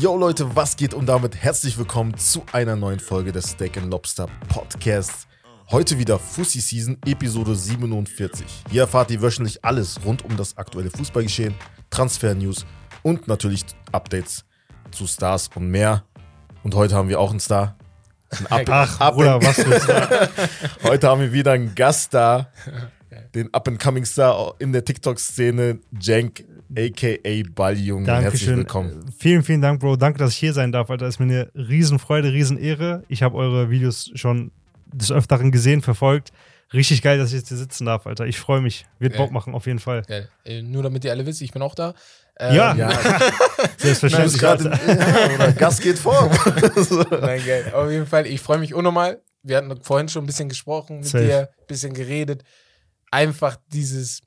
Yo Leute, was geht und damit herzlich willkommen zu einer neuen Folge des Steak and Lobster Podcasts. Heute wieder Fussi Season Episode 47. Hier erfahrt ihr wöchentlich alles rund um das aktuelle Fußballgeschehen, Transfer News und natürlich Updates zu Stars und mehr. Und heute haben wir auch einen Star. Ein Up Ach, Up- Bruder, was für ein Heute haben wir wieder einen Gast da, den Up-and-Coming-Star in der TikTok-Szene, Jenk, a.k.a. Balljung. Herzlich Dankeschön. willkommen. Vielen, vielen Dank, Bro. Danke, dass ich hier sein darf, Alter. Ist mir eine Riesenfreude, Riesenehre. Ich habe eure Videos schon des Öfteren gesehen, verfolgt. Richtig geil, dass ich jetzt hier sitzen darf, Alter. Ich freue mich. Wird Ja. Bock machen, auf jeden Fall. Geil. Äh, Nur damit ihr alle wisst, ich bin auch da. Ähm, Ja, Ja, selbstverständlich. gerade Alter. ja, oder Gast geht vor. so. Nein, geil. Auf jeden Fall, ich freue mich unnormal. Wir hatten vorhin schon ein bisschen gesprochen mit Safe. dir, ein bisschen geredet. Einfach dieses,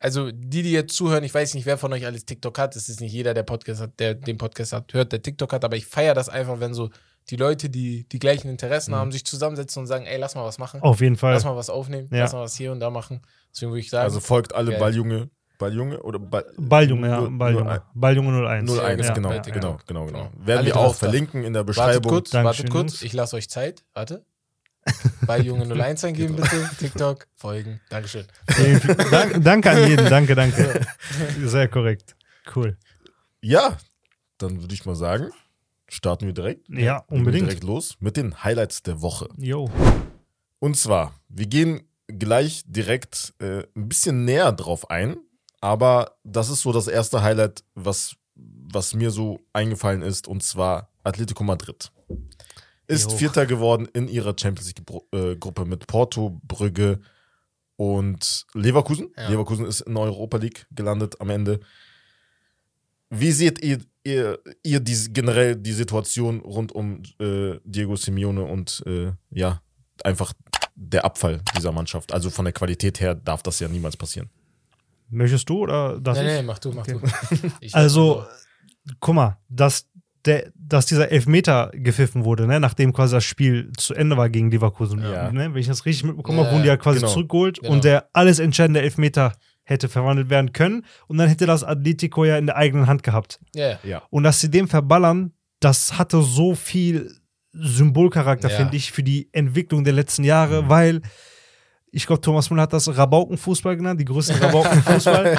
also die, die jetzt zuhören, ich weiß nicht, wer von euch alles TikTok hat. Es ist nicht jeder, der Podcast hat, der den Podcast hat, hört, der TikTok hat, aber ich feiere das einfach, wenn so die Leute, die die gleichen Interessen haben, sich zusammensetzen und sagen, ey, lass mal was machen. Mhm. Auf jeden Fall. Lass mal was aufnehmen, Ja. lass mal was hier und da machen. Deswegen würde ich sagen, Also folgt alle Geil. Balljunge. Balljunge oder Ball, Balljunge, ja. Nur- nur ein- Balljunge. Balljunge 01. 01, ja, genau, ja, genau, Ja. genau, genau. Genau. Werden Alle wir auch drauf da. verlinken in der Wartet Beschreibung. kurz, Dankeschön, wartet kurz. Jungs. Ich lasse euch Zeit. Warte. Bei Junge 01 eingeben, Genau. bitte. TikTok, folgen. Dankeschön. Vielen, vielen- Dank, danke an jeden. Danke, danke. Sehr korrekt. Cool. Ja, dann würde ich mal sagen, starten wir direkt. Ja, Legen wir unbedingt. Direkt los mit den Highlights der Woche. Yo. Und zwar, wir gehen gleich direkt äh, ein bisschen näher drauf ein, aber das ist so das erste Highlight, was, was mir so eingefallen ist, und zwar Atletico Madrid. Ist Jo. Vierter geworden in ihrer Champions League-Gruppe mit Porto, Brügge und Leverkusen. Ja. Leverkusen ist in der Europa League gelandet am Ende. Wie seht ihr, ihr, ihr diese, generell die Situation rund um äh, Diego Simeone und äh, ja, einfach der Abfall dieser Mannschaft? Also von der Qualität her darf das ja niemals passieren. Möchtest du oder darf Nein, ich? nee, mach du, mach Okay. du. Ich- Also, guck mal, dass, der, dass dieser Elfmeter gepfiffen wurde, ne, nachdem quasi das Spiel zu Ende war gegen Leverkusen. Ja. Ne, wenn ich das richtig mitbekommen Ja, habe, wurden die ja quasi genau. zurückgeholt Genau. und der alles entscheidende Elfmeter hätte verwandelt werden können. Und dann hätte das Atletico ja in der eigenen Hand gehabt. Ja, ja. Und dass sie dem verballern, das hatte so viel Symbolcharakter, Ja. Mhm. finde ich, für die Entwicklung der letzten Jahre, weil ich glaube, Thomas Müller hat das Rabaukenfußball genannt, die größten Rabauken im Fußball.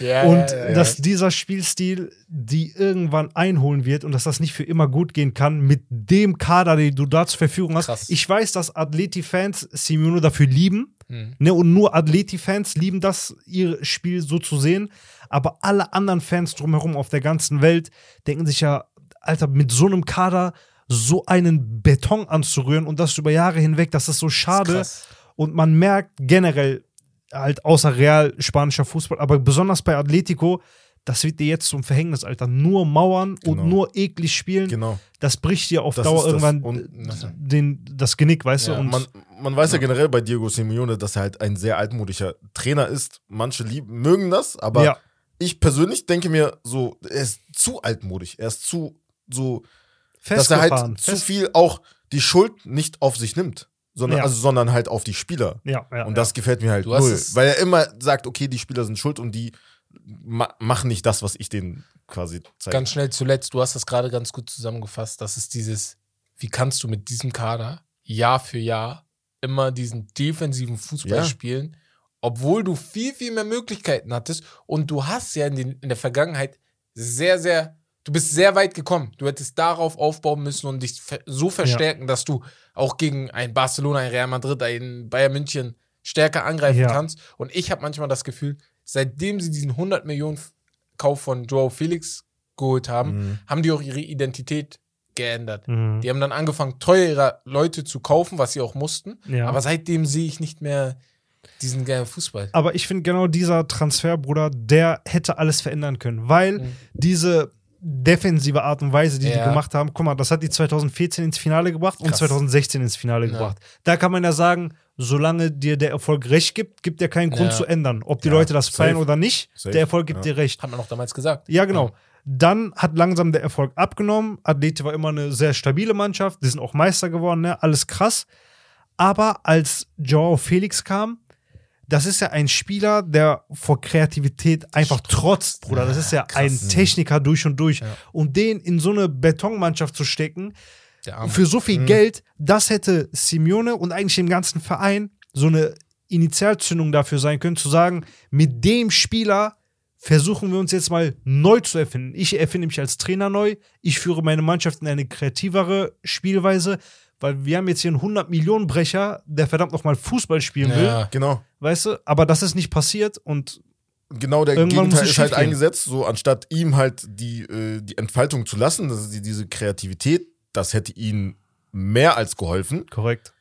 ja. Und ja, ja, ja. dass dieser Spielstil die irgendwann einholen wird und dass das nicht für immer gut gehen kann mit dem Kader, den du da zur Verfügung hast. Krass. Ich weiß, dass Atleti-Fans Simeone dafür lieben. Hm. Ne, und nur Atleti-Fans lieben das, ihr Spiel so zu sehen. Aber alle anderen Fans drumherum auf der ganzen Welt denken sich ja, Alter, mit so einem Kader so einen Beton anzurühren und das über Jahre hinweg, das ist so schade. Krass. Und man merkt generell, halt außer Real spanischer Fußball, aber besonders bei Atletico, das wird dir jetzt zum Verhängnis, Alter. Nur Mauern Genau. und nur eklig spielen, Genau. das bricht dir auf Das ist Dauer das. irgendwann Und- d- den, das Genick, weißt Ja, du? Und Man, man weiß ja. generell bei Diego Simeone, dass er halt ein sehr altmodischer Trainer ist. Manche lieben, mögen das, aber ja, ich persönlich denke mir so, er ist zu altmodisch. Er ist zu so dass er festgefahren. halt zu fest, viel auch die Schuld nicht auf sich nimmt, sondern, Ja. also, sondern halt auf die Spieler. ja, ja, und das gefällt mir halt Du hast null, es- weil er immer sagt, okay, die Spieler sind schuld und die ma machen nicht das, was ich denen quasi zeige. Ganz schnell zuletzt, du hast das gerade ganz gut zusammengefasst. Das ist dieses, wie kannst du mit diesem Kader Jahr für Jahr immer diesen defensiven Fußball Ja. spielen, obwohl du viel, viel mehr Möglichkeiten hattest. Und du hast ja in, den, in der Vergangenheit sehr, sehr, du bist sehr weit gekommen. Du hättest darauf aufbauen müssen und dich ver- so verstärken, dass du auch gegen ein Barcelona, ein Real Madrid, ein Bayern München stärker angreifen Ja. kannst. Und ich habe manchmal das Gefühl, seitdem sie diesen 100 Millionen Kauf von Joao Felix geholt haben, Mhm. haben die auch ihre Identität geändert. Mhm. Die haben dann angefangen, teure Leute zu kaufen, was sie auch mussten. Ja. Aber seitdem sehe ich nicht mehr diesen geilen Fußball. Aber ich finde genau dieser Transfer, Bruder, der hätte alles verändern können, weil Mhm. diese defensive Art und Weise, die Ja. die gemacht haben, guck mal, das hat die 2014 ins Finale gebracht und Krass. 2016 ins Finale Ja. gebracht. Da kann man ja sagen, solange dir der Erfolg recht gibt, gibt dir keinen Grund Ja. zu ändern. Ob die Ja, Leute das safe. feiern oder nicht, Safe, der Erfolg gibt ja. dir recht. Hat man auch damals gesagt. Ja, genau. Dann hat langsam der Erfolg abgenommen. Athlete war immer eine sehr stabile Mannschaft. Die sind auch Meister geworden, ne? alles krass. Aber als Joao Felix kam, das ist ja ein Spieler, der vor Kreativität einfach trotzt, Bruder. Das ist ja ein Techniker durch und durch. Und den in so eine Betonmannschaft zu stecken, Der Arme. für so viel Geld, das hätte Simeone und eigentlich dem ganzen Verein so eine Initialzündung dafür sein können, zu sagen, mit dem Spieler versuchen wir uns jetzt mal neu zu erfinden. Ich erfinde mich als Trainer neu, ich führe meine Mannschaft in eine kreativere Spielweise, weil wir haben jetzt hier einen 100-Millionen-Brecher, der verdammt nochmal Fußball spielen will, Ja. Genau. weißt du? Aber das ist nicht passiert und Genau, der Irgendwann muss Gegenteil es ist halt schiefgehen. eingesetzt, so anstatt ihm halt die, äh, die Entfaltung zu lassen, das ist die, diese Kreativität, das hätte ihn mehr als geholfen, korrekt.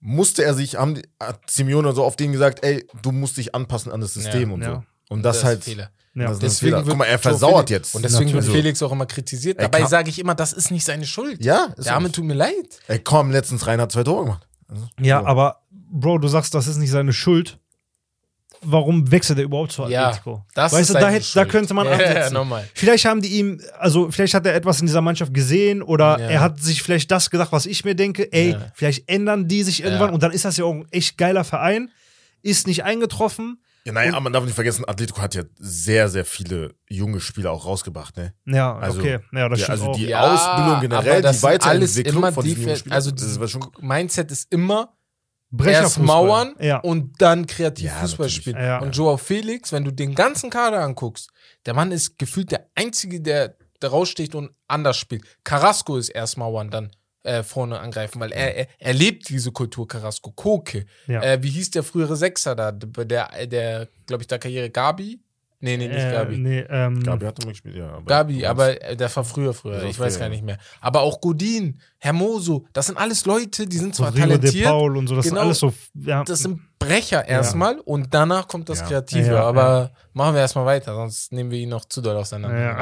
musste er sich, haben, die- hat Simeone so auf den gesagt, ey, du musst dich anpassen an das System Ja, und ja. so. Und das, ist halt. Fehler. Ja. Das ist Deswegen deswegen wird Guck mal, er Joe versauert Felix- jetzt. Und deswegen wird Natürlich. Felix auch immer kritisiert. Er Dabei kann- sage ich immer, das ist nicht seine Schuld. Ja, ist halt Der er Arme nicht. tut mir leid. Ey, komm, letztens rein, hat zwei Tore gemacht. Ja, So. aber Bro, du sagst, das ist nicht seine Schuld. Warum wechselt er überhaupt zu Ja, Atletico? das weißt ist du, da, seine hätte- da Schuld. könnte man Ja, ja, ansetzen. nochmal. Vielleicht haben die ihm, also vielleicht hat er etwas in dieser Mannschaft gesehen oder Ja. er hat sich vielleicht das gedacht, was ich mir denke. Ey, Ja. vielleicht ändern die sich irgendwann Ja. und dann ist das ja auch ein echt geiler Verein. Ist nicht eingetroffen. Ja, naja, aber man darf nicht vergessen, Atletico hat ja sehr, sehr viele junge Spieler auch rausgebracht, ne? Ja, Also, okay. Ja, das ja, stimmt also auch. die- Ausbildung generell, aber das die sind Weiterentwicklung alles immer von diesen jungen Defe- Spielern, Also das dieses war schon- Mindset ist immer erst Brecherfußball. Mauern Ja. und dann kreativ Ja, Fußball natürlich. spielen. Ja. Und Joao Felix, wenn du den ganzen Kader anguckst, der Mann ist gefühlt der Einzige, der da raussticht und anders spielt. Carrasco ist erst Mauern, dann äh, vorne angreifen, weil er, er, er lebt diese Kultur Carrasco. Koke. Ja. Äh, wie hieß der frühere Sechser da? Der, der glaube ich, der Karriere Gabi? Nee, nee, nicht äh, Gabi. nee, ähm, Gabi hat immer gespielt, ja. Mhm. Aber Gabi, aber äh, der war früher, früher. Das war Ich weiß früher, gar ja. nicht mehr. Aber auch Godin, Hermoso, das sind alles Leute, die sind zwar Rodrigo de talentiert, Paul und so, das Genau. sind alles so. Ja. das sind Brecher erstmal und danach kommt das Ja. Kreative. Ja, ja. aber machen wir erstmal weiter, sonst nehmen wir ihn noch zu doll auseinander. ja.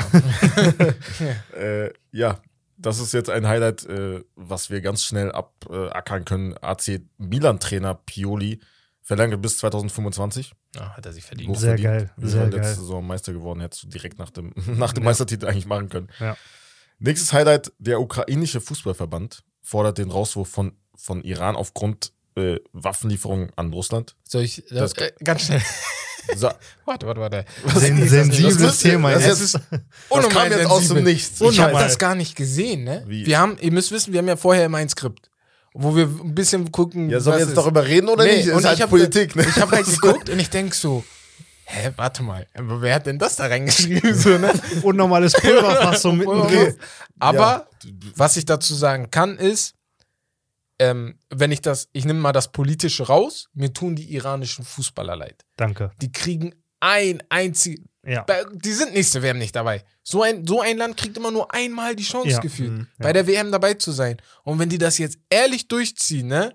äh, ja, das ist jetzt ein Highlight, äh, was wir ganz schnell abackern können. AC Milan-Trainer Pioli verlangt bis 2025. Ah, hat er sich verdient. Hoch Sehr verdient. geil, Wäre sehr letzte geil. Saison Meister geworden, hättest du direkt nach dem, nach dem Ja. Meistertitel eigentlich machen können. Ja. Nächstes Highlight: Der ukrainische Fußballverband fordert den Rauswurf von, von Iran aufgrund äh, Waffenlieferungen an Russland. Soll ich, Das- äh, ganz schnell. So, warte, warte, warte. Sen das sensibles müsst ihr- Thema. das jetzt. jetzt- das Unnormal kam jetzt aus dem sensibel. Nichts. Ich habe Unnormal. das gar nicht gesehen, ne? Wie? Wir haben, ihr müsst wissen, wir haben ja vorher immer ein Skript, wo wir ein bisschen gucken, Ja, sollen wir was jetzt ist. darüber reden oder Nee, nicht? und Ist halt ich hab- Politik, ne? Ich habe halt geguckt und ich denk so, hä, warte mal, aber wer hat denn das da reingeschrieben? So, ne? Unnormales Pulverfass so mittendrin. Aber was ich dazu sagen kann, ist, ähm, wenn ich das, ich nehme mal das Politische raus, mir tun die iranischen Fußballer leid. Danke. Die kriegen ein einzig, Ja. bei- die sind nächste WM nicht dabei. So ein, so ein Land kriegt immer nur einmal die Chance Ja. gefühlt, Mhm. bei der WM dabei zu sein. Und wenn die das jetzt ehrlich durchziehen, ne,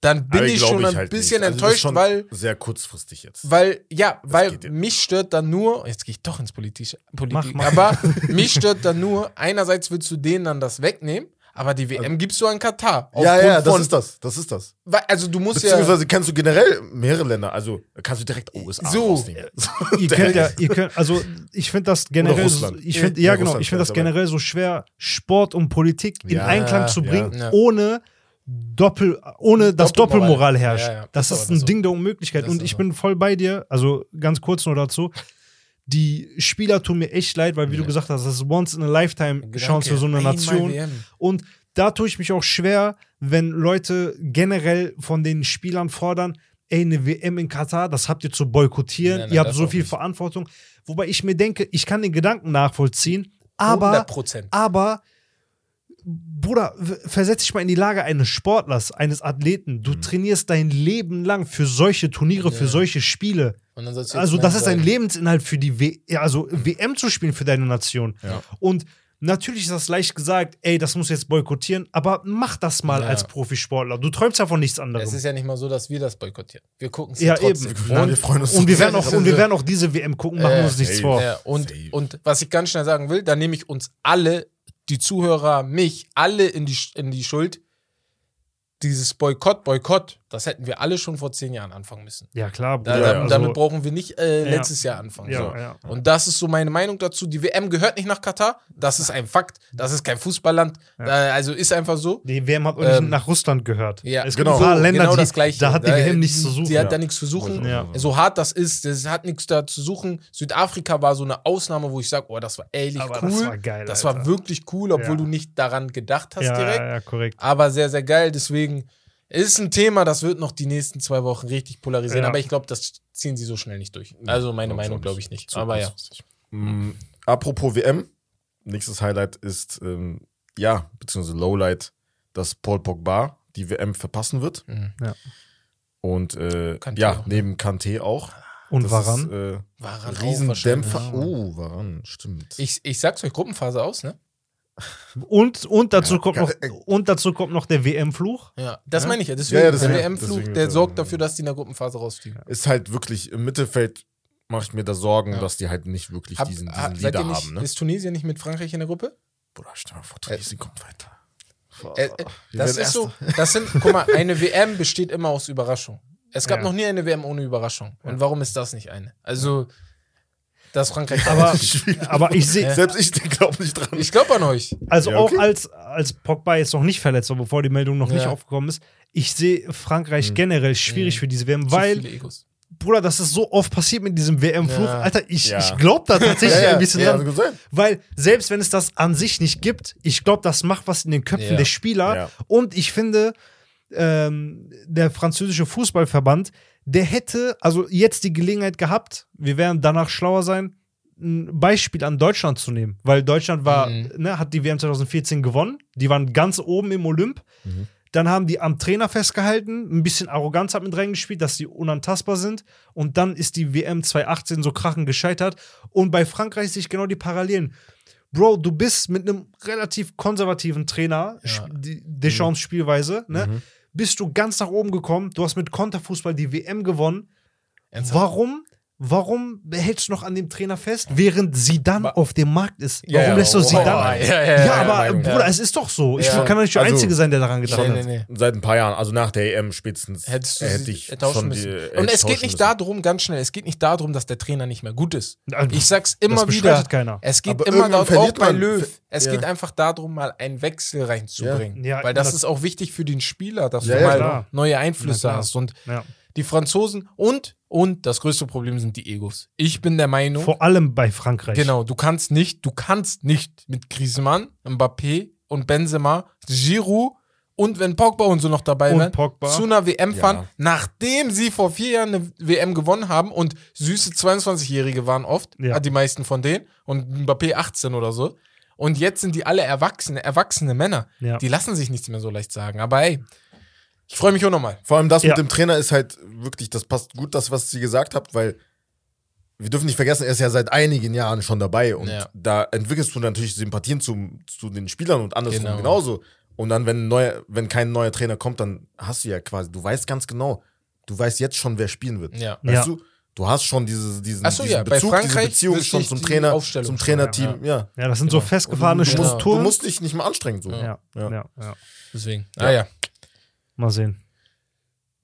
dann bin Aber ich glaub schon ein halt nicht. bisschen Also das ist enttäuscht, schon weil Sehr kurzfristig jetzt. Weil, ja, weil geht ja. mich stört dann nur, jetzt gehe ich doch ins Politische, Politik, mach. aber mich stört dann nur, einerseits willst du denen dann das wegnehmen, aber die WM gibst du an Katar. Also ja, ja, Aufgrund das von- ist das. Das ist das. Weil- Also du musst ja, Beziehungsweise kannst du generell mehrere Länder, also kannst du direkt USA So. rausnehmen. ihr könnt ja, ihr könnt, also ich finde das generell, so- Russland. ich finde, Ja, ja genau, Russland ich finde ist das dabei. generell so schwer, Sport und Politik in Ja, Einklang zu ja. bringen, Ja. ohne Doppel, ohne dass Doppelmoral. Doppelmoral herrscht. Ja, ja, Das ist ist aber ein so. Ding der Unmöglichkeit. Das Und ist ich so. bin voll bei dir, also ganz kurz nur dazu. Die Spieler tun mir echt leid, weil wie du Ja. gesagt hast, das ist once in a lifetime Chance für so eine Einmal Nation. WM. Und da tue ich mich auch schwer, wenn Leute generell von den Spielern fordern, ey, eine WM in Katar, das habt ihr zu boykottieren, Nein, nein, ihr habt das so auch viel nicht. Verantwortung. Wobei ich mir denke, ich kann den Gedanken nachvollziehen, aber, 100%. aber, Bruder, w- versetz dich mal in die Lage eines Sportlers, eines Athleten. Du trainierst dein Leben lang für solche Turniere, für Mhm. Ja. solche Spiele. Und dann sollst du jetzt Also, Nein das ist ein sagen. Lebensinhalt für die w ja, also WM zu spielen für deine Nation. Ja. Und natürlich ist das leicht gesagt, ey, das muss jetzt boykottieren, aber mach das mal Ja. als Profisportler. Du träumst ja von nichts Es anderem. ist ja nicht mal so, dass wir das boykottieren. Wir gucken es Ja, ja, trotzdem. eben. Nein, wir freuen uns. Und wir, werden Das auch, ist und wir so. werden auch diese WM gucken, machen Äh, wir uns nichts ey, vor. Ja, und, Safe. und was ich ganz schnell sagen will, da nehme ich uns alle, die Zuhörer, mich, alle in die, Sch- in die Schuld. Dieses Boykott, Boykott. Das hätten wir alle schon vor zehn Jahren anfangen müssen. Ja, klar, Da, Bruder. ja, damit, also, damit brauchen wir nicht äh, Ja. letztes Jahr anfangen. ja, so. ja. Und das ist so meine Meinung dazu. Die WM gehört nicht nach Katar. Das ist ein Fakt. Das ist kein Fußballland. Äh, Also ist einfach so. Die WM hat auch nicht Ähm, nach Russland gehört. Ja, es genau. gibt ein paar So, Länder, genau die, das Gleiche. Äh, da hat die WM nichts zu suchen. Die hat ja. da nichts zu suchen. Ja. So hart das ist, das hat nichts da zu suchen. Südafrika war so eine Ausnahme, wo ich sage, oh, das war ehrlich Aber cool. das war geil, Das Alter. war wirklich cool, obwohl Ja. du nicht daran gedacht hast ja, direkt. ja, ja, korrekt. Aber sehr, sehr geil. Deswegen ist ein Thema, das wird noch die nächsten zwei Wochen richtig polarisieren. Ja. Aber ich glaube, das ziehen sie so schnell nicht durch. Also meine Meinung, glaube ich nicht. Zu Aber ja. kurzfristig. Mm, apropos WM, nächstes Highlight ist, ähm, ja, beziehungsweise Lowlight, dass Paul Pogba die WM verpassen wird. Mhm. Und äh, Kanté ja, auch, ne? neben Kanté auch. Und Das Waran? Ist, äh, Waran auch wahrscheinlich. Riesendämpfer. Oh, Waran, stimmt. Ich, ich sag's euch, Gruppenphase aus, ne? Und, und, dazu kommt kann- noch, äh, und dazu kommt noch der WM-Fluch. Ja, das Ja? meine ich ja. Deswegen, Ja, ja, deswegen- der WM-Flug, deswegen- der sorgt dafür, dass die in der Gruppenphase rausfliegen. ist halt wirklich im Mittelfeld mache ich mir da Sorgen, Ja. dass die halt nicht wirklich Hab- diesen, diesen ha- seid ihr Leader nicht, haben. Ne? Ist Tunesien nicht mit Frankreich in der Gruppe? Bruder, stell mal vor, Tunesien kommt weiter. Äh, äh, das ist so, das sind, guck mal, eine WM besteht immer aus Überraschung. Es gab Ja. noch nie eine WM ohne Überraschung. Und warum ist das nicht eine? Also, das Frankreich. Aber, aber ich sehe, Selbst ich glaube nicht dran. ich glaube an euch. also Ja, okay. auch als, als Pogba jetzt noch nicht verletzt war, bevor die Meldung noch nicht Ja. aufgekommen ist, ich sehe Hm. Frankreich generell schwierig Mhm. für diese WM, Zu weil, viele Egos. Bruder, das ist so oft passiert mit diesem WM-Fluch. Ja. Alter, ich, Ja. ich glaube da tatsächlich ein bisschen ja, dran. kann sein. Weil selbst wenn es das an sich nicht gibt, ich glaube, das macht was in den Köpfen Ja. der Spieler. Ja. Und ich finde, ähm, der französische Fußballverband, der hätte also jetzt die Gelegenheit gehabt, wir wären danach schlauer sein, ein Beispiel an Deutschland zu nehmen. Weil Deutschland war, Mhm. ne, hat die WM 2014 gewonnen. Die waren ganz oben im Olymp. Mhm. Dann haben die am Trainer festgehalten, ein bisschen Arroganz hat mit reingespielt, dass sie unantastbar sind. Und dann ist die WM 2018 so krachend gescheitert. Und bei Frankreich sehe ich genau die Parallelen. Bro, du bist mit einem relativ konservativen Trainer, Ja. sp- die- Deschamps Spielweise, ne? Mhm. bist du ganz nach oben gekommen. Du hast mit Konterfußball die WM gewonnen. Ernsthaft? Warum? Warum hältst du noch an dem Trainer fest, während sie dann Wa- auf dem Markt ist? Warum ja, lässt du sie wow. dann? Ja, ja, Ja, ja, aber Meinung, Bruder, ja. es ist doch so. Ich Ja. kann doch nicht der Also, Einzige sein, der daran gedacht Nee, hat. nee, nee. Seit ein paar Jahren, also nach der EM spätestens, Hättest du äh, sie hätte ich tauschen schon die, müssen. hätte Und ich es geht tauschen nicht müssen. darum, ganz schnell, es geht nicht darum, dass der Trainer nicht mehr gut ist. Also, Ich sag's immer das wieder. bestreitet keiner. Es geht Aber immer irgendwann darum, auch verliert bei man. Löw. Es Ja. geht einfach darum, mal einen Wechsel reinzubringen. Ja. Ja, Weil das na- ist auch wichtig für den Spieler, dass Ja, du ja, mal klar. neue Na Einflüsse klar. hast. Und Ja. die Franzosen und, und das größte Problem sind die Egos. Ich bin der Meinung, Vor allem bei Frankreich. genau, du kannst nicht, du kannst nicht mit Griezmann, Mbappé und Benzema, Giroud und wenn Pogba und so noch dabei Und wären, Pogba. zu einer WM Ja. fahren, nachdem sie vor vier Jahren eine WM gewonnen haben und süße 22-Jährige waren oft, Ja. hat die meisten von denen und Mbappé 18 oder so. Und jetzt sind die alle erwachsene, erwachsene Männer. Ja. Die lassen sich nichts mehr so leicht sagen. Aber ey, ich freue mich auch nochmal. Vor allem das Ja. mit dem Trainer ist halt wirklich, das passt gut, das, was ihr gesagt habt, weil wir dürfen nicht vergessen, er ist ja seit einigen Jahren schon dabei und Ja. da entwickelst du natürlich Sympathien zum, zu den Spielern und andersrum Genau. genauso. Und dann, wenn, ein neuer, wenn kein neuer Trainer kommt, dann hast du ja quasi, du weißt ganz genau, du weißt jetzt schon, wer spielen wird. Ja. Weißt Ja. du? Du hast schon diese, diesen, Ach so, diesen ja, bei Bezug, diese Frankreich Beziehung wüsste schon ich zum die Trainer, Aufstellung zum schon, Trainerteam, ja. Ja, das sind so Genau. festgefahrene Du, musst, du Strukturen. musst dich nicht mal anstrengen. So. ja. Ja. Ja. Deswegen. Ja. Ah ja. Mal sehen.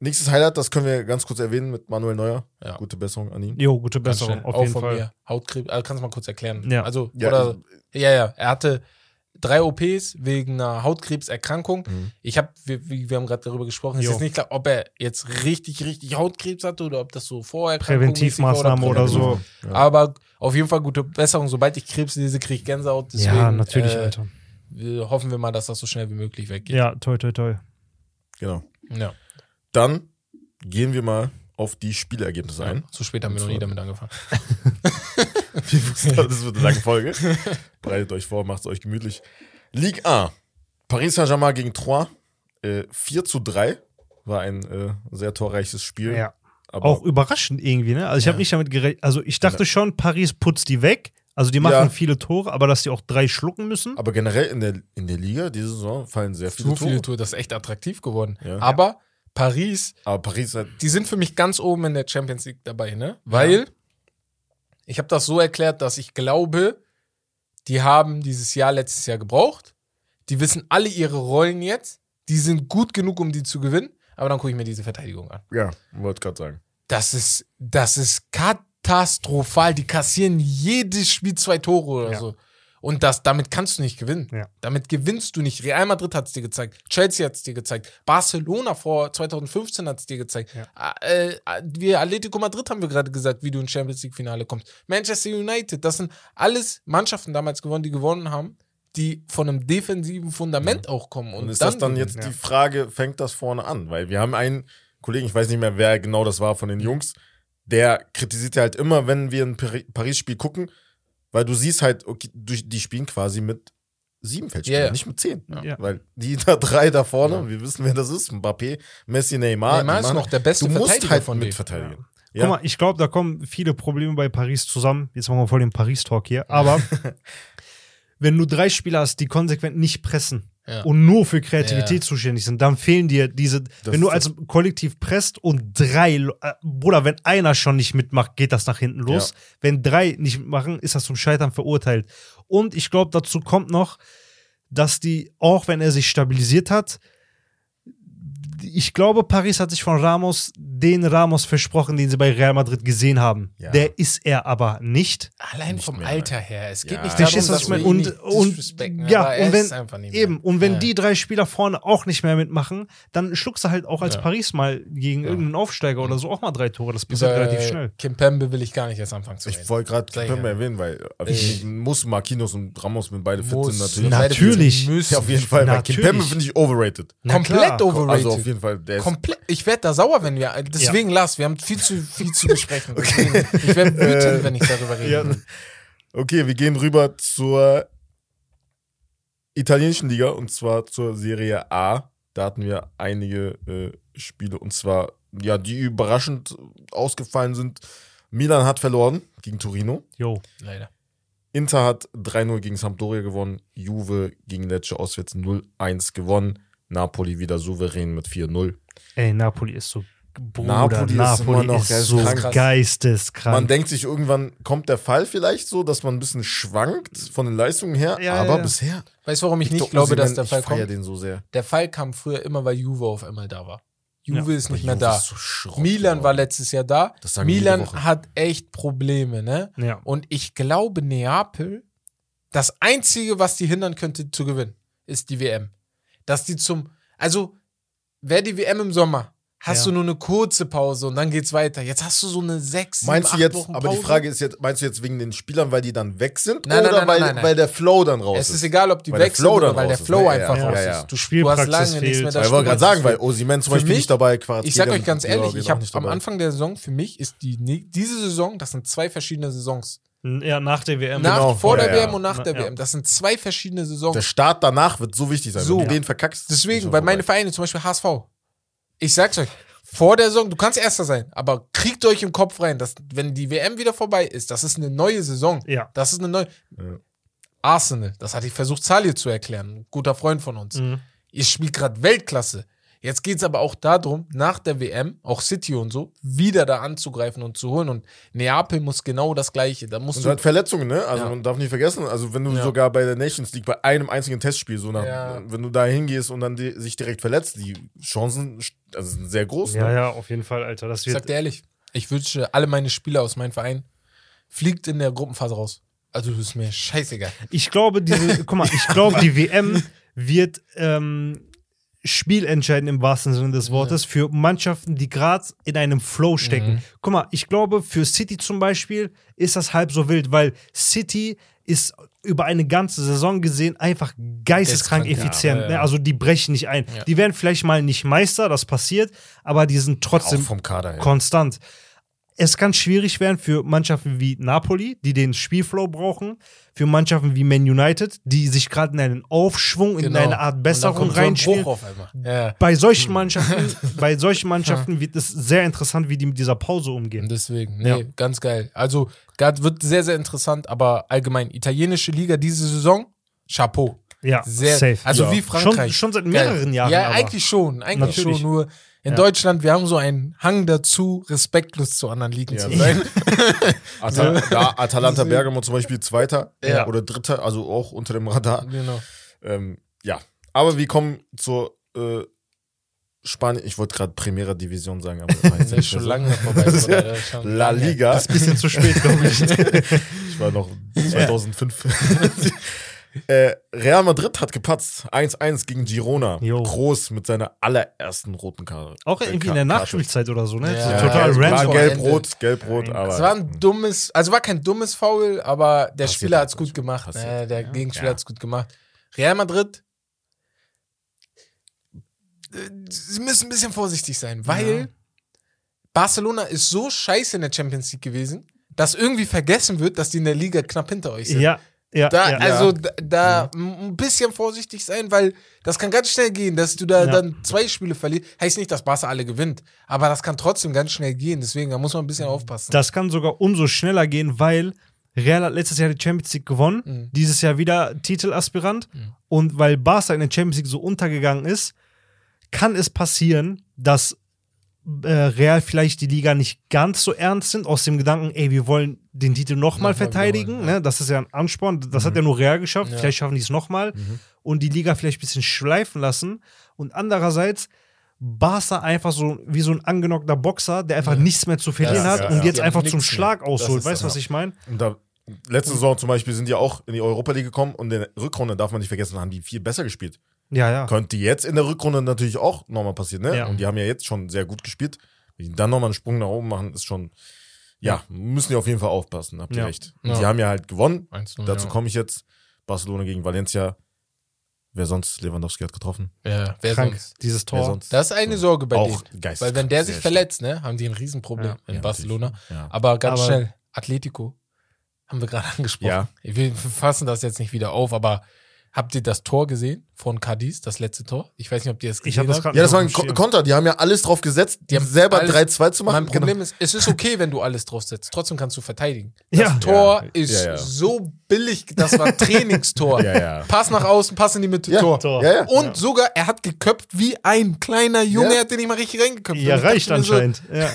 Nächstes Highlight, das können wir ganz kurz erwähnen mit Manuel Neuer. Ja. Gute Besserung an ihn. Jo, gute Ganz Besserung. schnell. Auf auch jeden von Fall. mir. Hautkrebs, also kannst du mal kurz erklären. Ja. Also, Ja, oder, ja, ja, er hatte drei OPs wegen einer Hautkrebserkrankung. Mhm. Ich habe, wir, wir wir haben gerade darüber gesprochen, es Jo. ist nicht klar, ob er jetzt richtig, richtig Hautkrebs hatte oder ob das so vorher Präventivmaßnahmen oder so. Aber auf jeden Fall gute Besserung. Sobald ich Krebs lese, kriege ich Gänsehaut. Deswegen, ja, natürlich, halt. äh, Alter. wir- Hoffen wir mal, dass das so schnell wie möglich weggeht. Ja, toi, toi, toi. Genau. Ja. Dann gehen wir mal auf die Spielergebnisse ein. So spät haben wir noch nie damit angefangen. Wir wussten, das wird eine lange Folge. Bereitet euch vor, macht es euch gemütlich. Ligue 1. Paris Saint-Germain gegen Troyes. Äh, 4 zu 3 war ein äh, sehr torreiches Spiel. Ja. Aber Auch überraschend irgendwie, ne? Also ich Ja. habe nicht damit gerechnet. Also ich dachte schon, Paris putzt die weg. Also die machen Ja. viele Tore, aber dass die auch drei schlucken müssen. Aber generell in der, in der Liga diese Saison fallen sehr viele, Zu viele Tore. Tour, das ist echt attraktiv geworden. Ja. Aber Paris Aber Paris hat. die sind für mich ganz oben in der Champions League dabei, ne? Weil ich habe das so erklärt, dass ich glaube, die haben dieses Jahr letztes Jahr gebraucht. Die wissen alle ihre Rollen jetzt. Die sind gut genug, um die zu gewinnen. Aber dann gucke ich mir diese Verteidigung an. Ja, wollte gerade sagen. Das ist, das ist katastrophal. Die kassieren jedes Spiel zwei Tore oder Ja. so. Und das, damit kannst du nicht gewinnen. Ja. Damit gewinnst du nicht. Real Madrid hat es dir gezeigt. Chelsea hat es dir gezeigt. Barcelona vor 2015 hat es dir gezeigt. Äh, äh, wir Atletico Madrid haben wir gerade gesagt, wie du ins Champions League Finale kommst. Manchester United, das sind alles Mannschaften damals gewonnen, die gewonnen haben, die von einem defensiven Fundament auch kommen. Und, Und ist dann das dann jetzt gewinnen, die ja. Frage, fängt das vorne an? Weil wir haben einen Kollegen, ich weiß nicht mehr, wer genau das war von den Jungs, der kritisiert ja halt immer, wenn wir ein Pari- Paris-Spiel gucken, weil du siehst halt, okay, du- die spielen quasi mit sieben Feldspielern, Ja, ja. nicht mit zehn. Ja. Weil die da drei da vorne, Ja. und wir wissen, wer das ist, Mbappé, Messi, Neymar. Neymar die ist machen- noch der beste du musst Verteidiger halt von denen. mitverteidigen. Guck mal, ich glaube, da kommen viele Probleme bei Paris zusammen. Jetzt machen wir voll den Paris-Talk hier. Aber wenn du drei Spieler hast, die konsequent nicht pressen Ja. und nur für Kreativität Ja. zuständig sind, dann fehlen dir diese. wenn du ist als Kollektiv presst und drei, Le- äh, Bruder, wenn einer schon nicht mitmacht, geht das nach hinten los. Wenn drei nicht mitmachen, ist das zum Scheitern verurteilt. Und ich glaube, dazu kommt noch, dass die, auch wenn er sich stabilisiert hat, ich glaube, Paris hat sich von Ramos den Ramos versprochen, den sie bei Real Madrid gesehen haben. Ja. Der ist er aber nicht. Allein Nicht vom mehr, Alter her. Es geht Ja. nicht darum, Verstehst du, was dass ich meine? wir ihn Und, nicht disrespekten, und ja, aber er und wenn ist einfach nicht mehr. eben und wenn Ja. die drei Spieler vorne auch nicht mehr mitmachen, dann schluckst du halt auch als Ja. Paris mal gegen irgendeinen Aufsteiger oder so auch mal drei Tore. Das passiert Über relativ schnell. Kim Pembe will ich gar nicht erst anfangen zu reden. Ich wollte gerade Sag ich Kimpembe ja. erwähnen, weil Ich- ich muss Marquinhos und Ramos, wenn beide fit Muss. sind, natürlich. Na, Natürlich. Ja, Müssen. auf jeden Fall. weil Natürlich. Kimpembe finde ich overrated. Na komplett klar. overrated. Also auf jeden Fall, der ist komplett. Ich werde da sauer, wenn wir. Deswegen, Lars, wir haben viel zu viel zu besprechen. Deswegen, Ich Äh, werde wütend, wenn ich darüber rede. Ja. Okay, wir gehen rüber zur italienischen Liga und zwar zur Serie A. Da hatten wir einige äh, Spiele und zwar, ja, die überraschend ausgefallen sind. Milan hat verloren gegen Torino. Jo. Leider. Inter hat 3-0 gegen Sampdoria gewonnen. Juve gegen Lecce auswärts 0-1 gewonnen. Napoli wieder souverän mit 4-0. Ey, Napoli ist so Bruder, Napoli Napoli, ist immer noch ist, so geisteskrank. geisteskrank. Man denkt sich, irgendwann kommt der Fall vielleicht so, dass man ein bisschen schwankt von den Leistungen her. Ja, aber ja, ja. bisher. Weißt du, warum ich nicht Victor glaube, dass Osimhen, der Fall ich feier kommt? den so sehr. Der Fall kam früher immer, weil Juve auf einmal da war. Juve ist nicht mehr Juve da. ist so Schrott Milan war geworden. letztes Jahr da. Das sagen wir jede Milan Woche. hat echt Probleme, ne? ja. Und ich glaube, Neapel, das Einzige, was die hindern könnte zu gewinnen, ist die WM. Dass die zum, also wäre die WM im Sommer, hast Ja. du nur eine kurze Pause und dann geht's weiter. Jetzt hast du so eine sechs, sieben, Meinst du acht jetzt, Wochen aber die Pause. Frage ist jetzt, meinst du jetzt wegen den Spielern, weil die dann weg sind Nein, nein, oder nein, nein, weil, nein, nein. weil der Flow dann raus es ist ist? egal, ob die Weil der weg sind Flow oder dann weil der raus ist, Flow ne? Ja, einfach ja, raus ja, ja. ist. Du Spielpraxis du hast lange nichts fehlt. mehr Weil ich wollte gerade sagen, weil spielst du. Osimen zum Für Beispiel mich- nicht dabei Quartier, Ich sag euch ganz ehrlich, ich habe nicht am dabei. Anfang der Saison, für mich ist die ne- diese Saison, das sind zwei verschiedene Saisons. ja, nach der WM. Nach, Genau, vor ja, der ja. WM und nach Na, der ja. WM. Das sind zwei verschiedene Saisons. Der Start danach wird so wichtig sein. So. Wenn du den verkackst. ist Deswegen, schon weil meine vorbei. Vereine, zum Beispiel HSV, ich sag's euch, vor der Saison, du kannst Erster sein, aber kriegt euch im Kopf rein, dass wenn die WM wieder vorbei ist, das ist eine neue Saison. Ja. Das ist eine neue. Ja. Arsenal, das hatte ich versucht, Salih zu erklären, ein guter Freund von uns. Mhm. Ihr spielt gerade Weltklasse. Jetzt geht's aber auch darum, nach der WM, auch City und so, wieder da anzugreifen und zu holen. Und Neapel muss genau das Gleiche. Da musst Und du. halt Verletzungen, ne? Also Ja. man darf nicht vergessen, also wenn du Ja. sogar bei der Nations League bei einem einzigen Testspiel so nach, Ja. wenn du da hingehst und dann die, sich direkt verletzt, die Chancen also sind sehr groß. Ja, ne? ja, auf jeden Fall, Alter. Das Ich wird sag dir ehrlich, ich wünsche alle meine Spieler aus meinem Verein, fliegt in der Gruppenphase raus. Also das ist mir scheißegal. Ich glaube, diese, guck mal, ich glaube, die WM wird ähm, spielentscheidend im wahrsten Sinne des Wortes für Mannschaften, die gerade in einem Flow Mhm. stecken. Guck mal, ich glaube, für City zum Beispiel ist das halb so wild, weil City ist über eine ganze Saison gesehen einfach geisteskrank Geisteskrank, ja. effizient. Ja, ja. Ne? Also die brechen nicht ein. Ja. Die werden vielleicht mal nicht Meister, das passiert, aber die sind Auch trotzdem vom Kader her. konstant. Es kann schwierig werden für Mannschaften wie Napoli, die den Spielflow brauchen, für Mannschaften wie Man United, die sich gerade in einen Aufschwung, in Genau. eine Art Und dann Besserung kommt so ein reinspielen. Bruch auf Hm. einmal. Ja. Bei solchen Mannschaften, bei solchen Mannschaften wird es sehr interessant, wie die mit dieser Pause umgehen. Und deswegen, nee, Ja. ganz geil. Also ganz- wird sehr, sehr interessant, aber allgemein, italienische Liga diese Saison, Chapeau. Ja, Sehr, safe. Also Ja. wie schon, Frankreich. schon seit Geil. mehreren Jahren. Ja, aber. eigentlich schon, eigentlich Natürlich. schon. Nur in Ja. Deutschland, wir haben so einen Hang dazu, respektlos zu anderen Ligen Ja, zu sein. Atal da Atalanta Deswegen- Bergamo zum Beispiel Zweiter Ja. oder Dritter, also auch unter dem Radar. genau. Ähm, ja, aber wir kommen zur äh, Spanien, ich wollte gerade Primera Division sagen, aber heißt Das ist schon lange vorbei. Bruder. Das ist schon La lange. Liga. Das ist ein bisschen zu spät, glaube ich. Ich war noch 2005. äh, Real Madrid hat gepatzt. 1-1 gegen Girona. Jo. Groß mit seiner allerersten roten Karte. Auch irgendwie in der Nachspielzeit oder so, ne? Ja. So total Ja, also War random. Vor Ende. gelb-rot, gelb-rot, aber. Es war ein dummes, also war kein dummes Foul, aber der Passiert Spieler hat es halt, manchmal. gut gemacht. Passiert. Äh, der Gegenspieler Ja. hat es gut gemacht. Real Madrid, äh, sie müssen ein bisschen vorsichtig sein, weil Ja. Barcelona ist so scheiße in der Champions League gewesen, dass irgendwie vergessen wird, dass die in der Liga knapp hinter euch sind. Ja, ja. Da, ja. Also da, da m- ein bisschen vorsichtig sein, weil das kann ganz schnell gehen, dass du da Ja. dann zwei Spiele verlierst. Heißt nicht, dass Barca alle gewinnt, aber das kann trotzdem ganz schnell gehen. Deswegen, da muss man ein Mhm. bisschen aufpassen. Das kann sogar umso schneller gehen, weil Real hat letztes Jahr die Champions League gewonnen, Mhm. dieses Jahr wieder Titelaspirant. Mhm. Und weil Barca in der Champions League so untergegangen ist, kann es passieren, dass äh, Real vielleicht die Liga nicht ganz so ernst sind, aus dem Gedanken, ey, wir wollen den Titel nochmal Nochmal verteidigen. wiederholen, ne? Das ist ja ein Ansporn, das hat ja nur Real geschafft, Mhm. Ja. Mhm. vielleicht schaffen die es nochmal und die Liga vielleicht ein bisschen schleifen lassen. Und andererseits Barca einfach so wie so ein angenockter Boxer, der einfach Ja. nichts mehr zu verlieren Ja, hat ja, und ja. jetzt Die haben einfach zum nichts mehr. Schlag Das ausholt. ist Weißt du, das, was ich meine? Und da, letzte Saison zum Beispiel sind die auch in die Europa League gekommen und in der Rückrunde darf man nicht vergessen, haben die viel besser gespielt. Ja, ja. Könnte jetzt in der Rückrunde natürlich auch nochmal passieren, ne? Ja. Und die haben ja jetzt schon sehr gut gespielt. Wenn die dann nochmal einen Sprung nach oben machen, ist schon. Ja, müssen die auf jeden Fall aufpassen, habt ihr Ja. recht. Und Ja. Die haben ja halt gewonnen. 1-0, Dazu ja. komme ich jetzt. Barcelona gegen Valencia. Wer sonst? Lewandowski hat getroffen. Ja, wer Krank, sonst? dieses Wer Tor. sonst? Das ist eine Sorge bei Auch denen. geisteskrank, Weil wenn der sich sehr verletzt, ne, haben die ein Riesenproblem Ja. in Ja, Barcelona. natürlich. Ja. Aber ganz Aber- schnell, Atletico haben wir gerade angesprochen. Ja. Wir fassen das jetzt nicht wieder auf, aber habt ihr das Tor gesehen von Cadiz, das letzte Tor? Ich weiß nicht, ob ihr es Ich gesehen habe das habt. gerade Ja, das war ein nicht auf dem Ko- Konter. Die haben ja alles drauf gesetzt, Die die haben haben selber alles- 3-2 zu machen. Mein Problem ist, es ist okay, wenn du alles draufsetzt. Trotzdem kannst du verteidigen. Das Ja. Tor Ja. ist Ja, ja. so billig, das war Trainingstor. Genau. Ja, ja. Pass nach außen, pass in die Mitte, Ja. Tor. Tor. Ja, ja. Und sogar, er hat geköpft wie ein kleiner Junge. Ja. Er hat den nicht mal richtig reingeköpft. Ja, Und ich reicht dachte mir so, anscheinend. Ja.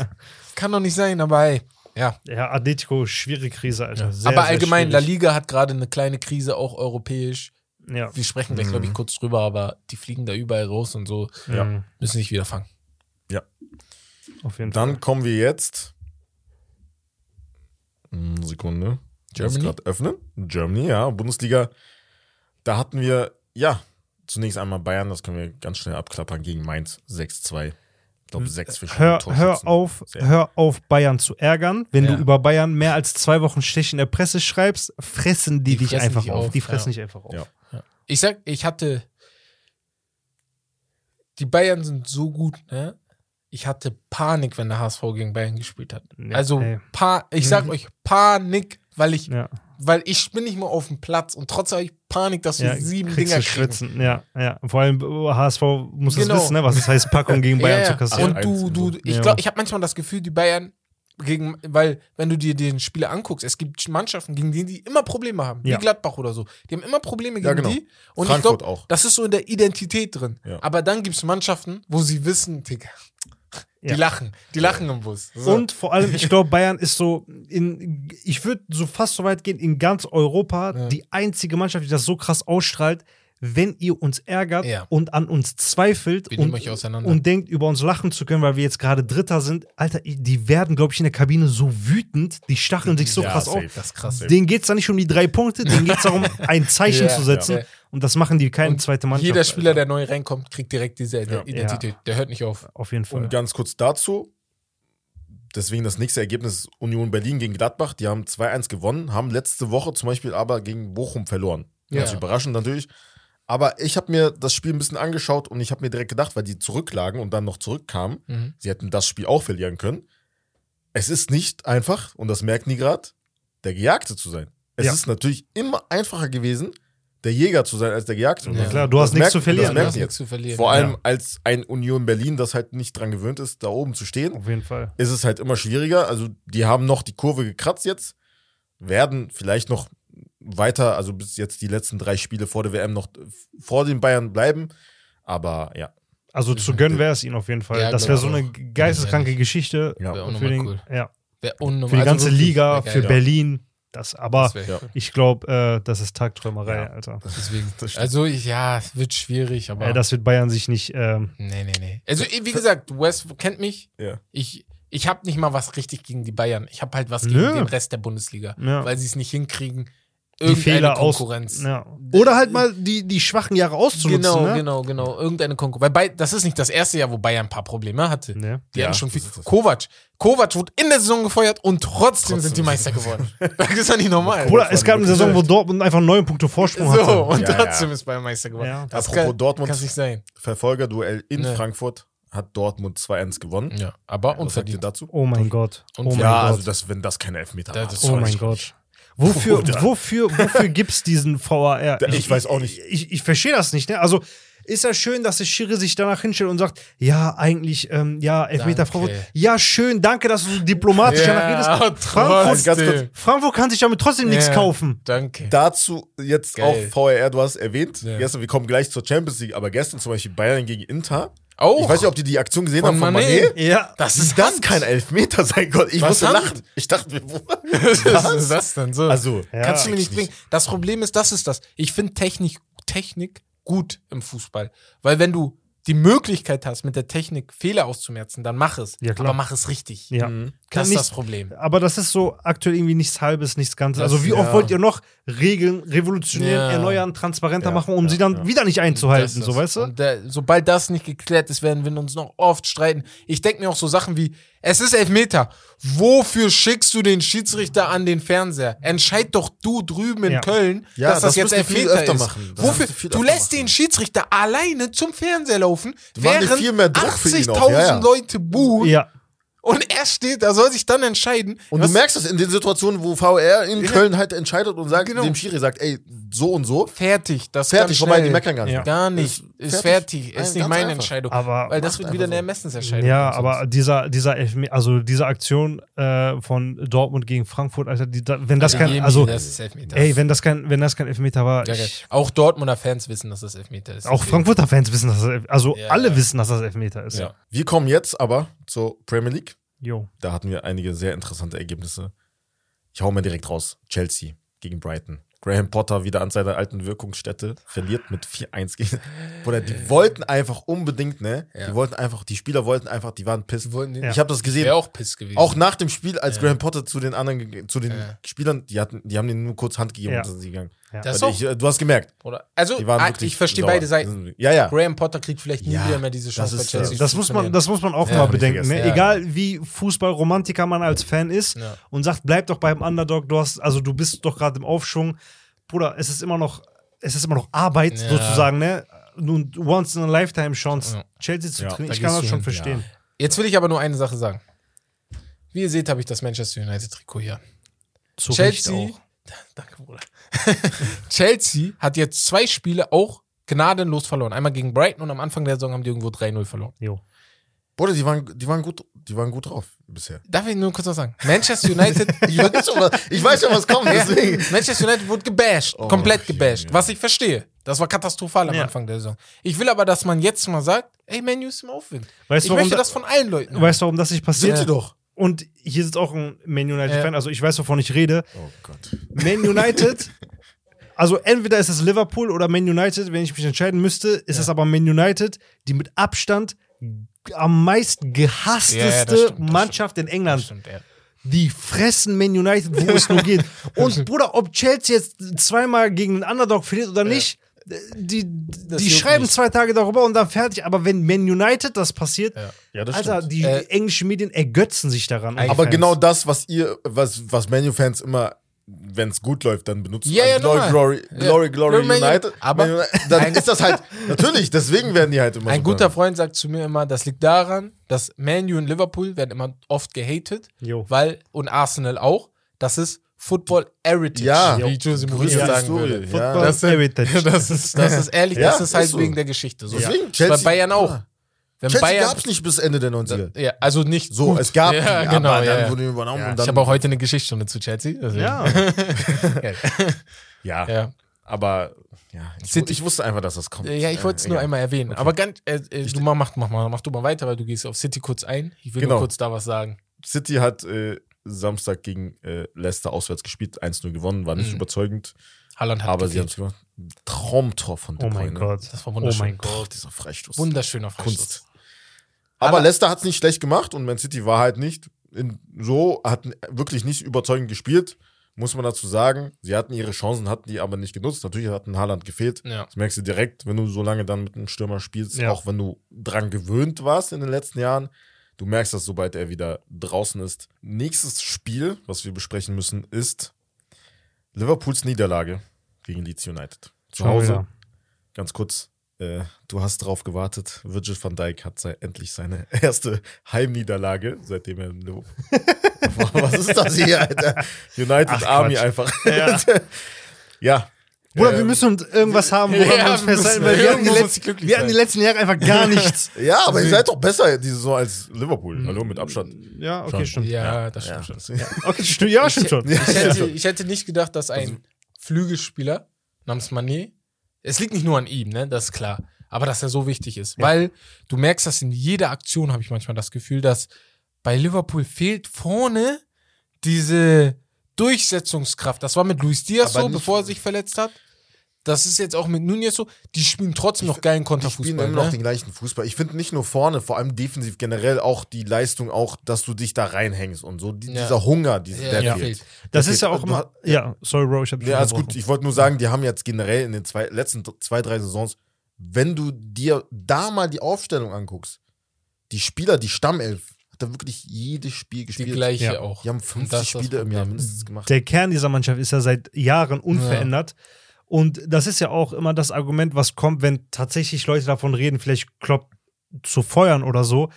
Kann doch nicht sein, aber hey. Ja. ja, Atletico, schwierige Krise, Alter. Sehr, aber sehr allgemein, La schwierig. Liga hat gerade eine kleine Krise, auch europäisch. Ja. Wir sprechen gleich, glaube ich, kurz drüber, aber die fliegen da überall raus und so. Ja. Mhm. Müssen nicht wieder fangen. Auf jeden Fall. Dann kommen wir jetzt. Hm, Sekunde. Ich muss Germany? gerade öffnen. Germany, ja, Bundesliga. Da hatten wir, ja, zunächst einmal Bayern, das können wir ganz schnell abklappern, gegen Mainz 6-2. Ich glaube, 6 verschiedene Hör, hör, Torschützen. auf, Sehr- hör auf, Bayern zu ärgern. Wenn Ja. du über Bayern mehr als zwei Wochen Stich in der Presse schreibst, fressen die, Die dich fressen einfach dich auf. auf, Die fressen ja. dich einfach auf. Ja. Ich sag, ich hatte. Die Bayern sind so gut, ne? Ich hatte Panik, wenn der HSV gegen Bayern gespielt hat. Ja, also, ey. Mhm. pa ich sag euch, Panik, weil ich, Ja. weil ich bin nicht mehr auf dem Platz und trotzdem habe ich Panik, dass wir ja, sieben kriegst Dinger du kriegen. Schwitzen. Ja, ja. Vor allem äh, HSV muss Genau. das wissen, ne, was es heißt, Packung gegen Bayern Ja, ja. zu kassieren. Acht, eins Und du, und du, so. ich Ja. glaube, ich habe manchmal das Gefühl, die Bayern gegen, weil, wenn du dir den Spieler anguckst, es gibt Mannschaften, gegen die die immer Probleme haben, Ja. wie Gladbach oder so. Die haben immer Probleme gegen Ja, genau. die. Und ich Frankfurt glaube, auch. das ist so in der Identität drin. Ja. Aber dann gibt es Mannschaften, wo sie wissen, Digga, die Ja. lachen. Die lachen im Bus. So. Und vor allem, ich glaube, Bayern ist so in, ich würde so fast so weit gehen, in ganz Europa Ja. die einzige Mannschaft, die das so krass ausstrahlt, wenn ihr uns ärgert Ja. und an uns zweifelt Wir nehmen und, euch auseinander. und denkt, über uns lachen zu können, weil wir jetzt gerade Dritter sind, Alter, die werden, glaube ich, in der Kabine so wütend, die stacheln sich so Ja, krass safe. auf. das ist krass. Denen geht es da nicht um die drei Punkte, denen geht es darum, ein Zeichen Also Ja, zu setzen. ja. Und das machen die keine Und zweite Mannschaft. Jeder Spieler, Alter. der neu reinkommt, kriegt direkt diese Ja. Identität. Der hört nicht auf. Also, Auf jeden Fall. Und ganz kurz dazu, deswegen das nächste Ergebnis ist Union Berlin gegen Gladbach. Die haben 2-1 gewonnen, haben letzte Woche zum Beispiel aber gegen Bochum verloren. Ja. Ganz überraschend natürlich. Aber ich habe mir das Spiel ein bisschen angeschaut und ich habe mir direkt gedacht, weil die zurücklagen und dann noch zurückkamen, Mhm. sie hätten das Spiel auch verlieren können. Es ist nicht einfach, und das merken die gerade, der Gejagte zu sein. Es Ja. ist natürlich immer einfacher gewesen, der Jäger zu sein als der Gejagte. Und Ja, das- klar, du das hast nichts merkt- zu verlieren, Das Du ne? merken hast die nichts jetzt. zu verlieren. Vor allem als ein Union Berlin, das halt nicht dran gewöhnt ist, da oben zu stehen, Auf jeden Fall. ist es halt immer schwieriger. Also die haben noch die Kurve gekratzt jetzt, werden vielleicht noch weiter, also bis jetzt die letzten drei Spiele vor der WM noch äh, vor den Bayern bleiben. Aber ja, Also zu gönnen wäre es ihnen auf jeden Fall. Ja, das wäre so glaub ich eine geisteskranke Geschichte ja. Wär auch für, nochmal den, cool. ja, Wär unnum- für die also ganze wirklich, Liga, wär geil. für Berlin. Das, aber Das wär- Ja. ich glaube, äh, das ist Tagträumerei, Ja. Alter. Deswegen. Das stimmt. Also, ich- ja, es wird schwierig, aber. Äh, das wird Bayern sich nicht. Ähm, nee, nee, nee. Also, wie gesagt, Wes kennt mich. Ja. Ich, ich habe nicht mal was richtig gegen die Bayern. Ich habe halt was gegen Nö. den Rest der Bundesliga, Ja. weil sie es nicht hinkriegen. ne, die Irgendeine Fehler aus. Konkurrenz. Ja. Oder halt mal die, die schwachen Jahre auszunutzen. Genau, ne? genau, genau. Irgendeine Konkurrenz. Weil Bay- das ist nicht das erste Jahr, wo Bayern ein paar Probleme hatte. Ne? Die Ja, hatten schon viel. das ist das. Kovac. Kovac wurde in der Saison gefeuert und trotzdem, Trotzdem sind die sind Meister sie- geworden. das ist ja nicht normal. Oder es gab eine Wirklich Saison, wo schlecht. Dortmund einfach neun Punkte Vorsprung hatte. So, und Ja, ja. trotzdem ist Bayern Meister geworden. Ja. Das Apropos kann, Dortmund. Kann nicht sein. Verfolgerduell in Nee. Frankfurt hat Dortmund 2-1 gewonnen. Ja, aber Was sagt ihr unverdient. dazu? Oh mein Gott. Und oh mein ja, Gott. also das, wenn das keine Elfmeter Das war, ist war oh mein nicht- Gott. Wofür, Bruder. wofür, wofür gibt es diesen VAR? Da- ich weiß auch nicht. Ich, ich verstehe das nicht. Ne? Also ist ja schön, dass der Schiri sich danach hinstellt und sagt, ja, eigentlich, ähm, ja, Elfmeter Danke. Frankfurt. Ja, schön, danke, dass du so diplomatisch Ja, danach redest. trotzdem. Frankfurt, ganz kurz. Frankfurt kann sich damit trotzdem nichts Ja. kaufen. Danke. Dazu jetzt Geil. auch VRR, du hast es erwähnt. Ja. Gestern, wir kommen gleich zur Champions League, aber gestern zum Beispiel Bayern gegen Inter. Auch. Ich weiß nicht, ob die die Aktion gesehen Von haben von Mané. Mané. Ja. das Wie ist das Hand. kein Elfmeter sein Gott. Ich Was musste Hand? lachen. Ich dachte mir, wo? Was ist das denn so? Also, Ja. Kannst du mir nicht eigentlich bringen. Das Problem ist, das ist das. Ich finde Technik, Technik gut im Fußball. Weil wenn du die Möglichkeit hast, mit der Technik Fehler auszumerzen, dann mach es. Ja, klar. Aber mach es richtig. ja. Mhm. Das ist Nicht- das Problem. Aber das ist so aktuell irgendwie nichts Halbes, nichts Ganzes. Das- Also wie oft ja. wollt ihr noch Regeln revolutionieren, Ja. erneuern, transparenter Ja, machen, um ja, sie dann ja. wieder nicht Das einzuhalten, ist so das. weißt du? Und der, sobald das nicht geklärt ist, werden wir uns noch oft streiten. Ich denke mir auch so Sachen wie, es ist Elfmeter. Wofür schickst du den Schiedsrichter an den Fernseher? Entscheid doch du drüben in Ja. Köln, Ja, dass das, das jetzt müsst ihr viel Elfmeter öfter ist. machen. Das Wofür? müsst ihr viel Du öfter lässt machen. den Schrittrichter alleine zum Fernseher laufen, machen während viel mehr Druck für ihn 80.000 auch, ja, ja. Leute buhen Ja. und er steht, da soll sich dann entscheiden. Und was- du merkst es in den Situationen, wo VR in Ja. Köln halt entscheidet und sagt, Genau. dem Schiri sagt, ey, so und so. fertig, das Fertig, ganz vorbei, schnell. die meckern gar nicht. Ja. mehr. Gar nicht, Ist fertig. ist fertig, ist Ganz nicht meine einfach. Entscheidung. Aber- Weil das wird Macht wieder eine einfach Ermessenserscheinung. Ja, aber dieser, dieser Elfme also diese Aktion äh, von Dortmund gegen Frankfurt, Alter, die, da, wenn das Ja, kein, jedem, also das ist Elfmeter. ey, wenn das kein, wenn das kein Elfmeter war, Ja, geil. ich, auch Dortmunder Fans wissen, dass das Elfmeter ist. auch Frankfurter Fans wissen, dass das, Elf- also Ja, alle ja. wissen, dass das Elfmeter ist. Ja. Wir kommen jetzt aber zur Premier League. Jo. Da hatten wir einige sehr interessante Ergebnisse. Ich hau mir direkt raus. Chelsea gegen Brighton. Graham Potter wieder an seiner alten Wirkungsstätte, verliert mit 4-1 gegen. Oder die wollten einfach unbedingt, ne? Äh. Ja. Die wollten einfach, die Spieler wollten einfach, die waren Die piss. wollten den- Ich habe das gesehen. Wäre Auch, auch piss gewesen. nach dem Spiel, als Graham Potter zu den anderen, ge- zu den Ja. Spielern, die hatten, die haben denen nur kurz Hand gegeben Ja. und sind sie gegangen. Ja. Das Weil auch. ich, äh, du hast gemerkt, Oder, also, die waren ah, wirklich ich verstehe sauer. beide Seiten. Ja, ja. Graham Potter kriegt vielleicht nie Ja, wieder mehr diese Chance das bei ist- Chelsea. Das zu muss, man, trainieren. das muss man auch Ja, mal nicht bedenken. Ne? vergessen. Ja. Egal wie Fußballromantiker man als Fan ist Ja. und sagt, bleib doch beim Underdog, du hast, also du bist doch gerade im Aufschwung. Bruder, es ist immer noch, es ist immer noch Arbeit Ja. sozusagen, ne? Nun, once in a lifetime Chance, Ja. Chelsea zu Ja, trainieren. da Ich kann gehst das du schon hin, verstehen. Jetzt will ich aber nur eine Sache sagen. Wie ihr seht, habe ich das Manchester United Trikot hier. Zu Recht Chelsea. Danke, Bruder. Chelsea hat jetzt zwei Spiele auch gnadenlos verloren. Einmal gegen Brighton und am Anfang der Saison haben die irgendwo 3-0 verloren. Jo. Bruder, die waren, die waren gut, die waren gut drauf bisher. Darf ich nur kurz was sagen? Manchester United Ich weiß schon, was, ich weiß schon, was kommt, Ja, deswegen. Manchester United wurde gebasht, Oh, komplett Junge. gebasht, was ich verstehe. Das war katastrophal am Ja. Anfang der Saison. Ich will aber, dass man jetzt mal sagt, ey, Manu ist im Aufwind. Weißt ich du, warum möchte da- das von allen Leuten. haben. Weißt du, warum das nicht Sind passiert? sie doch. Und hier sitzt auch ein Man United-Fan, Ja. also ich weiß, wovon ich rede. Oh Gott. Man United, also entweder ist es Liverpool oder Man United, wenn ich mich entscheiden müsste, ist es aber Man United, die mit Abstand am meisten Ja, ja, gehassteste das stimmt, das Mannschaft in Das England. stimmt, ja. Die fressen Man United, wo es nur geht. Und Bruder, ob Chelsea jetzt zweimal gegen einen Underdog verliert oder nicht, die, die juckt schreiben nicht. zwei Tage darüber und dann fertig. Aber wenn Man United das passiert, Ja. Ja, das Alter, die Äh, englischen Medien ergötzen sich daran. Und die Aber Fans. genau das, was ihr, was, was Manu-Fans immer, wenn es gut läuft, dann benutzen. Ja, ja, Glory, normal. Glory, Ja. Glory, Glory Glory Man United. U- aber- Man United, dann ist das halt, natürlich, deswegen werden die halt immer Ein so guter genannt. Freund sagt zu mir immer, das liegt daran, dass Manu und Liverpool werden immer oft gehatet, Jo. weil, und Arsenal auch, das ist Football Heritage, Ja. wie Jose Mourinho Grüße sagen Historie. würde. Ja. Football Das- Heritage. Das ist, das ist ehrlich, Ja, das ist ist halt so. wegen der Geschichte. So. Deswegen, Bei Chelsea- Bayern auch. Wenn Chelsea Bayern, gab es nicht bis Ende der 90er. Ja, also nicht So, gut. es gab ja, die, genau, aber ja, dann ja. wurde übernommen und dann. ich habe auch heute eine Geschichtsstunde zu Chelsea. Also, Ja, ja, ja. aber ja, ich, City- ich wusste einfach, dass das kommt. Äh, ja, ich wollte es nur egal. einmal erwähnen. Aber ganz, äh, äh, du mach, mach, mach, mal, mach du mal weiter, weil du gehst auf City kurz ein. Ich will Genau. nur kurz da was sagen. City hat äh, Samstag gegen äh, Leicester auswärts gespielt, 1-0 gewonnen, war nicht Mhm. überzeugend, Haaland hat aber sie haben gefehlt. es gemacht. Traumtor von De Oh mein Bruyne. Gott. Das war oh wunderschön. mein Boah, Gott. dieser Freistoß. Wunderschöner Freistoß. Kunst. Aber Alle- Leicester hat es nicht schlecht gemacht und Man City war halt nicht in, so, hat wirklich nicht überzeugend gespielt, muss man dazu sagen. Sie hatten ihre Chancen, hatten die aber nicht genutzt. Natürlich hat ein Haaland gefehlt. Ja. Das merkst du direkt, wenn du so lange dann mit einem Stürmer spielst, Ja. auch wenn du dran gewöhnt warst in den letzten Jahren. Du merkst das, sobald er wieder draußen ist. Nächstes Spiel, was wir besprechen müssen, ist Liverpools Niederlage gegen Leeds United. Zu Schon Hause wieder. ganz kurz, äh, du hast drauf gewartet. Virgil van Dijk hat sei, endlich seine erste Heimniederlage, seitdem er in Liverpool. Was ist das hier, Alter? United Ach, Army Quatsch. einfach. Ja. Bruder, wir Ähm, müssen uns irgendwas haben, woran wir uns wir müssen- festhalten, weil wir, hatten die, irgendwo muss letzten, ich glücklich wir hatten die sein. letzten Jahre einfach gar nichts. ja, aber ihr seid doch besser diese Saison als Liverpool. Hallo, mit Abstand. Hm. Ja, okay, Schon. stimmt. Ja, das Ja. stimmt schon. Okay, stimmt. Ja, stimmt schon. Ich Also, hätte, ich hätte nicht gedacht, dass ein Flügelspieler namens Mané, es liegt nicht nur an ihm, ne, das ist klar, aber dass er so wichtig ist, weil du merkst, dass in jeder Aktion habe ich manchmal das Gefühl, dass bei Liverpool fehlt vorne diese Durchsetzungskraft. Das war mit Luis Diaz Aber so, nicht- bevor er sich verletzt hat. Das ist jetzt auch mit Nunez so. Die spielen trotzdem noch geilen Die spielen Konterfußball. immer noch Ne? den gleichen Fußball. Ich finde nicht nur vorne, vor allem defensiv generell auch die Leistung, auch dass du dich da reinhängst und so. Die, Ja. Dieser Hunger, diese, der ja. fehlt. fehlt. Das Okay, ist ja auch du immer. Ja, sorry, Bro, ich hab dich Ja, alles gut. unterbrochen. Ich wollte nur sagen, die haben jetzt generell in den zwei, letzten d- zwei, drei Saisons, wenn du dir da mal die Aufstellung anguckst, die Spieler, die Stammelf, hat da wirklich jedes Spiel Die gespielt. gleiche Ja. auch. Die haben Und das 50 ist das Spiele im Problem. Jahr mindestens gemacht. Der Kern dieser Mannschaft ist ja seit Jahren unverändert. Und das ist ja auch immer das Argument, was kommt, wenn tatsächlich Leute davon reden, vielleicht Klopp zu feuern oder so.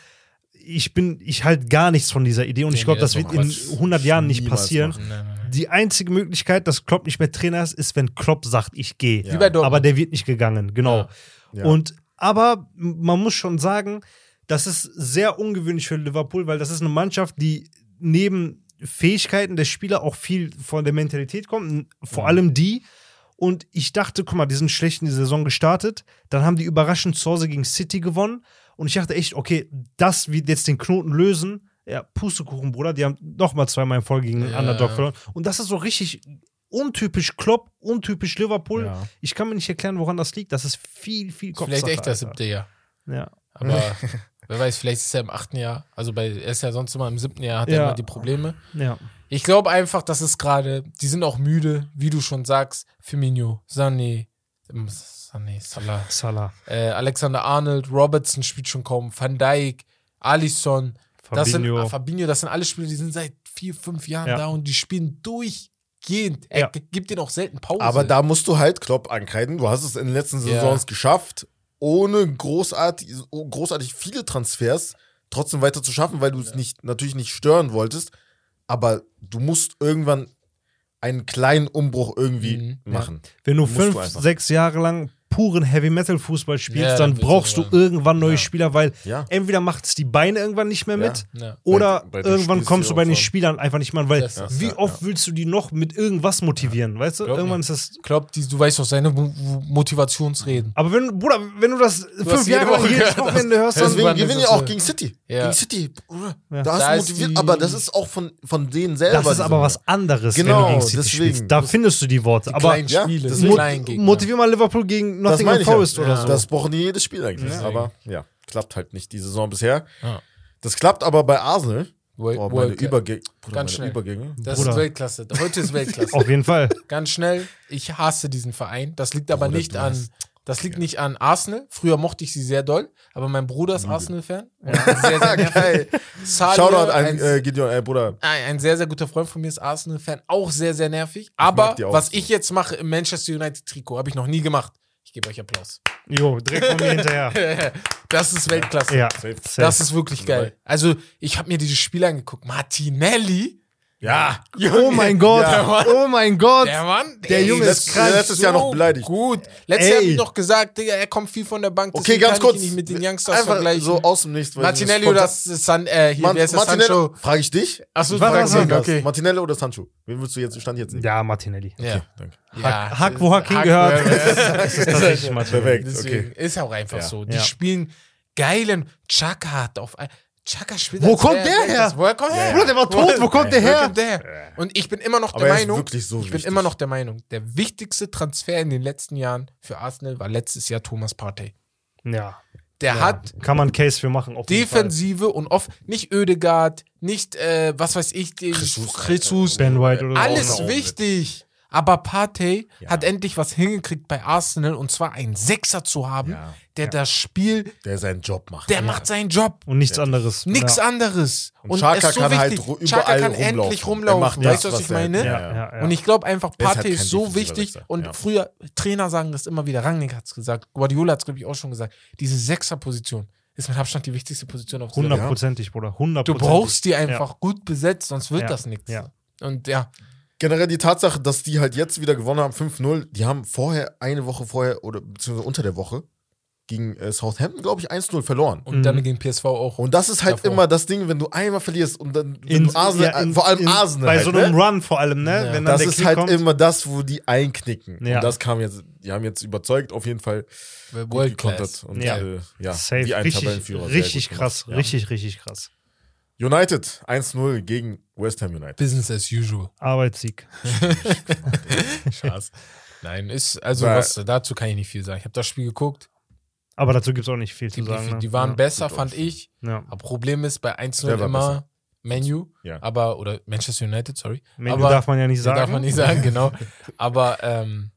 Ich bin, ich halte gar nichts von dieser Idee und Nee, ich glaube, nee, das das wird ist doch in Quatsch. 100 Jahren nicht Niemals passieren. machen. Nein, nein, nein. Die einzige Möglichkeit, dass Klopp nicht mehr Trainer ist, ist, wenn Klopp sagt, ich gehe. Ja. Wie bei Dortmund. Aber der wird nicht gegangen, genau. Ja. Ja. Und aber man muss schon sagen, das ist sehr ungewöhnlich für Liverpool, weil das ist eine Mannschaft, die neben Fähigkeiten der Spieler auch viel von der Mentalität kommt, vor Mhm. allem die. Und ich dachte, guck mal, die sind schlecht in die Saison gestartet. Dann haben die überraschend zu Hause gegen City gewonnen. Und ich dachte echt, okay, das wird jetzt den Knoten lösen. Ja, Pustekuchen, Bruder. Die haben nochmal zweimal in Folge gegen den Ja. Underdog verloren. Und das ist so richtig untypisch Klopp, untypisch Liverpool. Ja. Ich kann mir nicht erklären, woran das liegt. Das ist viel, viel Ist vielleicht Kopfsache, echt das Alter. siebte Jahr. Ja. Aber wer weiß, vielleicht ist er im achten Jahr. Also bei, er ist ja sonst immer im siebten Jahr, hat Ja. er immer die Probleme. ja. Ich glaube einfach, das ist gerade, die sind auch müde, wie du schon sagst. Firmino, Sané, ähm, Sané, Salah, Salah. äh, Alexander Arnold, Robertson spielt schon kaum, Van Dijk, Alisson, das sind, Fabinho. ah, Fabinho, das sind alle Spieler, die sind seit vier, fünf Jahren Ja. da und die spielen durchgehend. Er Ja. g- gibt denen auch selten Pause. Aber da musst du halt Klopp ankreiden. Du hast es in den letzten Ja. Saisons geschafft, ohne großartig, oh, großartig viele Transfers trotzdem weiter zu schaffen, weil du es nicht, natürlich nicht stören wolltest. Aber du musst irgendwann einen kleinen Umbruch irgendwie Mhm. machen. Wenn du Musst fünf, du einfach. sechs Jahre lang puren Heavy Metal Fußball spielst, Ja, dann dann wird's brauchst du irgendwann- irgendwann neue Ja. Spieler, weil Ja. entweder macht es die Beine irgendwann nicht mehr Ja. mit ja. Bei- bei oder den irgendwann Spielstilen kommst du bei auch den so. Spielern einfach nicht mehr an, weil Das ist- wie ja, oft willst du die noch mit irgendwas motivieren, weißt du? Glaub irgendwann ist das. Klopp, die, du weißt doch seine Mo- Mo- Motivationsreden. Aber wenn, Bruder, wenn du das fünf hast jede Jahre lang Woche jedes gehört, das- Wochenende hörst, das- dann. Deswegen Irgendwann gewinnen ist ja das auch so- gegen City. Ja. Gegen City. Bruder, Ja. Da hast Da du ist motiviert, die- aber das ist auch von, von denen selber. Das ist die aber Summe. was anderes, wenn Genau, du gegen City deswegen. spielst. Da findest du die Worte. Die aber kleinen ja, Spiele, das die ist- kleinen Gegner. motivier mal Liverpool gegen ne? Das meine Nottingham ich ja. Forest oder Ja. so. Das brauchen die jedes Spiel eigentlich. Ja. Aber ja, klappt halt nicht die Saison bisher. Ja. Das klappt aber bei Arsenal. Wel- Boah, meine, World Cup. Überge Bruder, Ganz meine schnell. Übergänge. Das Bruder. ist Weltklasse. Heute ist Weltklasse. Auf jeden Fall. Ganz schnell, ich hasse diesen Verein. Das liegt aber Bruder, nicht du an. hast- Das liegt nicht an Arsenal. Früher mochte ich sie sehr doll, aber mein Bruder ist Lüge. Arsenal-Fan. Ja. Sehr, sehr Geil. Salih, Shoutout an ein, Ah, äh, Gideon, ey Bruder. ein, ein sehr, sehr guter Freund von mir ist Arsenal-Fan. Auch sehr, sehr nervig. mag Aber die auch was so. ich jetzt mache im Manchester United-Trikot, habe ich noch nie gemacht. Ich gebe euch Applaus. Jo, direkt von mir hinterher. Das ist Weltklasse. Ja, Safe. safe. Das ist wirklich geil. Also, ich habe mir dieses Spiel angeguckt. Martinelli. Ja. oh mein Gott, Ja, Mann. oh mein Gott. Der Mann, Der Junge ist krank. Letztes Jahr noch beleidigt. Gut. Letztes Jahr Ey. habe ich noch gesagt, Digga, er kommt viel von der Bank. Okay, deswegen ganz kann ich kurz. ihn nicht mit den Youngsters Einfach vergleichen. so aus dem Nichts. weil Martinelli das- oder San, äh, hier, Man wer ist das? Martinelli, Sancho? frage ich dich. Achso, Was, fragst was, ihn, Das- okay. Martinelli oder Sancho? Wen willst du jetzt? Stand jetzt nicht. Ja, Martinelli. Ja. Danke. ja. Hack, wo Hack hingehört. Das ist tatsächlich Martinelli. Perfekt, Deswegen okay. ist auch einfach Ja. so. Die Ja. spielen geilen Chaka hat auf ein- Chaka spielt Wo als kommt wär er der Weltmeister. her? Woher kommt Ja, der ja. Bruder, der war tot, wo kommt der Woher her? kommt der her? Und ich bin immer noch Aber der er ist Meinung, wirklich so ich bin wichtig. immer noch der Meinung, der wichtigste Transfer in den letzten Jahren für Arsenal war letztes Jahr Thomas Partey. Ja. Der hat Kann man einen Case für machen. Auf jeden Fall. Defensive und off, nicht Ödegard, nicht, äh, was weiß ich, den Jesus, Christus. Ben White oder so. Alles Genau. wichtig. Aber Partey Ja. hat endlich was hingekriegt bei Arsenal und zwar einen Sechser zu haben, Ja. der das Spiel, der seinen Job macht. der macht seinen Job. Und nichts anderes. Nichts ja. anderes. Genau. Und Xhaka ist so kann halt wichtig. ru- Xhaka überall kann rumlaufen. endlich Er macht rumlaufen. Weißt du, das, was was ich er- meine? Ja. Ja, ja. Und ich glaube einfach, Der ist halt Partey kein ist so defensiver wichtig. Sechser, Und ja. früher, Trainer sagen das immer wieder, Rangnick hat es gesagt, Guardiola hat es, glaube ich, auch schon gesagt. Diese Sechser-Position ist mit Abstand die wichtigste Position auf dieser Welt. Hundertprozentig, Bruder. Du Hundertprozentig. brauchst die einfach gut besetzt, sonst wird Ja. das nichts. Ja. Und ja, Generell die Tatsache, dass die halt jetzt wieder gewonnen haben, 5-0, die haben vorher, eine Woche vorher oder beziehungsweise unter der Woche gegen äh, Southampton, glaube ich, 1-0 verloren. und Mhm. dann gegen PSV auch. Und das ist halt Davor. immer das Ding, wenn du einmal verlierst und dann wenn In- du Arsenal, ja, in- vor allem in- Arsenal. Bei halt, so einem ne? Run vor allem, ne? Ja. Wenn dann Das der ist Kick halt kommt. immer das, wo die einknicken. Ja. Und das kam jetzt, die haben jetzt überzeugt, auf jeden Fall gut äh, World gekontert. Class. Und Ja. Äh, ja, Safe. wie ein Richtig, Tabellenführer. sehr richtig gut gemacht. krass. Ja. Richtig, richtig krass. United 1-0 gegen West Ham United. Business as usual. Arbeitssieg. Schatz. Nein, ist, also Weil- was, dazu kann ich nicht viel sagen. Ich habe das Spiel geguckt. Aber dazu gibt es auch nicht viel Die, zu sagen. die, ne? die waren ja. besser, gut fand aussehen. ich. Ja. Aber Problem ist bei 1-0 Wer war immer Menu, Ja. aber, oder Manchester United, sorry. Menu aber darf man ja nicht sagen. Darf man nicht sagen, genau. aber ähm,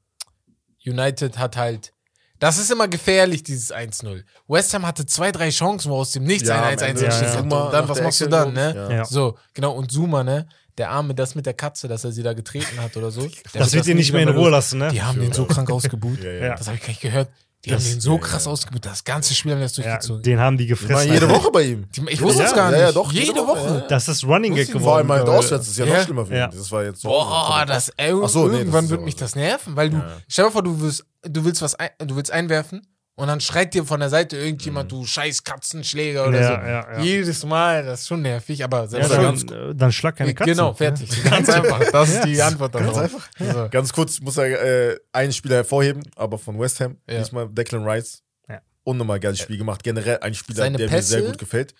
United hat halt. Das ist immer gefährlich, dieses 1-0. West Ham hatte zwei, drei Chancen, wo aus dem Nichts am ein 1-1 Ende entsteht. ja, ja. Und Zuma dann, nach was der machst du Ecke, dann, glaub ne? ich. Ja. So, genau. Und Zuma, ne? Der Arme, das mit der Katze, dass er sie da getreten hat oder so. der Das wird ihr nie nicht mehr in los. Ruhe lassen, ne? Die haben den so krank ausgebuht. Ja, ja. Ja. Das habe ich gar nicht gehört. Die Das- haben den so ja, krass ja. ausgebuht. Das ganze Spiel haben wir das Ja, durchgezogen. den haben die Die waren gefressen. jede Alter. Woche bei ihm. Die- ich wusste Ja, es gar ja, nicht. ja, doch, Jede, jede Woche. Woche, ja. Das ist Running Gag Vor allem geworden. halt Alter. auswärts, das ist ja, noch Ja. schlimmer für ihn. Ja. Das war jetzt so. Boah, oh, das ey, Ach so, nee, das irgendwann ist wird aber- mich das nerven, weil du, Ja. stell dir vor, du willst, du willst was, ein, du willst einwerfen und dann schreit dir von der Seite irgendjemand, Mhm. du scheiß Katzenschläger oder Ja, so. ja, ja. Jedes Mal, das also ist schon nervig, aber Ja, Das selbst ist dann, ganz äh, dann schlag keine Katze. Genau, fertig. Ganz einfach. Das ist die Antwort darauf. Ganz einfach. So. Ganz kurz, ich muss er äh, einen Spieler hervorheben, aber von West Ham. Ja. Diesmal Declan Rice. Ja. Unnormal geiles Spiel gemacht. Generell ein Spieler, Seine der Pässe mir sehr gut gefällt.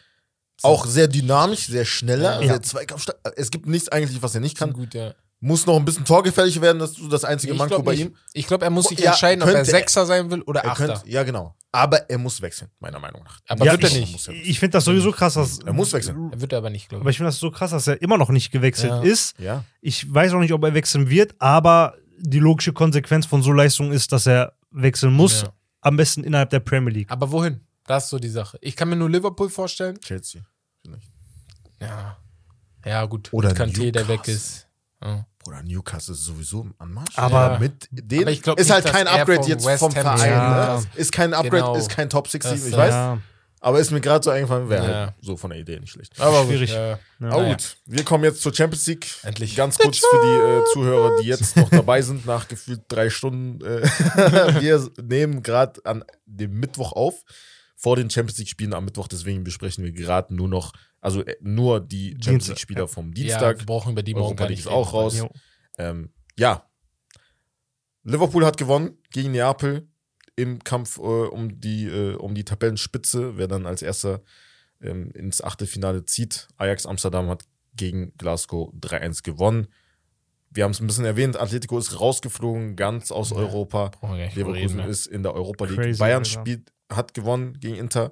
Auch sehr dynamisch, sehr schneller, Ja. sehr zweikampfstark. Es gibt nichts eigentlich, was er nicht Kann kann. gut, ja. Muss noch ein bisschen torgefährlich werden, das ist so das einzige Ich Manko glaube, bei nicht. ihm. ich glaub, er muss sich Ja, entscheiden, ob er könnte- Sechser sein will oder Er Achter. könnte, ja, genau. Aber er muss wechseln, meiner Meinung nach. Aber Ja, wird er ich- nicht. Muss er, Ich finde das sowieso krass, dass. er muss wechseln. Er wird er aber nicht, glaube Aber ich. ich finde das so krass, dass er immer noch nicht gewechselt Ja. ist. Ja. Ich weiß auch nicht, ob er wechseln wird, aber die logische Konsequenz von so Leistung ist, dass er wechseln muss. Ja. Am besten innerhalb der Premier League. Aber wohin? Das ist so die Sache. Ich kann mir nur Liverpool vorstellen. Chelsea. finde ich. Ja. Ja, gut. Oder Mit Kanté, der Newcastle. weg ist. Ja. Bruder, Newcastle ist sowieso im Anmarsch. Aber- ja. mit denen Aber ich glaub ist nicht, halt dass kein er Upgrade vom jetzt West vom Ham Verein. Ja. Ne? Ist kein Upgrade, Genau. ist kein Top 16, Das, ich äh, weiß. Ja. Aber ist mir gerade so eingefallen, wäre Ja. halt so von der Idee nicht schlecht. Aber gut, Schwierig. äh, Aber Naja. gut, wir kommen jetzt zur Champions League. Endlich. Ganz kurz für die äh, Zuhörer, die jetzt noch dabei sind, nach gefühlt drei Stunden. Äh, wir nehmen gerade an dem Mittwoch auf, vor den Champions League-Spielen am Mittwoch. Deswegen besprechen wir gerade nur noch, also äh, nur die Champions Dienstag, League-Spieler vom Ja, Dienstag. wir brauchen über die morgen Europa gar League nicht ist auch reden. raus. Jo. Ähm, ja. Liverpool hat gewonnen gegen Neapel im Kampf äh, um, die, äh, um die Tabellenspitze. Wer dann als erster ähm, ins Achtelfinale zieht. Ajax Amsterdam hat gegen Glasgow 3-1 gewonnen. Wir haben es ein bisschen erwähnt, Atletico ist rausgeflogen, ganz aus Europa. Brauchen wir gar nicht drüber Leverkusen reden, ne? ist in der Europa League. Crazy, Bayern Alter. spielt, hat gewonnen gegen Inter.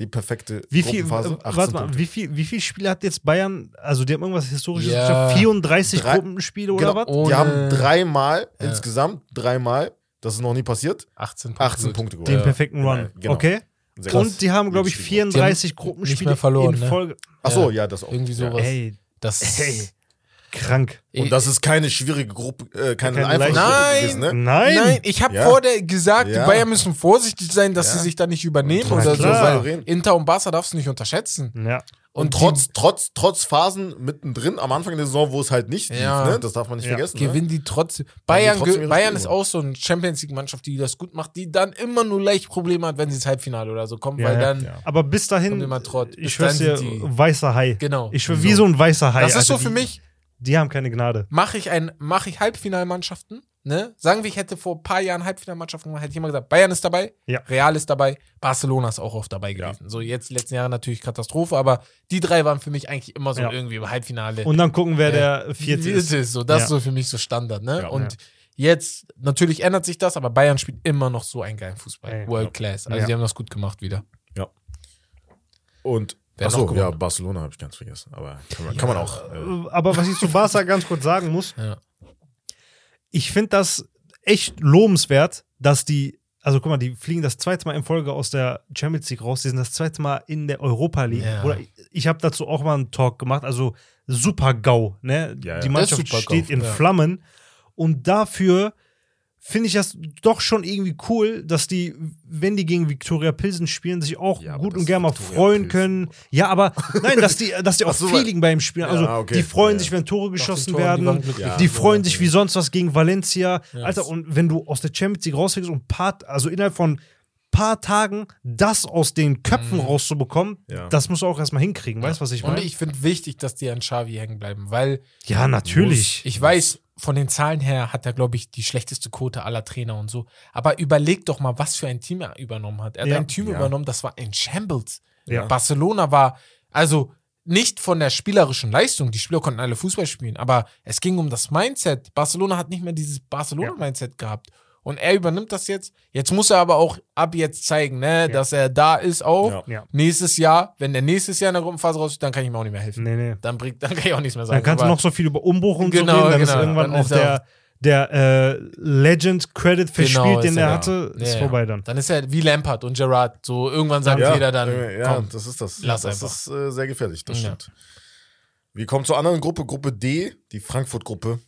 Die perfekte Wie viel, äh, Gruppenphase. 18 warte mal, Punkte. wie viel, wie viel Spiele hat jetzt Bayern? Also, die haben irgendwas Historisches. Ja. oh, geschafft? 34 Drei- Gruppenspiele oder genau. was? Die Ohne- haben dreimal, Ja. insgesamt dreimal, das ist noch nie passiert, 18 Punkte. 18 Punkte Den äh, geholt. perfekten genau, Run. genau. Okay. Sehr krass. Und die haben, glaube ich, Die haben 34 nicht Gruppenspiele mehr verloren, in ne? Folge. Ach so, ja, das auch. Irgendwie sowas. Ey, Das ey, krank. Und das ist keine schwierige Gruppe, äh, keine, Keine einfache leichte- Gruppe Nein! gewesen, ne? Nein! Nein, ich habe Ja. vor der gesagt, Ja. die Bayern müssen vorsichtig sein, dass Ja. sie sich da nicht übernehmen Und oder so. klar. Weil Inter und Barca darfst du nicht unterschätzen. Ja. Und trotz, trotz, trotz Phasen mittendrin am Anfang der Saison, wo es halt nicht lief, Ja. ne? Das darf man nicht Ja. vergessen. Ne? gewinnen die trotzdem. Bayern, trotzdem ge- ihre Bayern Spiele ist gewonnen. auch so eine Champions League Mannschaft, die das gut macht, die dann immer nur leicht Probleme hat, wenn sie ins Halbfinale oder so kommen, Ja, weil ja. dann Ja. Aber bis dahin, Kommt immer Trott. Bis ich schwör's dir, dahin sind die- weißer Hai. Genau. Ich schwör, wie so ein weißer Hai. Das ist Alter, so für die, mich, Die haben keine Gnade. mache ich ein mache ich Halbfinalmannschaften ne? Sagen wir, ich hätte vor ein paar Jahren Halbfinalmannschaft gemacht, hätte ich immer gesagt, Bayern ist dabei, Ja. Real ist dabei, Barcelona ist auch oft dabei Ja. gewesen. So jetzt die letzten Jahre natürlich Katastrophe, aber die drei waren für mich eigentlich immer so Ja. irgendwie im Halbfinale. Und dann gucken, wer Ja. der vierte ist. ist es so, das Ja. ist so für mich so Standard, ne? Ja. und jetzt natürlich ändert sich das, aber Bayern spielt immer noch so einen geilen Fußball, Ey. World Class. Also Ja. die haben das gut gemacht wieder. Und Wer hat noch achso, ja, gewonnen? Barcelona habe ich ganz vergessen. Aber kann man, kann man auch. Äh, Aber was ich zu Barca ganz kurz sagen muss, Ja. ich finde das echt lobenswert, dass die, also guck mal, die fliegen das zweite Mal in Folge aus der Champions League raus, die sind das zweite Mal in der Europa League. Ja. Oder ich, ich habe dazu auch mal einen Talk gemacht, also super GAU, ne? Ja, ja. Die Mannschaft Das ist super steht GAU, in ja. Flammen und dafür finde ich das doch schon irgendwie cool, dass die, wenn die gegen Viktoria Pilsen spielen, sich auch Ja, aber gut das und gerne mal Viktoria freuen Pilsen. können. Ja, aber nein, dass die, dass die auch Ach so, weil- Feeling beim Spiel haben. Ja, Also okay. die freuen Ja, sich, ja. wenn Tore Nach den geschossen Toren, die waren werden. glücklich. Ja. Die freuen sich wie sonst was gegen Valencia. Ja. Alter, und wenn du aus der Champions League rausfliegst und paar, also innerhalb von paar Tagen das aus den Köpfen rauszubekommen, Ja. das musst du auch erstmal hinkriegen. Weißt du, was ich Mhm. Und meine? ich finde wichtig, dass die an Xavi hängen bleiben, weil ja, natürlich. Ich weiß, von den Zahlen her hat er, glaube ich, die schlechteste Quote aller Trainer und so. Aber überleg doch mal, was für ein Team er übernommen hat. Er hat Ja. ein Team Ja. übernommen, das war ein Shambles. Ja. Barcelona war, also nicht von der spielerischen Leistung, die Spieler konnten alle Fußball spielen, aber es ging um das Mindset. Barcelona hat nicht mehr dieses Barcelona-Mindset gehabt. Und er übernimmt das jetzt. Jetzt muss er aber auch ab jetzt zeigen, ne, dass er da ist auch. Ja. Ja. Nächstes Jahr, wenn der nächstes Jahr in der Gruppenphase raus ist, dann kann ich ihm auch nicht mehr helfen. Nee, nee. Dann, bringt, dann kann ich auch nichts mehr sagen. Dann kannst du Aber- noch so viel über Umbruch und Genau, so reden, dann ist genau. irgendwann Dann auch ist der, der äh, Legend-Credit verspielt, Genau, den ist er er- hatte, ja, ist ja. vorbei dann. Dann ist er wie Lampard und Gerrard. So irgendwann sagt jeder dann, äh, ja, komm. das ist das. lass das einfach. ist äh, sehr gefährlich, das Ja. stimmt. Wir kommen zur anderen Gruppe, Gruppe D, die Frankfurt-Gruppe.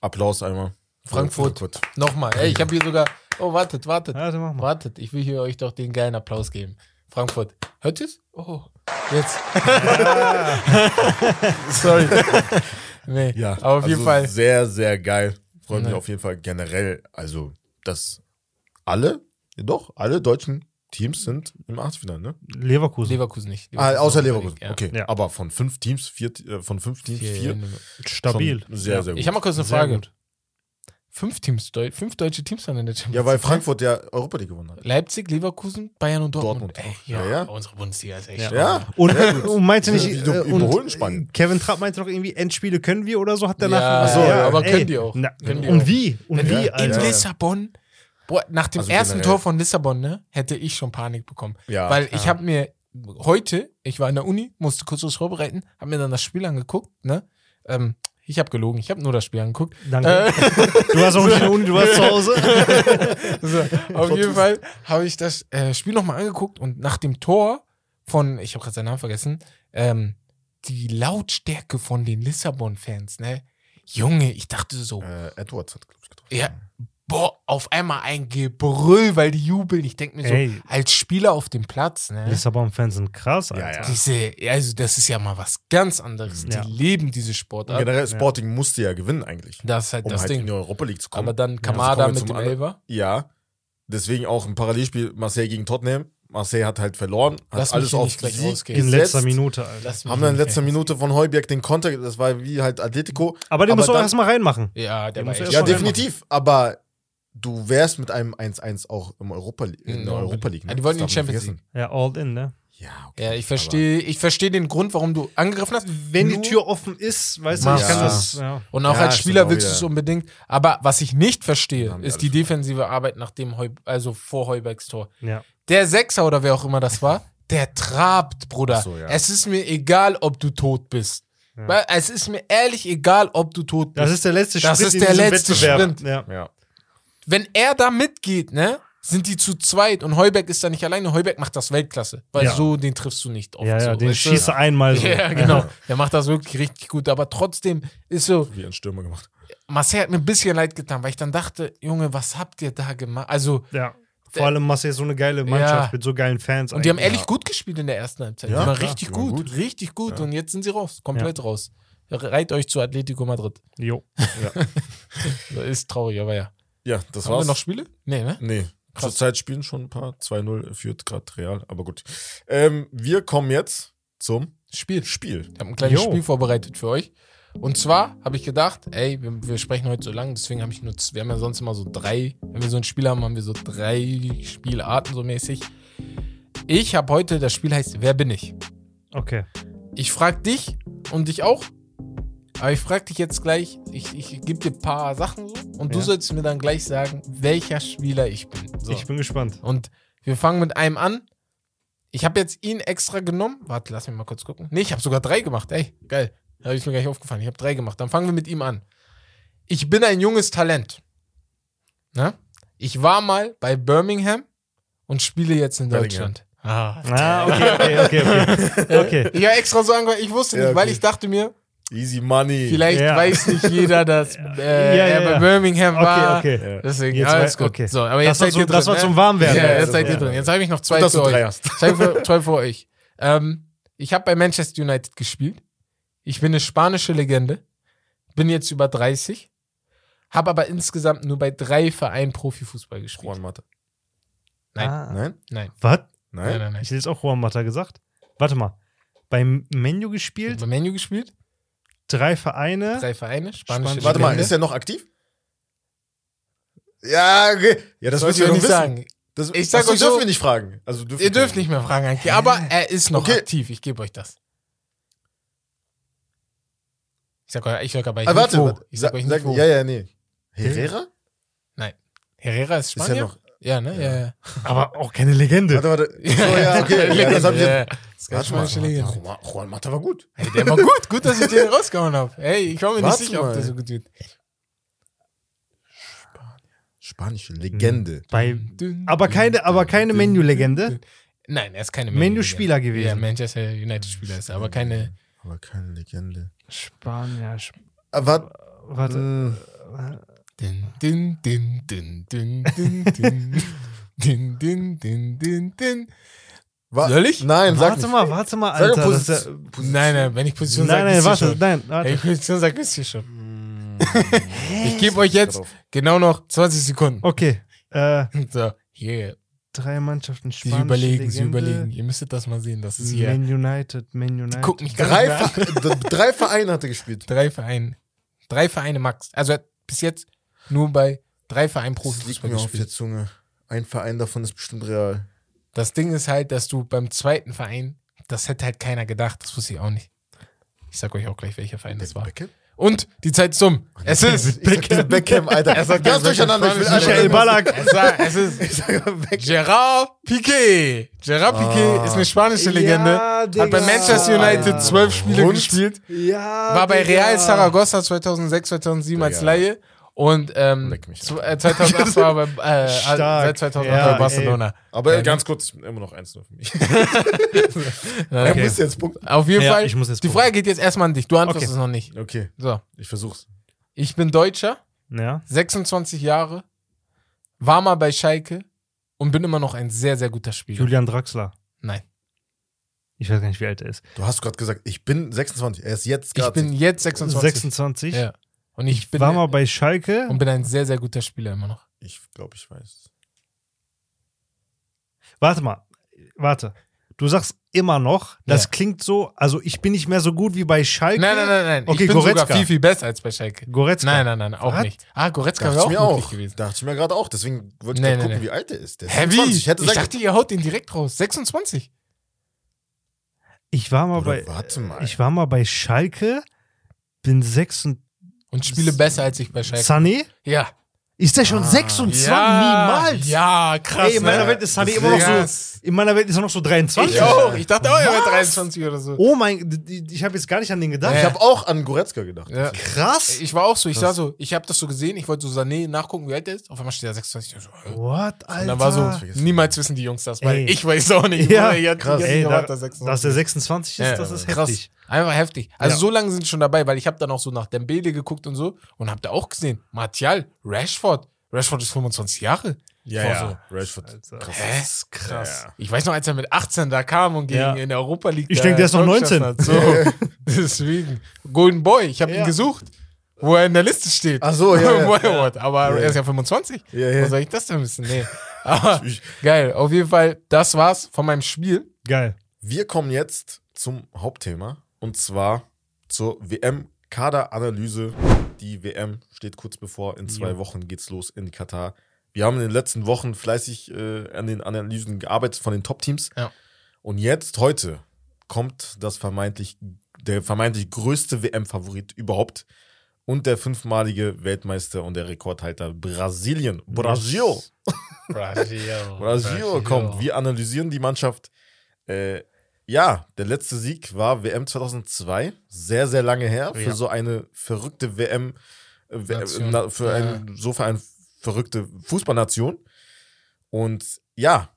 Applaus einmal. Frankfurt. Nochmal. Ey, ich habe hier sogar. Oh, wartet, wartet. Ja, dann Also mach mal. Wartet, ich will hier euch doch den geilen Applaus geben. Frankfurt. Hört ihr's? Oh. Jetzt. Sorry. nee. Ja, aber auf also jeden Fall. Sehr, sehr geil. Freut mich Ja. auf jeden Fall generell. Also, dass alle, ja doch, alle deutschen Teams sind im Achtelfinale, ne? Leverkusen. Leverkusen nicht. Ah, außer ist Leverkusen. Ja. Okay. Ja. Aber von fünf Teams, vier, äh, von fünf Teams, Vier. vier. Stabil. Schon Sehr, sehr gut. Ich habe mal kurz eine Sehr Frage. gut. Fünf Teams, Deu- fünf deutsche Teams waren in der Champions ja, weil League. Frankfurt ja Europa League gewonnen hat. Leipzig, Leverkusen, Bayern und Dortmund. Dortmund. Ey, ja, Ja, ja. unsere Bundesliga ist echt Ja. stark. Ja? Und, und meinte nicht, Die- die äh, überholen und Spanien. Kevin Trapp meinte doch irgendwie, Endspiele können wir oder so, hat der Ja, nachher Ach so, aber können die auch. Na, Können die und auch. Äh. wie? Und Wenn wie, die in Alter? Lissabon, boah, nach dem Also ersten generell. Tor von Lissabon, ne, hätte ich schon Panik bekommen. Ja, Ah. weil ich ja. habe mir heute, ich war in der Uni, musste kurz was vorbereiten, habe mir dann das Spiel angeguckt, ne? Ähm, ich habe gelogen, ich habe nur das Spiel angeguckt. Äh, Danke. Du warst auch nicht in der Uni, du warst zu Hause. So, auf jeden Fall habe ich das äh, Spiel nochmal angeguckt und nach dem Tor von, ich habe gerade seinen Namen vergessen, ähm, die Lautstärke von den Lissabon-Fans, ne? Junge, ich dachte so, Äh, Edwards hat, glaube ich, getroffen. Ja, boah, auf einmal ein Gebrüll, weil die jubeln. Ich denke mir so, Ey. als Spieler auf dem Platz, ne? Lissabon-Fans sind krass, Ja, Alter. ja. Diese, also das ist ja mal was ganz anderes. Ja. Die leben diese Und Sportart. generell, Sporting musste ja gewinnen eigentlich, Das ist halt Genau. um das halt in Ding. die Europa League zu kommen. Aber dann also Kamada kommen wir mit dem zum Elber. Ja, deswegen auch im Parallelspiel Marseille gegen Tottenham. Marseille hat halt verloren, hat Lass mich alles hier auf nicht gleich Sieg rausgehen. In gesetzt, letzter Minute, Alter. Lass mich haben dann in nicht, letzter ey. Minute von Heuberg den Konter, das war wie halt Atletico. Aber den musst du auch dann- erstmal reinmachen. Ja, der Den war muss echt erst Ja, mal reinmachen. definitiv, aber du wärst mit einem 1-1 auch im Europa, in der Europa League. ne? Ja, Mhm. die wollten Das die darf man nicht Champions Ja, all in, ne? vergessen. Ja, okay, Ja, ich verstehe, ich verstehe den Grund, warum du angegriffen hast. Wenn die Nur- Tür offen ist, weißt du, Ja. ich kann das. Ja. Und auch Ja, als ist Spieler genau willst du wieder- es unbedingt. Aber was ich nicht verstehe, Haben die ist alle die schon. defensive Arbeit nach dem Heu, also vor Heubergs Tor. ja. Der Sechser oder wer auch immer das war, der trabt, Bruder. Ach so, ja. Es ist mir egal, ob du tot bist. Ja. Weil Es ist mir ehrlich egal, ob du tot bist. Das ist der letzte Sprint Das ist der in diesem letzte Wettbewerb. Sprint. Ja. Aber, ja. Wenn er da mitgeht, ne, sind die zu zweit und Heuberg ist da nicht alleine. Heuberg macht das Weltklasse, weil Ja. so den triffst du nicht oft. Ja, ja, so, den weißt du? schießt er einmal so. Ja, genau. Der macht das wirklich richtig gut. Aber trotzdem ist so, Wie ein Stürmer gemacht. Marcel hat mir ein bisschen leid getan, weil ich dann dachte, Junge, was habt ihr da gemacht? Also, Ja. Vor allem Marseille ist so eine geile Mannschaft Ja. mit so geilen Fans. und die haben eigentlich. ehrlich gut gespielt in der ersten Halbzeit. Ja, die waren klar, richtig die waren gut, gut. richtig gut. Und jetzt sind sie raus, komplett raus. Reit euch zu Atletico Madrid. Jo. Ist traurig, aber ja. Ja, das Haben wir war's. noch Spiele? Nee, ne? Nee. Krass. Zurzeit spielen schon ein paar. 2-0 führt gerade Real, aber gut. Ähm, wir kommen jetzt zum Spiel. Spiel. Ich habe ein kleines Jo. Spiel vorbereitet für euch. Und zwar habe ich gedacht, ey, wir, wir sprechen heute so lang, deswegen habe ich nur, z- wir haben ja sonst immer so drei, wenn wir so ein Spiel haben, haben wir so drei Spielarten so mäßig. Ich habe heute, das Spiel heißt Wer bin ich? Okay. Ich frage dich und dich auch, aber ich frage dich jetzt gleich, ich, ich gebe dir ein paar Sachen so und du Ja. sollst mir dann gleich sagen, welcher Spieler ich bin. So. Ich bin gespannt. Und wir fangen mit einem an. Ich habe jetzt ihn extra genommen. Warte, lass mich mal kurz gucken. Nee, ich habe sogar drei gemacht. Ey, geil. Da habe ich mir gar nicht aufgefallen. Ich habe drei gemacht. Dann fangen wir mit ihm an. Ich bin ein junges Talent. Ne? Ich war mal bei Birmingham und spiele jetzt in Birmingham. Deutschland. Ah. Ah, okay, okay, okay. Okay. okay. Ich habe extra so angefangen, ich wusste Ja, nicht, weil okay. ich dachte mir, Easy Money. vielleicht Ja. weiß nicht jeder, dass äh, Ja, ja, er bei ja. Birmingham war. Okay, okay. Ja. Deswegen, Jetzt alles wei- gut. okay. So, aber jetzt Das war, seid so, also ihr drin, das war ne? zum Warmwerden. Ja, Ja, jetzt seid ja. ihr drin. Jetzt habe ich noch zwei dass für du euch. drei hast. Zwei für, zwei für euch. Ähm, ich habe bei Manchester United gespielt. Ich bin eine spanische Legende. Bin jetzt über 30. Habe aber insgesamt nur bei drei Vereinen Profifußball gespielt. Juan Mata. Nein. Ah. Nein? Was? Nein, Nein? nein, nein. Ich hätte jetzt auch Juan Mata gesagt. Warte mal. Beim Menu gespielt, Bei Menu gespielt. drei Vereine. Drei Vereine. Spanische Spanisch. Warte mal, Legende. ist er noch aktiv? Ja, okay. Ja, das müsst Sollst ihr du ja doch nicht wissen. sagen. Das, Ich sag Achso, euch dürfen so- wir nicht fragen. Also dürfen Ihr dürft wir- nicht mehr fragen, Anki, aber er ist noch Okay. aktiv. Ich gebe euch das. Ich sag euch, ich sag aber Ah, nicht warte, wo. warte. Ich sag euch nicht Sag- wo. Ja, ja, nee. Herrera? Herrera ist Ist Spanier. ja noch. Ja, ne? Ja, ja. Aber auch keine Legende. Warte, warte. So, ja, okay. ja, das hab ich jetzt. Das Warte mal. Juan- Juan Mata war gut. Hey, der war gut. Gut, dass ich den rausgehauen habe. Hey, ich war mir nicht Warte sicher, ob mal. der so gut wird. Spanische Hm. Legende. Bei, aber keine, aber keine Menu-Legende. Nein, er ist keine Menu-Spieler Ja, gewesen. Manchester United-Spieler ist er, aber keine. Aber keine Legende. Spanier. Sp Ah, warte. warte. Hm. Din, din, din, din, din, din, din. Din, din, din, din, din. Wa- Soll ich? Nein, sag Warte nicht. mal, warte mal, Sag doch Alter. das ist ja- Äh, Position. Nein, nein, wenn ich Position nein, sage, nein, wisst ihr warte, schon. nein, Wenn warte. ich Position sage, wisst ihr schon. Hm. Ich Hä? gebe euch jetzt Darauf. genau noch 20 Sekunden. Okay. Äh, So, hier. drei Mannschaften Sie Spanische überlegen, Legende. sie überlegen. Ihr müsstet das mal sehen. Das ist hier. Man United, Man United. Guck mich gar Drei, nicht mehr an. Ver d- drei Vereine hat er gespielt. drei Vereine. Drei Vereine max. Also er hat bis jetzt nur bei drei Vereinen Das liegt Profifußball mir auf der gespielt. Zunge. Ein Verein davon ist bestimmt real. Das Ding ist halt, dass du beim zweiten Verein, das hätte halt keiner gedacht. Das wusste ich auch nicht. Ich sag euch auch gleich, welcher Verein das war. Beckham? Und die Zeit zum. Es ist. Ich sag David Beckham, Alter. Er sagt Ganz David Beckham. durcheinander. Ich will Spanisch- alle- Michael Ballack. Es war- es ist Ich sag Beckham. Gerard Piqué. Gerard Piqué Ah. ist eine spanische Legende. Ja, hat bei Digga. Manchester United zwölf Spiele Und? Ah, gespielt. Ja. War bei Digga. Real Saragossa 2006, 2007 als Digga. Laie. Und ähm, Leck mich zw- äh, 2008 war er bei, äh, Stark. seit 2008 Ja, bei Barcelona. Aber Ja, ne? ganz kurz, immer noch eins nur für mich. Er Okay. muss jetzt Punkt. Auf jeden Ja, Fall, ich muss jetzt die gucken. Frage geht jetzt erstmal an dich. Du antwortest Okay. es noch nicht. Okay, So, ich versuch's. ich bin Deutscher, Ja. 26 Jahre, war mal bei Schalke und bin immer noch ein sehr, sehr guter Spieler. Julian Draxler. Nein, Ich weiß gar nicht, wie alt er ist. Du hast gerade gesagt, ich bin 26. Er ist jetzt ich gerade. bin jetzt 26. 26. Ja. Und ich bin, Um- War mal bei Schalke. und bin ein sehr, sehr guter Spieler immer noch. Ich glaube, ich weiß. Warte mal. Warte. Du sagst immer noch, das Ja. klingt so, also ich bin nicht mehr so gut wie bei Schalke. Nein, nein, nein, nein. Okay, ich bin Goretzka. sogar viel, viel besser als bei Schalke. Goretzka. Nein, nein, nein, auch Was? nicht. Ah, Goretzka Dachte wäre ich auch mir möglich auch. gewesen. Dachte ich mir gerade auch. Deswegen wollte ich Nee, grad nee, gucken, nee. wie alt er ist. Der ist Heavy. 26. Ich hätte ich sagen- dachte, ihr haut den direkt raus. 26. Ich war mal Bruder, bei. warte mal. Ich war mal bei Schalke, bin 26. Und spiele besser als ich bei Schalke. Sané? ja. Ist der schon 26? Niemals! Ah, Ja, krass. Ey, in meiner ne? Welt ist Sané immer noch Krass. so. In meiner Welt ist er noch so 23. Ich auch. Ich dachte auch, er wäre Was? 23 oder so. Oh mein, d- d- ich habe jetzt gar nicht an den gedacht. ich Ja. habe auch an Goretzka gedacht. Ja. Krass. Ich war auch so, ich sah so, ich habe das so gesehen, ich wollte so Sané nachgucken, wie alt er ist. Auf einmal steht er 26. Ich so, äh. What, Alter? und dann war so, Vergessen. niemals wissen die Jungs das, weil Ey. ich weiß auch nicht. Ja, Bruder, ich hatte- krass. ich hatte Ey, da, gewartet, dass er dass 26 der 26 ist, Ja, das ist krass. heftig. Einfach heftig. Also Ja. so lange sind schon dabei, weil ich habe dann auch so nach Dembele geguckt und so und habe da auch gesehen, Martial, Rashford. Rashford ist 25 Jahre. Ja, Ich war ja. so, Rashford. Alter. Krass. Hä? ist krass. Ja. Ich weiß noch, als er mit 18 da kam und gegen Ja. in der Europa League. Ich da denk, der ist noch Tor geschossen 19. hat. So. Deswegen. Golden Boy, ich habe Ja. ihn gesucht, wo er in der Liste steht. Ach so, ja, ja. Boy Award. Aber Ja. er ist Oh, ja 25. Ja, ja. Wo soll ich das denn wissen? Nee. Aber Ich- geil, auf jeden Fall, das war's von meinem Spiel. Geil. Wir kommen jetzt zum Hauptthema und zwar zur WM Kaderanalyse. Die WM steht kurz bevor. In zwei Jo. Wochen geht's los in Katar. Wir haben in den letzten Wochen fleißig äh, an den Analysen gearbeitet von den Top-Teams. Ja. Und jetzt, heute, kommt das vermeintlich, der vermeintlich größte WM-Favorit überhaupt und der fünfmalige Weltmeister und der Rekordhalter Brasilien. Brasil! Brasil. Brasil kommt. Wir analysieren die Mannschaft. Äh, ja, der letzte Sieg war WM 2002. Sehr, sehr lange her für Ja. so eine verrückte WM. äh, W- Nation. na, für Ja. ein, so für eine verrückte Fußballnation. Und ja,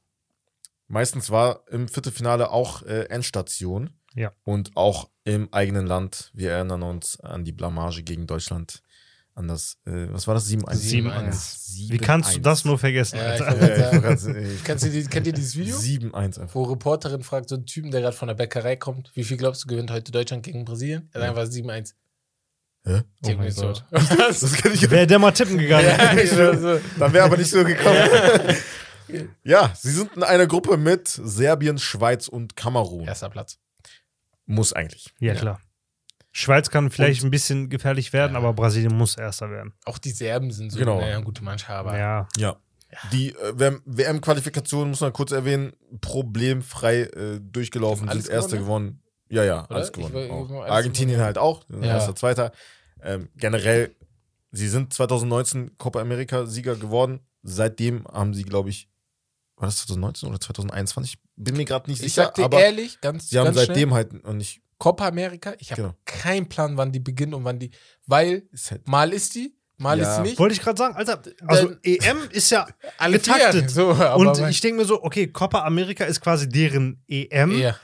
meistens war im Viertelfinale auch äh, Endstation. Ja. Und auch im eigenen Land. Wir erinnern uns an die Blamage gegen Deutschland. An das, äh, was war das? 7-1. 7-1. Wie kannst du das nur vergessen, Ja, Alter? ich Ja, ich wollte grad- ich- Kennst du die, kennt ihr dieses Video? 7-1 einfach. Wo Reporterin fragt, so einen Typen, der gerade von der Bäckerei kommt, wie viel glaubst du, gewinnt heute Deutschland gegen Brasilien? Er Ja. sagt einfach 7-1. Hä? Oh Denkt mir so, Das, das kann ich Wäre der mal tippen gegangen. Ja, genau so. Dann wäre aber nicht so gekommen. ja, sie sind in einer Gruppe mit Serbien, Schweiz und Kamerun. Erster Platz. Muss eigentlich. Ja, klar. Schweiz kann vielleicht ein bisschen gefährlich werden, aber Brasilien muss Erster werden. Auch die Serben sind so Genau. naja, eine gute Mannschaft, aber ja. Ja. Die äh, WM-Qualifikation, muss man kurz erwähnen, problemfrei äh, durchgelaufen, Haben alles sind Erster gewonnen. Ja, ja, Oder? alles Ich gewonnen. will- auch. ich will alles Argentinien gewonnen. halt auch, Ja. Erster, Zweiter. Ähm, generell, sie sind 2019 Copa America-Sieger geworden. Seitdem haben sie, glaube ich, war das 2019 oder 2021? Bin mir gerade nicht ich sicher, sag dir aber ehrlich, ganz, sie haben ganz schnell, seitdem halt noch nicht. Copa America, ich habe Genau. keinen Plan, wann die beginnen und wann die, weil Ist halt mal ist die, mal Ja. ist sie nicht. Wollte ich gerade sagen, Alter, also Dann- EM ist ja Alle vier, getaktet. so, aber Und mein- ich denke mir so, okay, Copa America ist quasi deren EM, ja.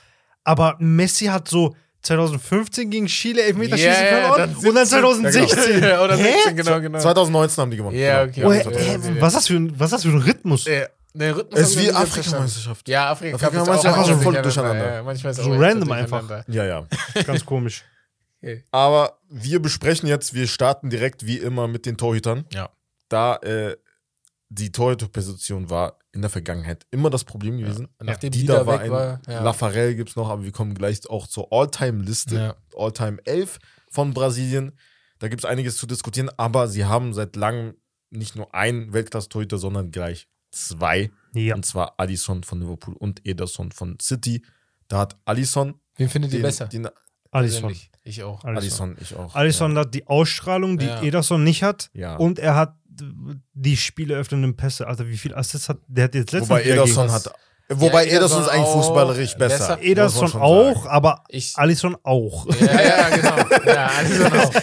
aber Messi hat so 2015 gegen Chile Elfmeterschießen Ja, ja, verloren dann und dann 2016. 2016. Ja, genau. Oder Hä? 16, genau, genau. 2019 haben die gewonnen. Ja, genau. okay. also Oh, Ja, hä, so, hä, ja, ja. was ist das für ein, was ist das für ein Rhythmus? Ja. Nee, Rhythmus Es haben ist wir wie nicht ganz Afrikameisterschaft. Ja, Afrika Afrika, kam meinst jetzt du auch einfach so voll durcheinander. Ja, manchmal ist So auch echt random einfach. durcheinander. Ja, ja. Ganz komisch. Aber wir besprechen jetzt, wir starten direkt wie immer mit den Torhütern. Ja. Da äh, die Torhüterposition war in der Vergangenheit immer das Problem gewesen. Und nachdem Die die da da war weg ein war, ja. Lafarelle gibt es noch, aber wir kommen gleich auch zur All-Time-Liste. Ja. All-Time 11 von Brasilien. Da gibt es einiges zu diskutieren, aber sie haben seit langem nicht nur einen Weltklasse-Torhüter, sondern gleich zwei. Ja. Und zwar Alisson von Liverpool und Ederson von City. Da hat Alisson Wen findet ihr den, besser? den Alisson. Persönlich. Ich auch. Alisson. Alisson, ich auch. Alisson hat die Ausstrahlung, die Ja. Ederson nicht hat. Ja. Und er hat äh, die spieleöffnenden Pässe. Alter, wie viel Assists hat der? hat jetzt letztens Wobei wieder Ederson gegen- hat. Wobei Ja, Ederson Ederson ist eigentlich auch fußballerisch besser. besser. Ederson muss man schon auch, sagen. aber Ich, Alisson auch. ja, ja, genau. Ja, Alisson auch.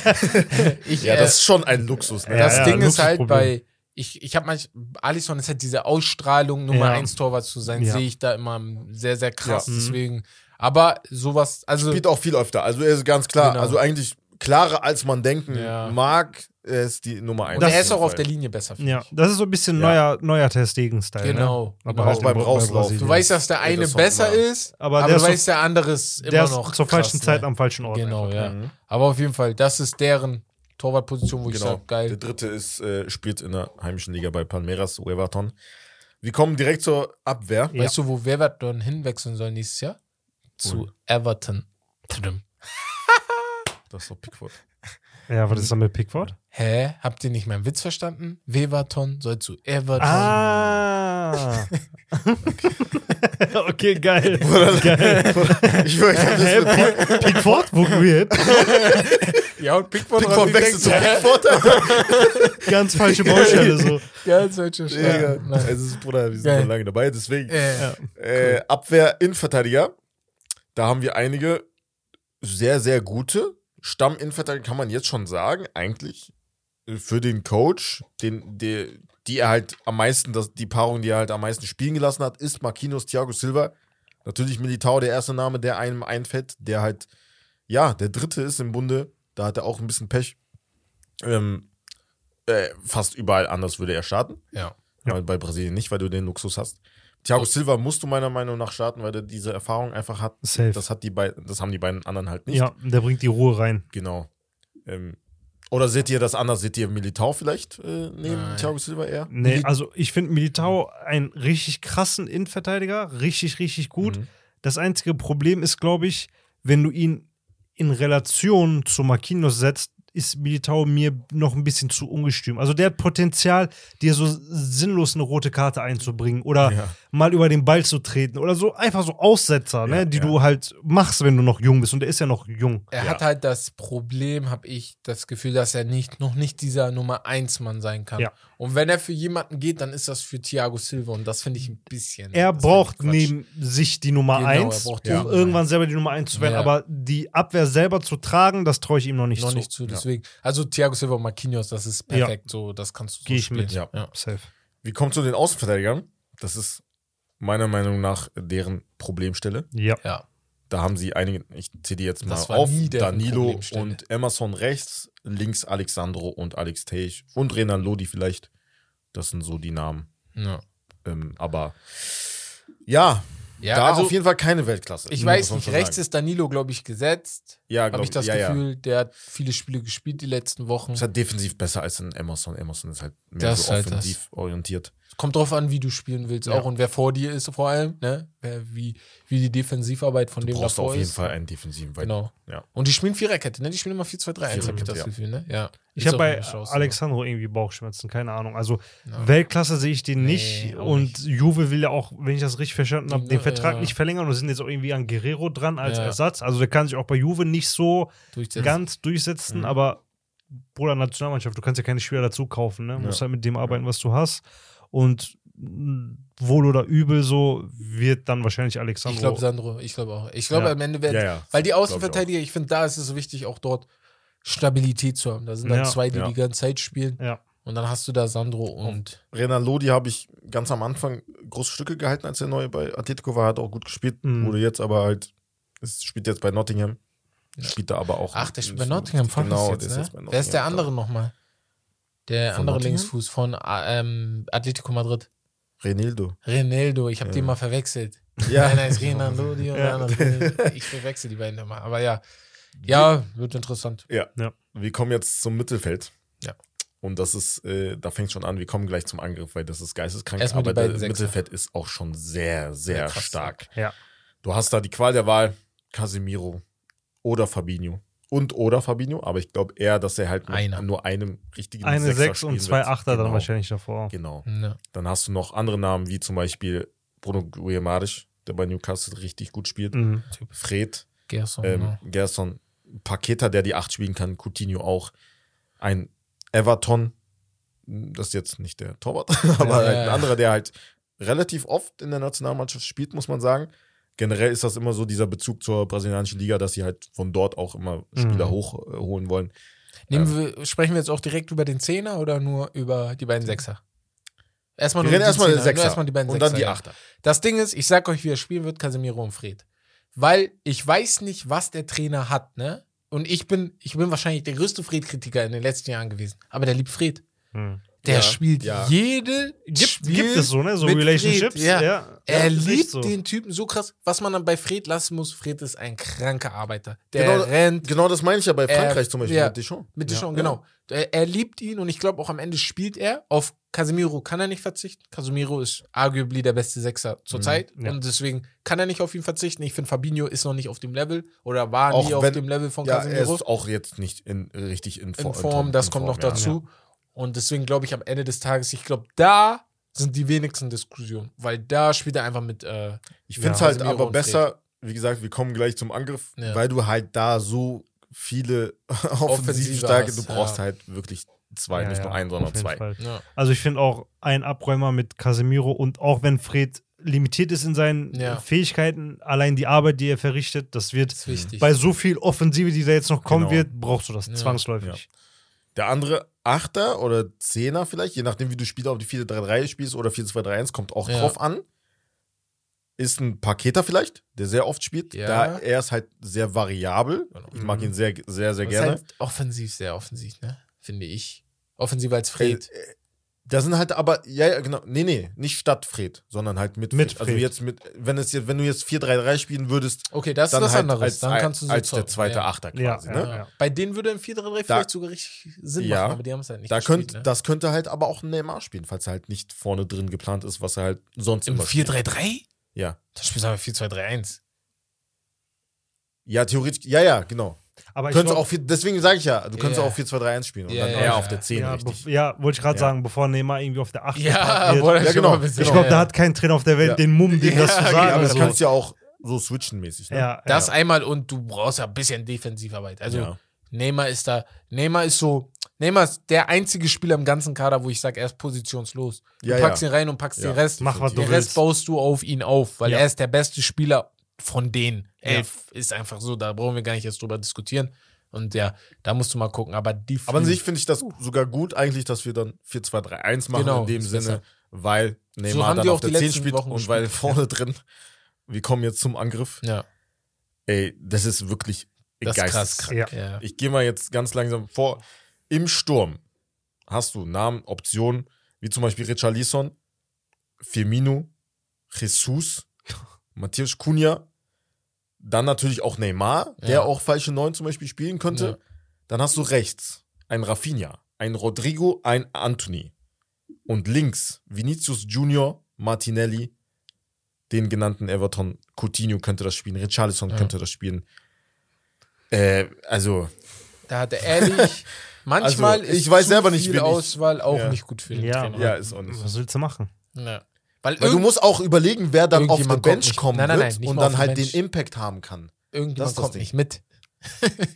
Ich, Ja, äh, das ist schon ein Luxus. Ne? Ja, das ja, Ding ist halt Luxusproblem. bei, ich, ich habe manch, Alisson ist halt diese Ausstrahlung, Nummer Ja. 1 Torwart zu sein, Ja. sehe ich da immer sehr, sehr krass. Ja. Mhm. Deswegen, aber sowas, also, Spielt auch viel öfter. Also er ist ganz klar. Genau. Also eigentlich klarer, als man denken Ja. mag. Er ist die Nummer eins. und er ist auch Fall. auf der Linie besser. finde Ja, ich. das ist so ein bisschen neuer, neuer Testegen-Style. Genau. Ne? Genau. halt Auch beim bei Rauslauf. Brasilien. Du weißt, dass der eine Ederson besser war- ist, Aber aber, der du ist weißt, der andere ist immer der ist noch zur krass, falschen ne? Zeit am falschen Ort. Genau, einfach. ja. Mhm. Aber auf jeden Fall, das ist deren Torwartposition, wo ich Genau. sage, geil. Der dritte ist, äh, spielt in der heimischen Liga bei Palmeiras, Everton. Wir kommen direkt zur Abwehr. Ja. Weißt du, wo Everton hinwechseln soll nächstes Jahr? Zu Everton. Tudum. Das ist doch Pickford. Ja, was ist da mit Pickford? Hä? Habt ihr nicht meinen Witz verstanden? Weverton soll zu Everton. Ah. okay, geil. geil. Ich würde Hä, Pick- Pickford, wo gehen wir hin? Ja, und Pickford, Pickford wechselt zu Hä? Pickford. Ganz falsche Baustelle so. Ganz deutscher Digga, Staat. Nein. Es ist, Bruder, wir sind Geil. schon lange dabei, deswegen. Äh, Ja. Äh, Abwehr, Innenverteidiger. Da haben wir einige sehr, sehr gute. Stamm-Innenverteidiger kann man jetzt schon sagen, eigentlich. äh, Für den Coach, den, der, die er halt am meisten, das, die Paarung, die er halt am meisten spielen gelassen hat, ist Marquinhos Thiago Silva. Natürlich Militao, der erste Name, der einem einfällt, der halt, ja, der dritte ist im Bunde. Da hat er auch ein bisschen Pech. Ähm, äh, fast überall anders würde er starten. Ja. Ja. Aber bei Brasilien nicht, weil du den Luxus hast. Thiago Silva musst du meiner Meinung nach starten, weil der diese Erfahrung einfach hat. Safe. Das, hat die bei, das haben die beiden anderen halt nicht. ja, der bringt die Ruhe rein. Genau. Ähm, oder seht ihr das anders? Seht ihr Militao vielleicht äh, neben Nein. Thiago Silva eher? Nee, Mili- also ich finde Militao einen richtig krassen Innenverteidiger, richtig, richtig gut. Mhm. Das einzige Problem ist, glaube ich, wenn du ihn in Relation zu Marquinhos setzt, ist Militao mir noch ein bisschen zu ungestüm. Also der hat Potenzial, dir so sinnlos eine rote Karte einzubringen oder also- Ja. mal über den Ball zu treten oder so einfach so Aussetzer, ne, die ja. du halt machst, wenn du noch jung bist. Und der ist ja noch jung. Er Ja. hat halt das Problem, habe ich das Gefühl, dass er nicht, noch nicht dieser Nummer 1 Mann sein kann. Ja. Und wenn er für jemanden geht, dann ist das für Thiago Silva und das finde ich ein bisschen. Er das find ich braucht Quatsch. neben sich die Nummer Genau, er eins, um braucht die Nummer irgendwann selber die Nummer eins zu werden. Ja. Aber die Abwehr selber zu tragen, das traue ich ihm noch nicht noch zu. nicht zu. Deswegen, also Thiago Silva und Marquinhos, das ist Ja. perfekt. So, das kannst du so Geh ich spielen. mit. Ja. Ja. Safe. Wir kommen zu den Außenverteidigern. Das ist meiner Meinung nach deren Problemstelle. Ja. ja. Da haben sie einige, ich zähle die jetzt mal Das war auf, nie deren Danilo Problemstelle. und Emerson rechts, links Alexandro und Alex Teich und Renan Lodi vielleicht. Das sind so die Namen. ja. Ähm, aber ja, Ja, da also- auf jeden Fall keine Weltklasse. Ich Muss weiß man nicht, schon rechts sagen. ist Danilo, glaube ich, gesetzt. ja, Habe glaub- ich das ja, Ja. Gefühl, der hat viele Spiele gespielt die letzten Wochen. Ist halt defensiv besser als ein Emerson. Emerson ist halt mehr Das so ist halt das. offensiv orientiert. Kommt drauf an, wie du spielen willst, Ja. auch und wer vor dir ist, vor allem, ne? Wer, wie, wie die Defensivarbeit von Du dem brauchst davor auf jeden ist. Fall einen defensiven Weit. Genau. Ja. Und die spielen Viererkette, ne? Die spielen immer 4-2-3-1, habe ich Viererkette, das ja. Gefühl, ne? Ja. Ich Ist habe auch bei eine Chance, ne? Alexandro irgendwie Bauchschmerzen, keine Ahnung. Also Ja. Weltklasse sehe ich den Nee, nicht. auch Und nicht. Juve will ja auch, wenn ich das richtig verstanden habe, Die- den Vertrag ja. nicht verlängern und sind jetzt auch irgendwie an Guerrero dran als Ja. Ersatz. Also der kann sich auch bei Juve nicht so Durchsetzen. ganz durchsetzen, Mhm. aber Bruder Nationalmannschaft, du kannst ja keine Spieler dazu kaufen, ne? Du Ja. musst halt mit dem arbeiten, was du hast. Und mm, mh, wohl oder übel so wird dann wahrscheinlich Alexandro. Ich glaube, Sandro, ich glaube auch. Ich glaube, Ja. am Ende werden. Ja, ja. Weil die Glaub ich Außenverteidiger, ich, finde, da ist es so wichtig, auch dort Stabilität zu haben. Da sind dann Ja. zwei, die Ja. die ganze Zeit spielen. Ja. Und dann hast du da Sandro und. Renan Lodi habe ich ganz am Anfang große Stücke gehalten, als er neu bei Atletico war, hat auch gut gespielt, Mhm. wurde jetzt aber halt, es spielt jetzt bei Nottingham, spielt da aber auch. Ach, der spielt bei ein- Nottingham Forest genau, jetzt, der ne? ist jetzt bei Wer ist der andere Nottingham, nochmal? Der Von andere Nottingham? Linksfuß von äh, ähm, Atletico Madrid. da. Renildo. Reneldo, ich habe Ja. den mal verwechselt. Ja. Nein, nein, ist Renaldo, die und der Ja. andere. Renildo. Ich verwechsel die beiden immer. Aber ja. Ja, wird interessant. Wir kommen jetzt zum Mittelfeld. Ja. Und das ist, äh, da fängt schon an, wir kommen gleich zum Angriff, weil das ist geisteskrank. Erstmal die aber der beiden Sechser. Mittelfeld ist auch schon sehr, Ja, sehr krass. stark. Ja. Du hast da die Qual der Wahl, Casemiro oder Fabinho. Und oder Fabinho, aber ich glaube eher, dass er halt mit Einer. nur einem richtigen eine Sechser 6 und spielen zwei wird. Achter dann Genau. wahrscheinlich davor. Genau. Ja. Dann hast du noch andere Namen, wie zum Beispiel Bruno Guimarisch, der bei Newcastle richtig gut spielt. Mhm. Fred, Gerson. ähm, Gerson, Paqueta, der die 8 spielen kann, Coutinho auch. Ein Everton, das ist jetzt nicht der Torwart, aber Ja, halt ja, ein ja. anderer, der halt relativ oft in der Nationalmannschaft spielt, muss man sagen. Generell ist das immer so dieser Bezug zur brasilianischen Liga, dass sie halt von dort auch immer Spieler Mhm. hochholen wollen. Nehmen wir, sprechen wir jetzt auch direkt über den Zehner oder nur über die beiden Sechser? Wir Erstmal nur reden den erstmal den Zehner, nur Sechser erstmal die beiden und Sechser. dann die ja. Achter. Das Ding ist, ich sag euch, wie er spielen wird, Casemiro und Fred. Weil ich weiß nicht, was der Trainer hat, ne? Und ich bin, ich bin wahrscheinlich der größte Fred-Kritiker in den letzten Jahren gewesen. Aber der liebt Fred. Mhm. Der Ja, spielt ja. jede Gibt, Spiel gibt es so, ne? So mit Fred, Relationships. ja. ja. Er Ja, ist echt liebt so. den Typen so krass. Was man dann bei Fred lassen muss, Fred ist ein kranker Arbeiter. Der Genau- rennt, Genau das meine ich ja bei Äh, Frankreich zum Beispiel ja. mit Deschamps. Mit Ja. Deschamps, genau. Er, er liebt ihn und ich glaube auch am Ende spielt er. Auf Casemiro kann er nicht verzichten. Casemiro ist arguably der beste Sechser Mhm, zurzeit ja. und deswegen kann er nicht auf ihn verzichten. Ich finde, Fabinho ist noch nicht auf dem Level oder war Auch nie auf wenn- dem Level von Ja, er Casemiro ist auch jetzt nicht in, richtig in, in in Form. Das kommt noch ja. dazu. Und deswegen glaube ich am Ende des Tages, ich glaube, da sind die wenigsten Diskussionen, weil da spielt er einfach mit. Äh, Ich finde es Ja. halt Casemiro aber und besser, wie gesagt, wir kommen gleich zum Angriff, Ja. weil du halt da so viele offensiv Offensive starke, hast, du brauchst ja. halt wirklich zwei, Ja, nicht ja, nur einen, auf sondern jeden zwei. Fall. ja. Also ich finde auch ein Abräumer mit Casemiro und auch wenn Fred limitiert ist in seinen Ja. äh, Fähigkeiten, allein die Arbeit, die er verrichtet, das wird ist wichtig. bei so viel Offensive, die da jetzt noch kommen Genau. wird, brauchst du das Ja. zwangsläufig. Der andere Achter oder Zehner vielleicht, je nachdem, wie du spielst, ob du 4-3-3 spielst oder 4-2-3-1, kommt auch Ja. drauf an. Ist ein Paketer vielleicht, der sehr oft spielt. Ja. Da er ist halt sehr variabel. Genau. Ich mag Mhm. ihn sehr, sehr, sehr Das ist gerne. Halt offensiv, sehr offensiv, ne? Finde ich. Offensiver als Fred. Äh, äh, Da sind halt aber, ja, ja, genau, nee, nee, nicht statt Fred, sondern halt mit, Mit Fred. Also Fred. jetzt mit, wenn, es jetzt, wenn du jetzt 4-3-3 spielen würdest, Okay, das dann ist was halt anderes. als, dann kannst du so als der zocken. zweite ja. Achter Ja, quasi, ja, ne? ja. Bei denen würde im 4-3-3 Da- vielleicht sogar richtig Sinn Ja. machen, aber die haben es halt nicht Da gespielt, könnt, ne? Das könnte halt aber auch ein Neymar spielen, falls er halt nicht vorne drin geplant ist, was er halt sonst Im immer spielt. 4-3-3? Ja. Da spielst du aber 4-2-3-1. Ja, theoretisch, ja, ja, genau. Aber Du ich könntest glaub- auch vier, deswegen sage ich ja, du könntest Ja. auch 4-2-3-1 spielen und Ja, dann ja, eher ja. auf der 10 ja, richtig. bef- ja, wollte ich gerade Ja. sagen, bevor Neymar irgendwie auf der 8 Ja, boah, das Ja, ist schon genau. mal ein bisschen- Ich glaube, Ja, da ja. hat kein Trainer auf der Welt Ja. den Mumm, dem das zu Ja, genau sagen. Ja, aber das also. kannst du ja auch so switchen mäßig. Ne? ja, Das ja. einmal und du brauchst ja ein bisschen Defensivarbeit. Also Ja. Neymar ist da, Neymar ist so, Neymar ist der einzige Spieler im ganzen Kader, wo ich sage, er ist positionslos. Du Ja, packst ja. ihn rein und packst Ja. den Rest. Mach, was du den Rest willst. baust du auf ihn auf, weil Ja. er ist der beste Spieler von denen. Ja. Elf ist einfach so, da brauchen wir gar nicht jetzt drüber diskutieren. Und ja, da musst du mal gucken. Aber die Aber an fliegen. sich finde ich das sogar gut eigentlich, dass wir dann 4-2-3-1 machen Genau, in dem ist Sinne, besser. weil So Neymar haben dann die auf auch die der 10 letzten spielt Wochen und weil gespielt, vorne drin, wir kommen jetzt zum Angriff. Ja, Ey, das ist wirklich das ist krass. geisteskrank. krank. Ja. Ich gehe mal jetzt ganz langsam vor. Im Sturm hast du Namen, Optionen, wie zum Beispiel Richarlison, Firmino, Jesus, Matthias Cunha, dann natürlich auch Neymar, Ja. der auch falsche Neun zum Beispiel spielen könnte. Dann hast du rechts einen Rafinha, einen Rodrigo, einen Anthony. Und links Vinicius Junior, Martinelli, den genannten Everton. Coutinho könnte das spielen, Richarlison Ja. könnte das spielen. Äh, also, Da hat er ehrlich, manchmal Also, ist ich weiß zu selber nicht, viel wen ich- Auswahl auch Ja. nicht gut für den Ja. Trainer. ja, ist auch nicht so. Was willst du machen? Ja. Weil, Weil du musst auch überlegen, wer dann auf die Irgendjemand kommt Bench nicht. kommen Nein, nein, nein, wird nicht und mal auf dann die halt Bench. den Impact haben kann. das irgendjemand ist das kommt Ding. nicht mit.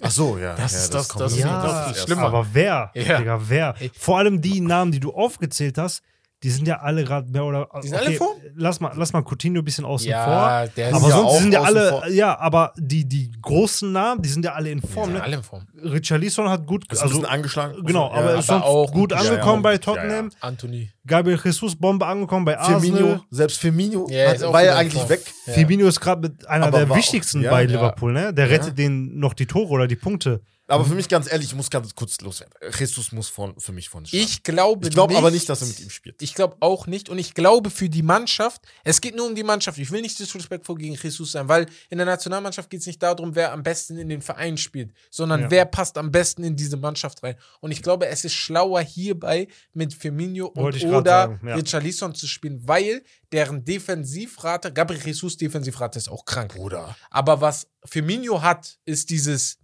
Ach so, ja. Das ja, ist das- kommt das nicht. ist- das ist erst. schlimmer. Aber wer? Ja. Digga, wer? Ey. Vor allem die Namen, die du aufgezählt hast, die sind ja alle gerade mehr oder. Die sind alle vor? Lass mal, lass mal Coutinho ein bisschen außen vor. der Aber ja sonst auch sind ja außen alle, vor. ja, aber die, die großen Namen, die sind ja alle in Die sind Form. Ne? alle in Form. Richarlison hat gut, Ist ein also bisschen angeschlagen. genau, Ja, aber ja. ist sonst auch gut gut, ja, angekommen ja. bei Ja, Tottenham. Anthony. Gabriel Jesus Bombe angekommen bei Arsenal. Also, Firmino, selbst Firmino Ja, hat, ist auch war ja wieder eigentlich drauf. weg. Ja. Firmino ist gerade mit einer Aber der war auch- wichtigsten ja, bei ja. Liverpool, ne? Der rettet denen noch die Tore oder die Punkte. Aber für mich ganz ehrlich, ich muss ganz kurz loswerden. Jesus muss von, für mich vorne starten. Ich glaube Ich glaube aber nicht, dass er mit ihm spielt. Ich glaube auch nicht. Und ich glaube für die Mannschaft, es geht nur um die Mannschaft. Ich will nicht disrespektvoll gegen Jesus sein, weil in der Nationalmannschaft geht es nicht darum, wer am besten in den Verein spielt, sondern Ja. wer passt am besten in diese Mannschaft rein. Und ich glaube, es ist schlauer hierbei mit Firmino Wollte und ich grad oder sagen, ja. Richarlison zu spielen, weil deren Defensivrate, Gabriel Jesus Defensivrate ist auch krank. Bruder. Aber was Firmino hat, ist dieses,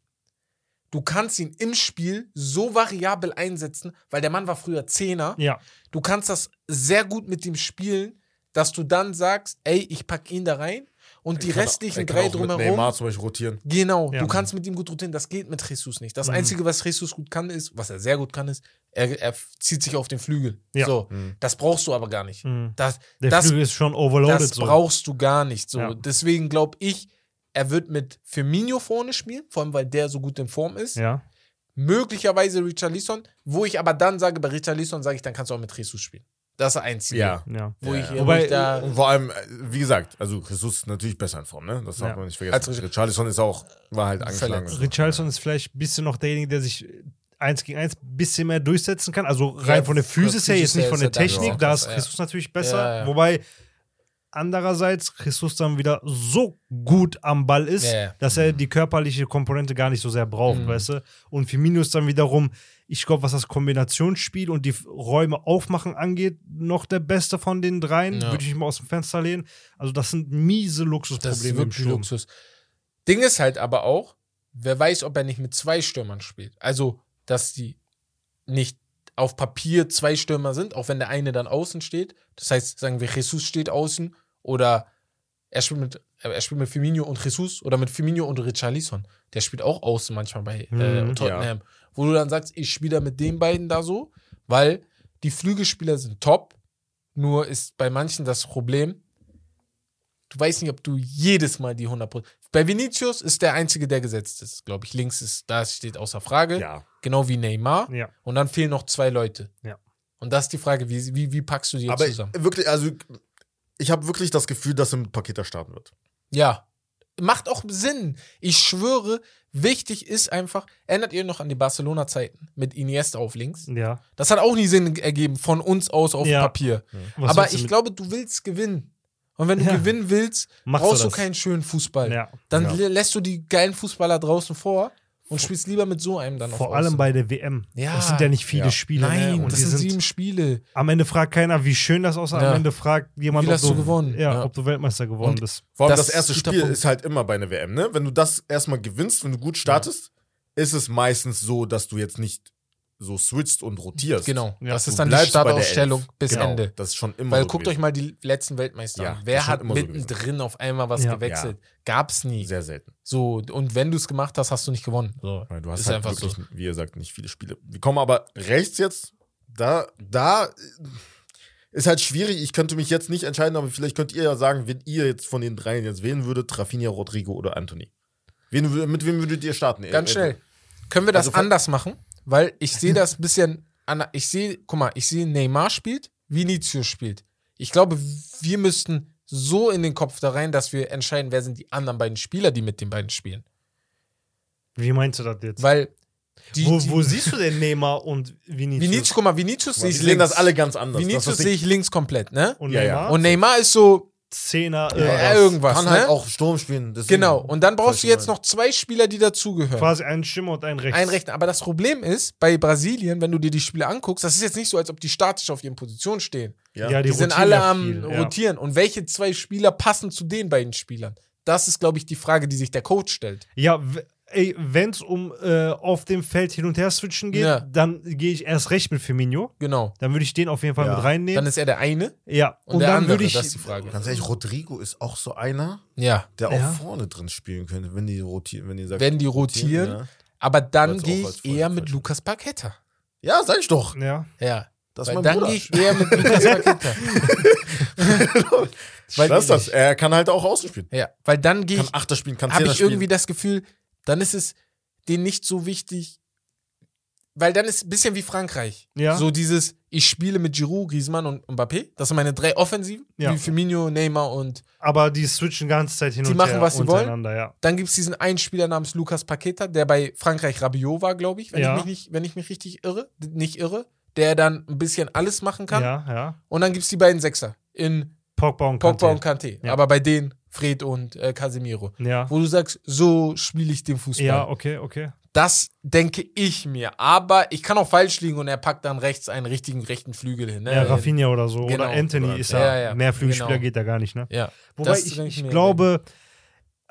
du kannst ihn im Spiel so variabel einsetzen, weil der Mann war früher Zehner. Ja. Du kannst das sehr gut mit dem spielen, dass du dann sagst, ey, ich pack ihn da rein und die Er kann- er restlichen kann drei auch mit drumherum. Neymar zum Beispiel rotieren. Genau, Ja. du kannst mit ihm gut rotieren, das geht mit Jesus nicht. Das Mhm. Einzige, was Jesus gut kann, ist, was er sehr gut kann, ist, er, er zieht sich auf den Flügel. Ja. So, Mhm. das brauchst du aber gar nicht. Mhm. Das, Der das Flügel ist schon overloaded. das so. brauchst du gar nicht. So. Ja. Deswegen glaube ich, er wird mit Firmino vorne spielen, vor allem weil der so gut in Form ist. Ja. Möglicherweise Richarlison, wo ich aber dann sage, bei Richarlison sage ich, dann kannst du auch mit Jesus spielen. Das ist das Einzige. Ja. ja. Wo Ja, ich, ja. wo Wobei, ich da. Und vor allem, äh, wie gesagt, also Jesus ist natürlich besser in Form, ne? Das darf Ja. man nicht vergessen. Als- Richarlison ist auch, war halt angeschlagen. Verletzt. Richarlison ist vielleicht ein bisschen noch derjenige, der sich eins gegen eins ein bisschen mehr durchsetzen kann. Also rein Ja, von der von der Physis her, jetzt Physis nicht her von ist der er dann Technik. schon Da krass, ist ja. Jesus natürlich besser. Ja, ja. Wobei andererseits Jesus dann wieder so gut am Ball ist, Ja, ja. dass er die körperliche Komponente gar nicht so sehr braucht, Mhm. weißt du? Und Firmino ist dann wiederum, ich glaube, was das Kombinationsspiel und die Räume aufmachen angeht, noch der Beste von den dreien. Ja. Würde ich mich mal aus dem Fenster lehnen. Also das sind miese Das Luxusprobleme ist im wirklich Sturm. Luxus. Ding ist halt aber auch, wer weiß, ob er nicht mit zwei Stürmern spielt. Also, dass die nicht auf Papier zwei Stürmer sind, auch wenn der eine dann außen steht. Das heißt, sagen wir, Jesus steht außen oder er spielt mit, äh, er spielt mit Firmino und Jesus oder mit Firmino und Richarlison. Der spielt auch außen manchmal bei äh, Mhm. Tottenham. Wo du dann sagst, ich spiele da mit den beiden da so, weil die Flügelspieler sind top, nur ist bei manchen das Problem, du weißt nicht, ob du jedes Mal die 100%. Bei Vinicius ist der Einzige, der gesetzt ist, glaube ich. Links ist, da steht außer Frage. Ja. Genau wie Neymar. Ja. Und dann fehlen noch zwei Leute. Ja. Und das ist die Frage, wie, wie, wie packst du die jetzt Aber zusammen? wirklich, also ich habe wirklich das Gefühl, dass er mit Paketa starten wird. Ja. Macht auch Sinn. Ich schwöre, wichtig ist einfach, erinnert ihr noch an die Barcelona-Zeiten mit Iniesta auf links? Ja. Das hat auch nie Sinn ergeben, von uns aus auf Mhm. Ja. Papier. Was Aber willst du ich mit- glaube, du willst gewinnen. Und wenn du Ja. gewinnen willst, Machst du brauchst du, das. keinen schönen Fußball. Ja. Dann Ja. lä- lässt du die geilen Fußballer draußen vor und spielst lieber mit so einem dann auf Vor allem Außen. bei der WM. Ja. Das sind ja nicht viele Ja. Spiele. Nein, ne? Und das die sind sind sieben Spiele. am Ende fragt keiner, wie schön das aussah. Ja. Am Ende fragt jemand, Wie ob hast du gewonnen? Ja, Ja. ob du Weltmeister geworden Und- bist. Vor allem Das das, erste ist guter Spiel Punkt. ist halt immer bei einer WM, ne? Wenn du das erstmal gewinnst, wenn du gut startest, ist es meistens so, dass du jetzt nicht so switchst und rotierst. Genau. Ja, das Du ist dann die bleibst bei der Startaufstellung Elf. bis genau, Ende. Das ist schon immer Weil so guckt euch gewesen. mal die letzten Weltmeister Ja, an. das ist Wer schon hat immer so mittendrin auf einmal was Ja. gewechselt? Gab's nie. Sehr selten. So, und wenn du es gemacht hast, hast du nicht gewonnen. So. Weil Du hast Ist halt einfach wirklich, wie ihr sagt, nicht viele Spiele. Wir kommen aber rechts jetzt. Da, da äh, ist halt schwierig. Ich könnte mich jetzt nicht entscheiden, aber vielleicht könnt ihr ja sagen, wenn ihr jetzt von den dreien jetzt wählen würdet, Rafinha, Rodrigo oder Anthony. Wen, wür- mit wem würdet ihr starten? Ganz Äh, schnell. Können wir das also ver- anders machen? Weil ich sehe das ein bisschen an. Ich sehe, guck mal, ich sehe Neymar spielt, Vinicius spielt. Ich glaube, wir müssten so in den Kopf da rein, dass wir entscheiden, wer sind die anderen beiden Spieler, die mit den beiden spielen. Wie meinst du das jetzt? Weil die, wo, die, wo siehst du denn Neymar und Vinicius? Vinicius, guck mal, Vinicius sehe Wir ich sehen links. das alle ganz anders. Das, Vinicius was sehe ich links komplett, ne? und Ja, ja. Neymar? Und Neymar ist so Zehner. Ja, Äh, ja. irgendwas, Kann halt ne? auch Sturm spielen. deswegen- Genau, und dann brauchst du Soll ich jetzt mal- noch zwei Spieler, die dazugehören. Quasi einen Schimmer und einen rechts. Ein Recht. Aber das Problem ist, bei Brasilien, wenn du dir die Spiele anguckst, das ist jetzt nicht so, als ob die statisch auf ihren Positionen stehen. Ja. Ja, Die, sind rotieren alle ja am viel, ja. Rotieren. Und welche zwei Spieler passen zu den beiden Spielern? Das ist, glaube ich, die Frage, die sich der Coach stellt. Ja, w- ey, wenn es um äh, auf dem Feld hin und her switchen geht, Ja. dann gehe ich erst recht mit Firmino. Genau. Dann würde ich den auf jeden Fall Ja. mit Dann reinnehmen. ist er der eine ja, und, der dann andere. würde ich. das ist die Frage. Ganz ehrlich, Rodrigo ist auch so einer, Ja. der Ja. auch vorne drin spielen könnte, wenn die rotieren, wenn die sagt, Wenn die rotieren, aber dann Weil's auch gehe als ich eher mit Vollfeld- Lukas Paqueta. ja. ja, sag ich doch. Ja. Ja. Das ist Weil mein dann Bruder. gehe ich eher mit Lukas Paqueta. weil- das ist das. Er kann halt auch außen spielen. Ja. Weil dann gehe Kann ich Achter spielen, kann habe Zehner ich irgendwie spielen. das Gefühl, dann ist es denen nicht so wichtig, weil dann ist ein bisschen wie Frankreich. Ja. So dieses, ich spiele mit Giroud, Griezmann und Mbappé. Das sind meine drei Offensiven, Ja. wie Firmino, Neymar und Aber die switchen ganze Zeit hin Die und machen, her was sie wollen. untereinander, ja. dann gibt es diesen einen Spieler namens Lucas Paqueta, der bei Frankreich Rabiot war, glaube ich, wenn, Ja. ich mich nicht, wenn ich mich richtig irre, nicht irre, der dann ein bisschen alles machen kann. Ja, ja. Und dann gibt es die beiden Sechser in Pogba und Pogba Pogba und Kanté. Ja. Aber bei denen Fred und äh, Casemiro. Ja. Wo du sagst, so spiele ich den Fußball. Ja, okay, okay. Das denke ich mir. Aber ich kann auch falsch liegen und er packt dann rechts einen richtigen rechten Flügel hin. Ne? Ja, Rafinha oder so. Genau. Oder Anthony Oder- ist Ja, ja, ja. mehr Flügelspieler Genau. geht da gar nicht, ne? Ja. Wobei Das ich, denke ich ich mir, glaube,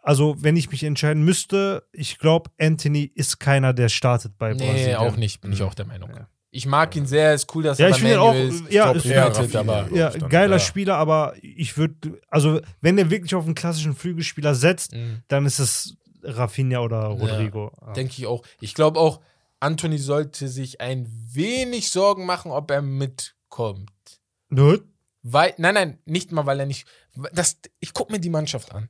also wenn ich mich entscheiden müsste, ich glaube, Anthony ist keiner, der startet bei Nee, Brasilien. Mhm. auch nicht. Bin ich auch der Meinung. Ja. Ich mag ihn sehr. Ist cool, dass Ja, er ich bei finde ihn Man U auch. ist. Ja, Top ist United, Rafinha. aber glaub Ja, ich dann. geiler Ja. Spieler, aber ich würde, also wenn der wirklich auf einen klassischen Flügelspieler setzt, Mhm. dann ist es Rafinha oder Rodrigo. Ja. denke ich auch. Ich glaube auch, Anthony sollte sich ein wenig Sorgen machen, ob er mitkommt. Gut. Weil, nein, nein, nicht mal, weil er nicht. Das, ich gucke mir die Mannschaft an.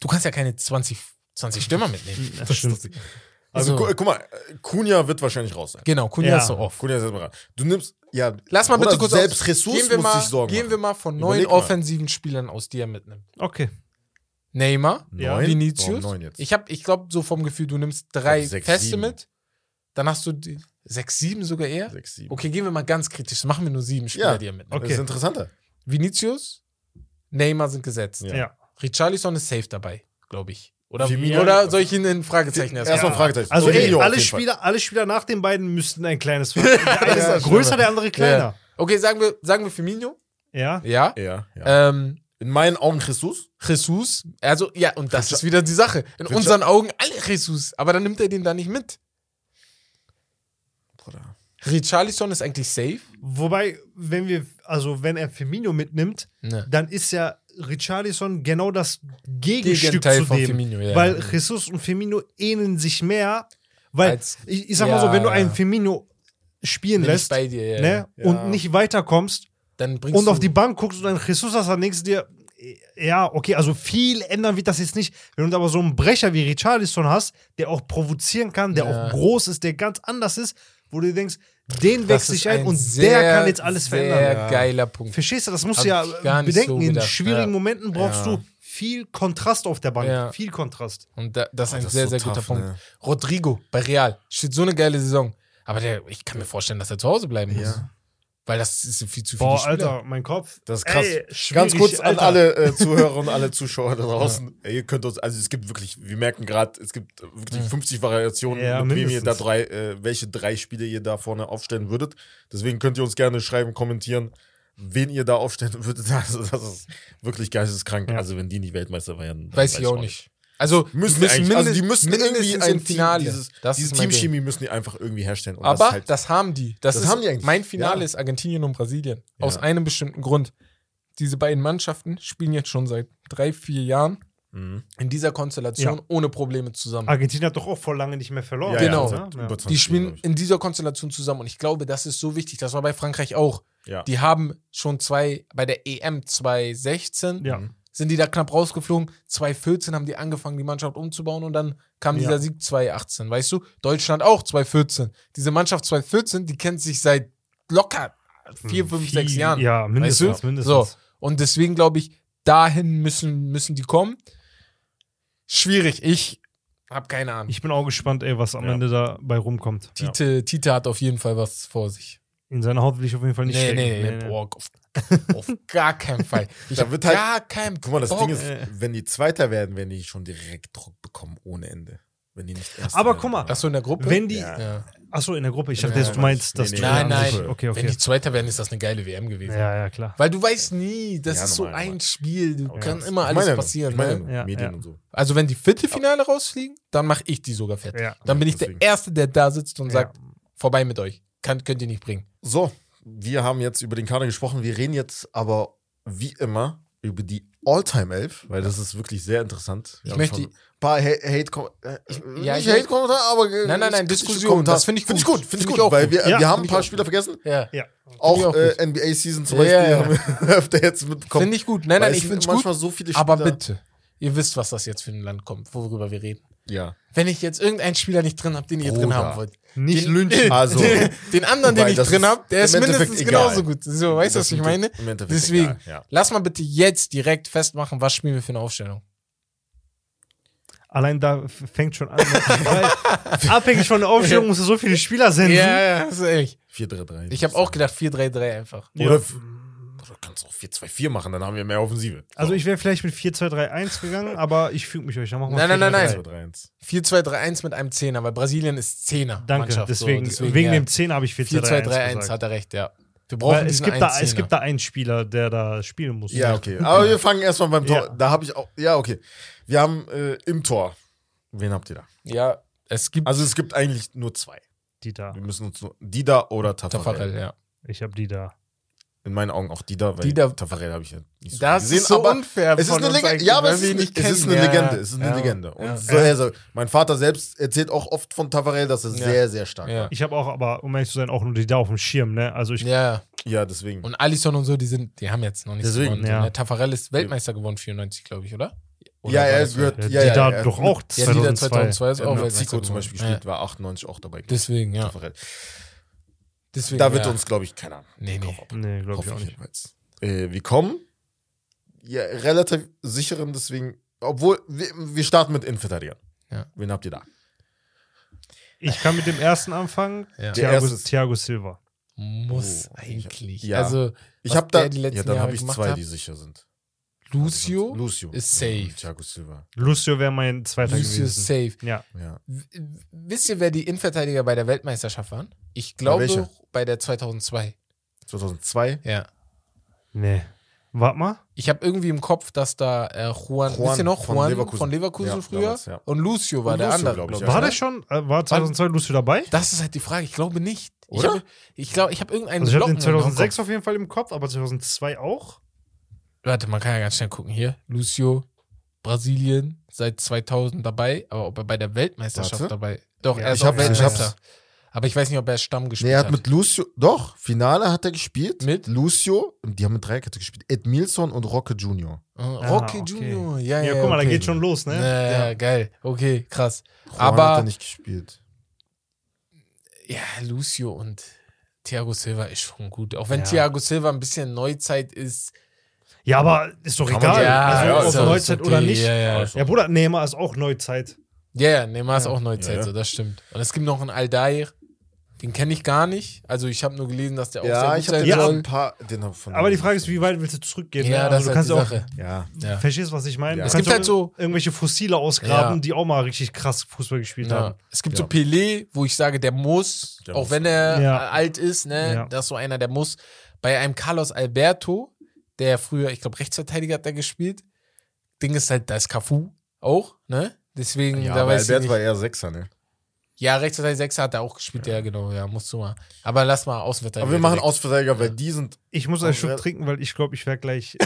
Du kannst ja keine 20, 20 Stürmer mitnehmen. Das stimmt. Also So. gu guck mal, äh, Kunja wird wahrscheinlich raus sein. Genau, Kunja Ja. ist so oft. Kunja ist jetzt mal raus. Du nimmst, ja, Lass mal bitte Bruder, kurz selbst aus- Jesus gehen wir muss mal, sich Sorgen Gehen machen. wir mal von neun Überleg mal. offensiven Spielern aus, die er mitnimmt. Okay. Neymar, neun. Ja. Warum Vinicius. neun jetzt? Ich habe, ich glaube, so vom Gefühl, du nimmst drei glaub, sechs, Feste sieben. mit. Dann hast du die, sechs, sieben sogar eher. Sechs, sieben. Okay, gehen wir mal ganz kritisch. Machen wir nur sieben Spieler, Ja. die er mitnimmt. Okay. Okay. Das ist interessanter. Vinicius, Neymar sind gesetzt. Ja. Ja. Richarlison ist safe dabei, glaube ich. Oder, Firmino- oder soll ich ihn in Fragezeichen erstmal? Erstmal Fragezeichen. Also Firmino ey, auf alle, jeden Fall. Spieler, alle Spieler nach den beiden müssten ein kleines. der eine Ja, ist halt größer, der andere kleiner. Okay, sagen wir, sagen wir Firmino. Ja. Ja. Ja, ja. Ähm, In meinen Augen Jesus. Jesus. Also, ja, und das Richa- ist wieder die Sache. In Richa- unseren Augen alle Jesus. Aber dann nimmt er den da nicht mit. Bruder. Richarlison ist eigentlich safe. Wobei, wenn wir, also wenn er Firmino mitnimmt, Ne. dann ist ja Richarlison genau das Gegenstück Gegenteil zu von dem. Firmino, ja. Weil Jesus und Firmino ähneln sich mehr, weil Als- ich, ich sag mal Ja, so, wenn du ja. einen Firmino spielen Bin ich lässt bei dir, ja. ne, Ja. und nicht weiterkommst Dann bringst und du auf die Bank guckst und dann Jesus hast, dann denkst du dir, ja, okay, also viel ändern wird das jetzt nicht. Wenn du aber so einen Brecher wie Richarlison hast, der auch provozieren kann, der Ja. auch groß ist, der ganz anders ist, wo du dir denkst, den Das wechsle ist ich ein, ein und sehr, der kann jetzt alles sehr verändern. Ja. geiler Punkt. Verstehst du, das musst Hab du ja ich gar äh, nicht bedenken. so In gedacht, schwierigen ja. Momenten brauchst Ja. du viel Kontrast auf der Bank. Ja. Viel Kontrast. Und da, das ist ein Ah, das ist sehr, so sehr tough, guter Punkt. ne? Rodrigo bei Real. Steht so eine geile Saison. Aber der, ich kann mir vorstellen, dass er zu Hause bleiben muss. Ja. Weil das ist viel zu viel. Boah, Alter, mein Kopf. Das ist krass. Ey, Ganz schwierig, kurz an Alter. alle äh, Zuhörer und alle Zuschauer da draußen. Ey, Ihr könnt uns, also es gibt wirklich, wir merken gerade, es gibt wirklich 50 Variationen, Ja, mit wem ihr da mindestens. drei, äh, welche drei Spiele ihr da vorne aufstellen würdet. Deswegen könnt ihr uns gerne schreiben, kommentieren, wen ihr da aufstellen würdet. Also, das ist wirklich geisteskrank. Ja. Also wenn die nicht Weltmeister wären, dann Weiß ich ich auch nicht. Also Müssen die müssen, eigentlich, also die müssen mindestens irgendwie im ein Finale. Team, dieses, Das diese ist mein Ding. Teamchemie müssen die einfach irgendwie herstellen. Und Aber das, ist halt, haben die. Das, Das ist, haben die eigentlich. Mein Finale Ja. ist Argentinien und Brasilien. Ja. Aus einem bestimmten Grund. Diese beiden Mannschaften spielen jetzt schon seit drei, vier Jahren Mhm. in dieser Konstellation Ja. ohne Probleme zusammen. Argentinien hat doch auch vor lange nicht mehr verloren. Ja, Genau. Ja, seit Ja. über 20 die Jahren, spielen glaub in dieser Konstellation zusammen und ich glaube, das ist so wichtig. Das war bei Frankreich auch. ich. ja. Die haben schon zwei, bei der EM 2016 Ja. sind die da knapp rausgeflogen. 2014 haben die angefangen, die Mannschaft umzubauen und dann kam Ja. dieser Sieg 2018. Weißt du, Deutschland auch 2014. Diese Mannschaft 2014, die kennt sich seit locker vier, Hm, fünf, Viel- sechs Jahren. Ja, mindestens. Weißt du? mindestens. So. Und deswegen glaube ich, dahin müssen, müssen die kommen. Schwierig, ich habe keine Ahnung. Ich bin auch gespannt, ey, was am Ja. Ende dabei rumkommt. Tite, Tite hat auf jeden Fall was vor sich. In seiner Haut will ich auf jeden Fall nicht Nee, stecken. nee, nee, Boah, auf, auf gar keinen Fall. Ich Da hab wird halt- gar keinen Guck mal, das Bock. Ding ist, Äh. wenn die Zweiter werden, werden die schon direkt Druck bekommen ohne Ende. Wenn die nicht Erster Aber werden. guck mal, Ach so, in der Gruppe? Wenn die. Ja. ja. Achso, in der Gruppe. Ich Ja, dachte, jetzt, du meinst, nee, dass nee. du. Nein, Ja, nein. super. Okay, Wenn okay. die Zweiter werden, ist das eine geile WM gewesen. Ja, ja, klar. Weil du weißt nie, das Ja, ist so normal, ein normal. Spiel, du Aber kann ja, immer ich alles meine ja nur, passieren. Ich meine ja ne? nur, Ja, Medien ja. und so. Also wenn die Viertelfinale rausfliegen, dann mache ich die sogar fertig. Ja. Dann bin Ja, ich deswegen. der Erste, der da sitzt und Ja. sagt, vorbei mit euch. Kann, könnt ihr nicht bringen. So, wir haben jetzt über den Kader gesprochen. Wir reden jetzt aber wie immer über die All-Time-Elf, weil das ist wirklich sehr interessant. Wir Ich haben möchte schon die- ein paar Ha- Hate-Kommentare. Äh, ja, nicht ich- Hate-Kommentare, aber. äh, Nein, nein, nein, kritische Diskussion, Kommentare. das finde ich Finde ich gut. gut, finde ich Finde gut, ich auch weil gut. wir, äh, Ja, wir haben finde ein ich paar auch Spieler vergessen. Ja. Ja. Auch, ich auch äh, NBA-Season zum Ja, Beispiel ja, ja. haben wir öfter jetzt mitbekommen. Finde ich gut. Nein, nein, Weil es ich finde es sind gut. manchmal so viele Spieler. Aber bitte, ihr wisst, was das jetzt für ein Land kommt, worüber wir reden. Ja. Wenn ich jetzt irgendeinen Spieler nicht drin habe, den ihr drin Bruder. haben wollt. Nicht den, lynchen. Also, Den, den anderen, den Wobei, ich das drin ist habe, der im ist Endeffekt mindestens egal. genauso gut. So, weißt du, Das was ich ist meine? im Endeffekt Deswegen, egal, ja. lass mal bitte jetzt direkt festmachen, was spielen wir für eine Aufstellung. Allein da f- fängt schon an. ne? weil abhängig von der Aufstellung musst du so viele Spieler senden. Ja, ja, das ist ehrlich. 4-3-3. Ich habe auch gedacht 4-3-3 einfach. Ja. Oder f- Bruder, du kannst auch 4-2-4 machen, dann haben wir mehr Offensive. Also ich wäre vielleicht mit 4-2-3-1 gegangen, aber ich füge mich euch. Dann machen wir Nein, nein, nein, nein. 4-2-3-1. 4-2-3-1 mit einem Zehner, weil Brasilien ist Zehner. Danke. Mannschaft, deswegen, so, deswegen wegen ja. dem 10 habe ich 4-2-3-1 4-2-3-1 gesagt. hat er recht, ja. Wir brauchen Weil es diesen gibt, da, es Einzehner. gibt da einen Spieler, der da spielen muss. Ja, okay. Aber wir fangen erstmal beim Tor. Ja. Da habe ich auch. Ja, okay. Wir haben äh, im Tor. Wen habt ihr da? Ja, es gibt Also es gibt eigentlich nur zwei. Die da. Wir müssen uns nur Dida oder Tafarel. Tafarel, ja. Ich habe die da. In meinen Augen auch Dida, weil Dida- Tafarel habe ich ja nicht so viel Das gesehen. ist so aber unfair. es ist von eine uns Legende. eigentlich, Ja, aber weil es wir ist, ihn eine- nicht es ist eine kennen. Ja, Legende. Es ist eine ja, Legende. Und ja. so, also, mein Vater selbst erzählt auch oft von Tafarel, dass er Ja. sehr, sehr stark Ja. war. Ich habe auch, aber um ehrlich zu sein, auch nur die da auf dem Schirm, ne? Also ich. Ja, Ja, deswegen. und Alisson und so, die sind, die haben jetzt noch nichts Deswegen, gewonnen. ja. Ne? Tafarel ist Weltmeister geworden, 94, glaube ich, oder? Oder ja, war er das- gehört. Ja, Ja, die ja, da er- doch auch Ja, die da 2002. 2002 ist Er auch hat mit Weltmeister Zico zum geworden. Beispiel gespielt, Genau, Ja. war 98 auch dabei. Deswegen, ja. Tafarel. Deswegen, Da wird ja. uns, glaube ich, keiner Nee, nee. Nee, glaube ich Hoffe auch ich nicht. jedenfalls. Äh, wir kommen. Ja, relativ sicheren, deswegen. Obwohl, wir, wir starten mit Innenverteidigern. Ja. Wen habt ihr da? Ich kann mit dem ersten anfangen. Ja. Der Thiago, erste ist- Thiago Silva. Muss Oh, eigentlich. ja. Also, Ich Was habe da. der die letzten ja, dann Jahre habe ich gemacht zwei, hat? die sicher sind. Lucio, Lucio. ist Ja, safe. und Thiago Silva. Lucio wäre mein zweiter Lucio ist gewesen. safe. Ja. Ja. W- Wisst ihr, wer die Innenverteidiger bei der Weltmeisterschaft waren? Ich Bei glaube, welcher? bei der 2002. 2002. Ja. Nee. Warte mal. Ich habe irgendwie im Kopf, dass da äh, Juan, Juan wisst ihr noch, von Juan Leverkusen. von Leverkusen Ja, früher damals, ja. und Lucio war Und der Lucio, andere. glaub ich, glaub ja. War ne? der schon? äh, War 2002 Lucio dabei? Das ist halt die Frage. Ich glaube nicht. Oder? Ich glaube, ich, glaub, ich habe irgendeinen Also ich habe den Blocken im 2006 Kopf. auf jeden Fall im Kopf, aber 2002 auch. Warte, man kann ja ganz schnell gucken hier. Lucio, Brasilien, seit 2000 dabei, aber ob er bei der Weltmeisterschaft Warte. dabei Doch, Ja, er ist ich auch hab- ich Weltmeister. hab's. Aber ich weiß nicht, ob er Stamm gespielt Nee, er hat hat. mit Lucio. Doch, Finale hat er gespielt. Mit? Lucio. Die haben mit Dreierkette gespielt. Edmilson und Roque Junior. Ah, Ah, Rocky okay. Junior, ja, Ja, ja. guck mal, okay. da geht schon los, ne? Ja, ja, geil. Okay, krass. Juan Aber- hat er nicht gespielt. Ja, Lucio und Thiago Silva ist schon gut. Auch wenn Ja. Thiago Silva ein bisschen Neuzeit ist. Ja, aber ist doch Kann man- egal. ja, also ja, ob ist ja- Neuzeit okay, oder nicht. Ja, Ja, ja, Also- Bruder, Neymar ist auch Neuzeit. ja, ja Neymar ist Ja. auch Neuzeit, Ja, ja. So, das stimmt. Und es gibt noch einen Aldair, den kenne ich gar nicht. Also ich habe nur gelesen, dass der auch sehr Ja, gut ich sein habe ja, soll. ein paar. Den hab von Aber die Frage ist, wie weit willst du zurückgehen? ne? Ja, das also, ist du halt kannst die auch, Sache. Ja. Ja. verstehst du, was ich meine? Ja. Du Es kannst gibt auch halt so- irgendwelche Fossile ausgraben, Ja. die auch mal richtig krass Fußball gespielt Ja. haben. Es gibt Ja. so Pelé, wo ich sage, der muss, Der auch muss. wenn er Ja. alt ist, ne, Ja. das ist so einer, der muss. Bei einem Carlos Alberto, der früher, ich glaube, Rechtsverteidiger hat er gespielt, Ding ist halt, da ist Cafu, auch, ne? Deswegen, Ja, da aber weiß ich Albert nicht. war eher Sechser, ne? ja, Rechtsverteidiger 6 hat er auch gespielt, ja. genau, ja, musst du mal. Aber lass mal Außenverteidiger. Aber wir machen direkt. Außenverteidiger, weil die sind. Ich muss einen Schluck Konrad- trinken, weil ich glaube, ich werde gleich.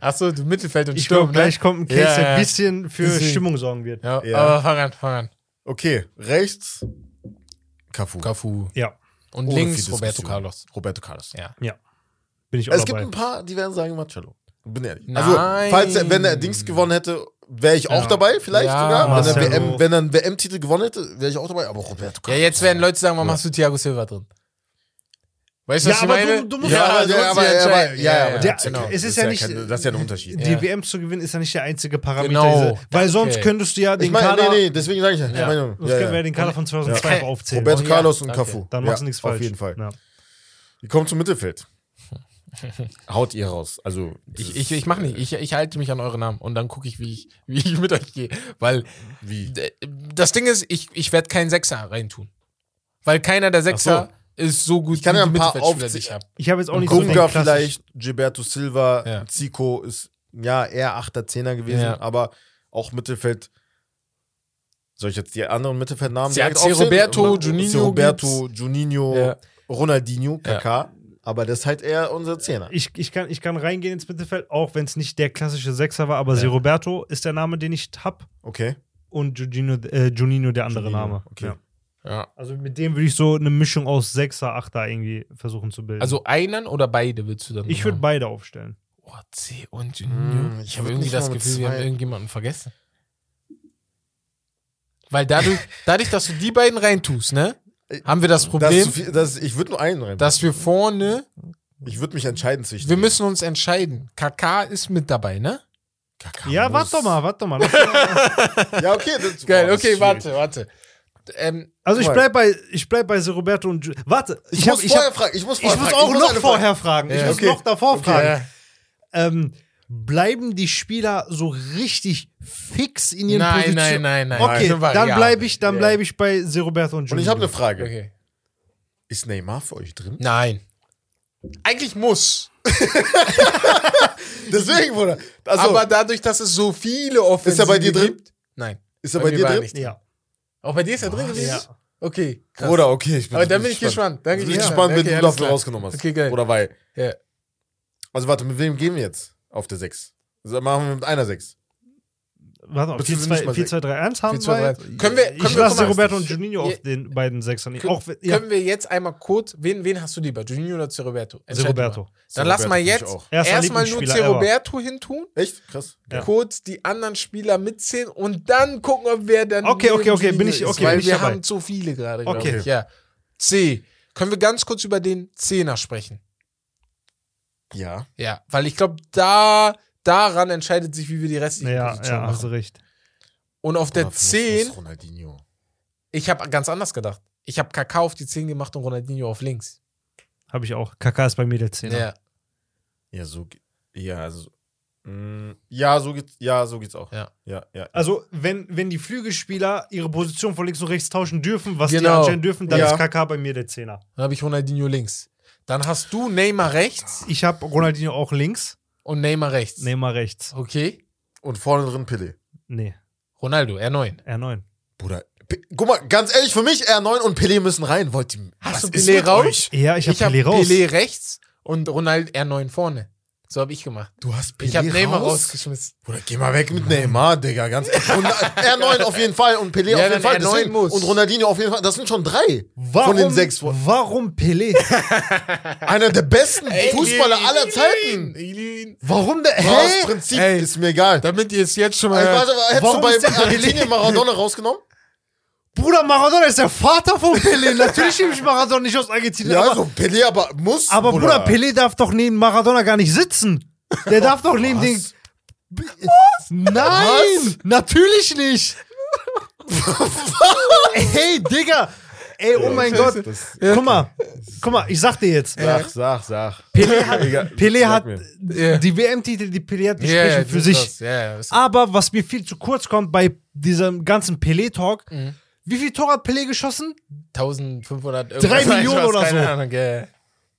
Ach so, du Mittelfeld und Ich Sturm, ne? ne? glaube, gleich kommt ein Case, Ja, der ja. ein bisschen für Deswegen. Stimmung sorgen wird. Ne? Ja, Ja. aber fang an, fang an. Okay, rechts Cafu. Cafu. Ja, Und Ohne links viel Roberto Diskussion. Carlos. Roberto Carlos. Ja. bin ich auch Es gibt dabei. ein paar, die werden sagen Marcello. Bin ehrlich. Also, Nein. falls er, wenn er Dings gewonnen hätte, wäre ich auch Ja. dabei, vielleicht Ja, sogar. Wenn er, Marcelo. WM, wenn er einen WM-Titel gewonnen hätte, wäre ich auch dabei. Aber Roberto Ja, Carlos. jetzt werden Leute sagen, warum Ja. hast du Thiago Silva drin? Weißt du, Ja, was ich aber du- meine? du musst- Ja, aber, sonst ja, aber, die ja, aber, entscheiden. ja, aber Der- das ist genau. es ist das ja ja nicht- kein- das ist ja ein Unterschied. Die Ja. WM zu gewinnen ist ja nicht der einzige Parameter. Genau. Diese, weil sonst Okay. könntest du ja den Ich meine, Kader. nee, nee, deswegen sage ich ja. Ich Ja. meine, Sonst ja, können wir ja. ja den Kader von 2002 Ja. einfach aufzählen. Roberto Oh, ja, Carlos und danke. Cafu. Dann machst Ja, du nichts falsch. Auf jeden Fall. Ja. Wir kommen zum Mittelfeld. Haut ihr raus. Also, Ich, ich, ich mache nicht. Ich, ich halte mich an eure Namen und dann gucke ich, wie ich, wie ich mit euch gehe. Weil Wie? d- das Ding ist, ich, ich werde keinen Sechser reintun. Weil keiner der Sechser ist so gut Ich kann wie ja die ein paar Mittelfeldspieler, die aufzäh- ich hab. Ich habe jetzt auch nicht so Gunga den klassischen- vielleicht, Gilberto Silva, Ja. Zico ist ja eher 8er, 10er gewesen, Ja. aber auch Mittelfeld. Soll ich jetzt die anderen Mittelfeldnamen Sie direkt hat sie aufzählen? Roberto, Ro- Juninho sie Roberto, Juninho, Ja. Ronaldinho, Kaká, aber das ist halt eher unser Zehner. Ich, ich, kann, ich kann reingehen ins Mittelfeld, auch wenn es nicht der klassische Sechser war, aber ja. Roberto ist der Name, den ich hab. Okay. Und Juninho, äh, Juninho der andere Juninho, Name. okay. Ja. Ja. Also mit dem würde ich so eine Mischung aus Sechser, Achter irgendwie versuchen zu bilden. Also einen oder beide willst du dann? ich würde beide. beide aufstellen. Oh, C und Juninho. Hm, ich ich habe würd irgendwie nicht das mal mit Gefühl, wir zwei- haben irgendjemanden vergessen. Weil dadurch, dadurch, dass du die beiden reintust, ne, haben wir Das das ist zu Problem, Äh, viel, das, ich würde nur einen rein. dass wir vorne, ich würde mich entscheiden zwischen. wir müssen uns entscheiden. KK ist mit dabei, ne? Kaká Ja, muss- warte doch mal, warte doch mal. Lass doch mal. Ja, okay. Das, Geil, boah, das ist okay, schwierig. warte, warte. Ähm, Also ich Guck bleib bei, ich bleib bei Roberto und Ju Warte, Ich, ich, hab, muss ich, vorher hab, fragen. Ich muss, ich vorher muss fragen, auch noch eine Frage- vorher fragen. Ich Ja. muss Okay. noch davor Okay. fragen. Ja. Ähm, bleiben die Spieler so richtig fix in ihren nein, Positionen? nein, nein, nein. Okay, Eine Variable. dann bleibe ich, dann Ja. bleib ich bei Roberto und Ju. Und ich habe eine Frage. Okay. Ist Neymar für euch drin? Nein. Eigentlich muss. Deswegen, Bruder. Also, aber dadurch, dass es so viele Offensiven bei dir drin? Gibt, nein. ist er bei bei mir dir war er drin? Ah, nicht. Ja. Auch bei dir ist er drin gewesen? Ja. Okay. krass. Oder okay, ich bin Aber dann bin ich gespannt. Dann Ich bin ja. gespannt, wenn Okay, du alles dafür klar. rausgenommen hast. Okay, geil. Oder weil. Ja. Also warte, mit wem gehen wir jetzt auf der 6? Also machen wir mit einer 6. Warte mal, Bist du nicht mal 4-2-3-1 haben 4-2-3-1. wir. Können wir- können ich wir- lasse guck mal, Roberto und Juninho Ja. auf den beiden Sechsern. Kö- Auch, wenn- ja, also Können wir jetzt einmal kurz, wen, wen hast du lieber, Juninho oder Zeroberto? Entscheid Roberto. mal. Dann lass mal jetzt Erster erstmal nur Lieblingsspieler ever. Zeroberto hintun, Echt? Krass. Ja. kurz die anderen Spieler mitzählen und dann gucken, ob wer dann Okay, okay, okay, bin ich- Juninho ist, okay, weil bin ich wir dabei. haben zu viele gerade, Okay. okay. ich. Ja. C. Können wir ganz kurz über den Zehner sprechen? Ja. Ja, weil ich glaube, da daran entscheidet sich, wie wir die restlichen Ja, Positionen ja, hast du machen. recht. Und Oh, auf der Oder für mich 10 muss Ronaldinho. Ich habe ganz anders gedacht. Ich habe Kaká auf die 10 gemacht und Ronaldinho auf links. Habe ich auch. Kaka ist bei mir der Zehner. Ja. Ja, so. ge- Ja, so. Mm, Ja, so geht's, ja, so geht's auch. Ja. ja, ja. Also, wenn, wenn die Flügelspieler ihre Position von links und rechts tauschen dürfen, was die Genau. anscheinend dürfen, dann Ja. ist Kaka bei mir der Zehner. Dann habe ich Ronaldinho links. Dann hast du Neymar rechts Ich habe Ronaldinho auch links, und Neymar rechts. Neymar rechts. Okay. Und vorne drin Pille. Nee, Ronaldo, R9. R9. Bruder. P Guck mal, ganz ehrlich, für mich R9 und Pele müssen rein. Wollt ihr. Hast was du ist Pelé mit raus? euch? Ja, ich habe hab Pelé raus. Pelé rechts und Ronaldo R9 vorne. So habe ich gemacht. Du hast Pele Ich habe Neymar raus? rausgeschmissen. Bruder, geh mal weg mit Neymar, Digga, ganz ehrlich. Und R9 auf jeden Fall und Pelé Ja, auf jeden dann Fall. R9 deswegen. muss. Und Ronaldinho auf jeden Fall. Das sind schon drei Warum, von den sechs. Warum Pelé? Einer der besten Fußballer aller Zeiten. Warum der? Hä? Das Hä? äh, Prinzip Ey. ist mir egal. Damit ihr es jetzt schon mal. Ey, warte, mal, hättest warum ist du der bei Argentinien Maradona rausgenommen? Bruder Maradona ist der Vater von Pelé. Natürlich nehme ich Maradona nicht aus Argentinien. Ja, aber, also Pelé aber muss. aber Bruder, Pelé darf doch neben Maradona gar nicht sitzen. Der darf doch neben den. Was? Nein! Was? Natürlich nicht! Ey, Digga! Ey, oh mein Gott! Das, Guck mal, guck mal, ich sag dir jetzt. sag, sag, sag. Pelé hat, Egal, Pelé sag hat mir. Ja. die WM-Titel, die Pelé hat, die Ja, sprechen das für ist sich. Ah. das. Ja, ja, das- Aber was mir viel zu kurz kommt bei diesem ganzen Pelé-Talk, Mhm. wie viel Tore hat Pelé geschossen? 1500 Drei irgendwas. Millionen Ich weiß, oder keine so. Ahnung, ja.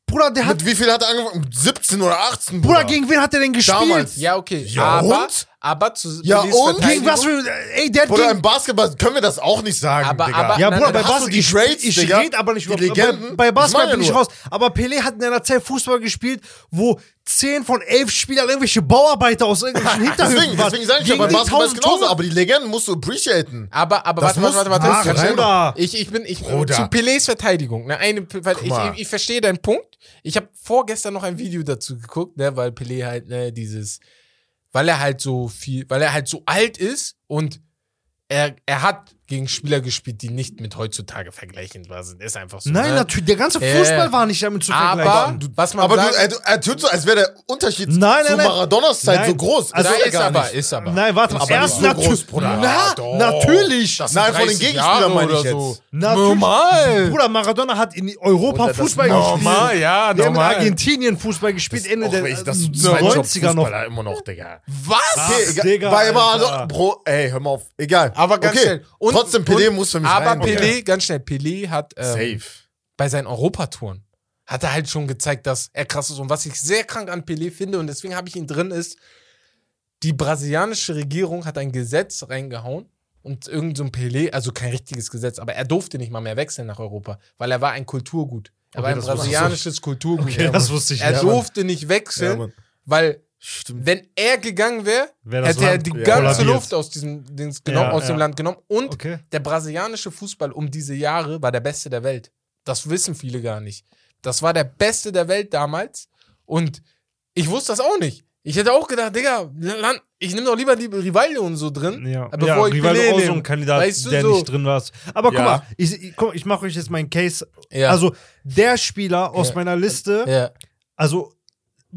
Bruder, der hat. Mit wie viel hat er angefangen? Mit 17 oder 18, Bruder. Bruder, gegen wen hat er denn gespielt? Damals. Ja, okay. Ja, aber, und? Aber zu Ja, Belees und? Verteidigung- Gegen was für. Ey, der hat Oder gegen- im Basketball können wir das auch nicht sagen, Aber- Digga. aber- Ja, Na, Bruder, dann bei hast du Basketball. die Ich, Trades, ich Digga. rede aber nicht Die über Legenden. Bei, bei Basketball Meine bin ich nur. raus. Aber Pelé hat in einer Zeit Fußball gespielt, wo 10 von 11 Spielern irgendwelche Bauarbeiter aus irgendwelchen Hinterhöfen Deswegen, waren. deswegen sage ich ja, Gegen bei die Basketball ist 1000 genauso. Tore. Aber die Legenden musst du appreciaten. Aber, aber Das warte, warte, warte, warte, muss- warte, Ach, warte, Bruder. warte. Ich, ich bin ich, Bruder. zu Pelés Verteidigung. Ne, eine, weil ich, mal. ich, ich verstehe deinen Punkt. Ich habe vorgestern noch ein Video dazu geguckt, ne, weil Pelé halt ne, dieses, weil er halt so viel, weil er halt so alt ist und er, er hat gegen Spieler gespielt, die nicht mit heutzutage vergleichbar sind. Ist einfach so. Nein, ne? natürlich. Der ganze Äh, Fußball war nicht damit zu vergleichen. Aber was man Aber du, äh, sagt, er, er tut so, als wäre der Unterschied Nein, zu nein, nein. Maradonas Zeit Nein. so groß. Also, da er ist gar aber, nicht. ist aber. Nein, warte mal. Aber Erst nicht so groß, natürlich. Bruder. Na, Ja, doch. natürlich. Das sind Nein, von den 30 Gegenspielern Jahre meine ich oder jetzt. so. Natürlich. Normal. Bruder, Maradona hat in Europa Bruder, das Fußball ist gespielt. normal, ja, Der hat in normal. Argentinien Fußball gespielt, Ende Auch der wenn ich das äh, zu meinem Job 90er noch. Fußballer immer noch, Digga. Was? Ah, Okay, egal. Digga, War immer also, Alter. Bro, ey, hör mal auf. Egal. Aber ganz okay. schnell. Trotzdem, Pelé muss für mich Aber rein, Digga. Pelé, ganz schnell, Pelé hat ähm, Safe. bei seinen Europatouren hat er halt schon gezeigt, dass er krass ist. Und was ich sehr krank an Pelé finde, und deswegen habe ich ihn drin, ist, die brasilianische Regierung hat ein Gesetz reingehauen und irgend so ein Pelé, also kein richtiges Gesetz, aber er durfte nicht mal mehr wechseln nach Europa, weil er war ein Kulturgut. Er war Okay, ein das war- brasilianisches Kulturgut. Okay, das wusste ich er nicht. durfte nicht Ja, wechseln, Mann. weil Stimmt. wenn er gegangen wäre, Wär das hätte er Land die ja, ganze kollabiert. Luft aus, diesem, Dings genommen, Ja, aus dem ja. Land genommen. Und Okay. der brasilianische Fußball um diese Jahre war der beste der Welt. Das wissen viele gar nicht. Das war der beste der Welt damals. Und ich wusste das auch nicht. Ich hätte auch gedacht, Digga, Land, ich nehme doch lieber die Rivaldo und so drin. Ja, Hm? bevor ja ich Rivaldo Pelé auch so nehme. ein Kandidat, Weißt du, der so. nicht drin war. Aber guck Ja. mal, ich, ich, guck, ich mache euch jetzt meinen Case. Ja. Also der Spieler aus Ja. meiner Liste, ja. also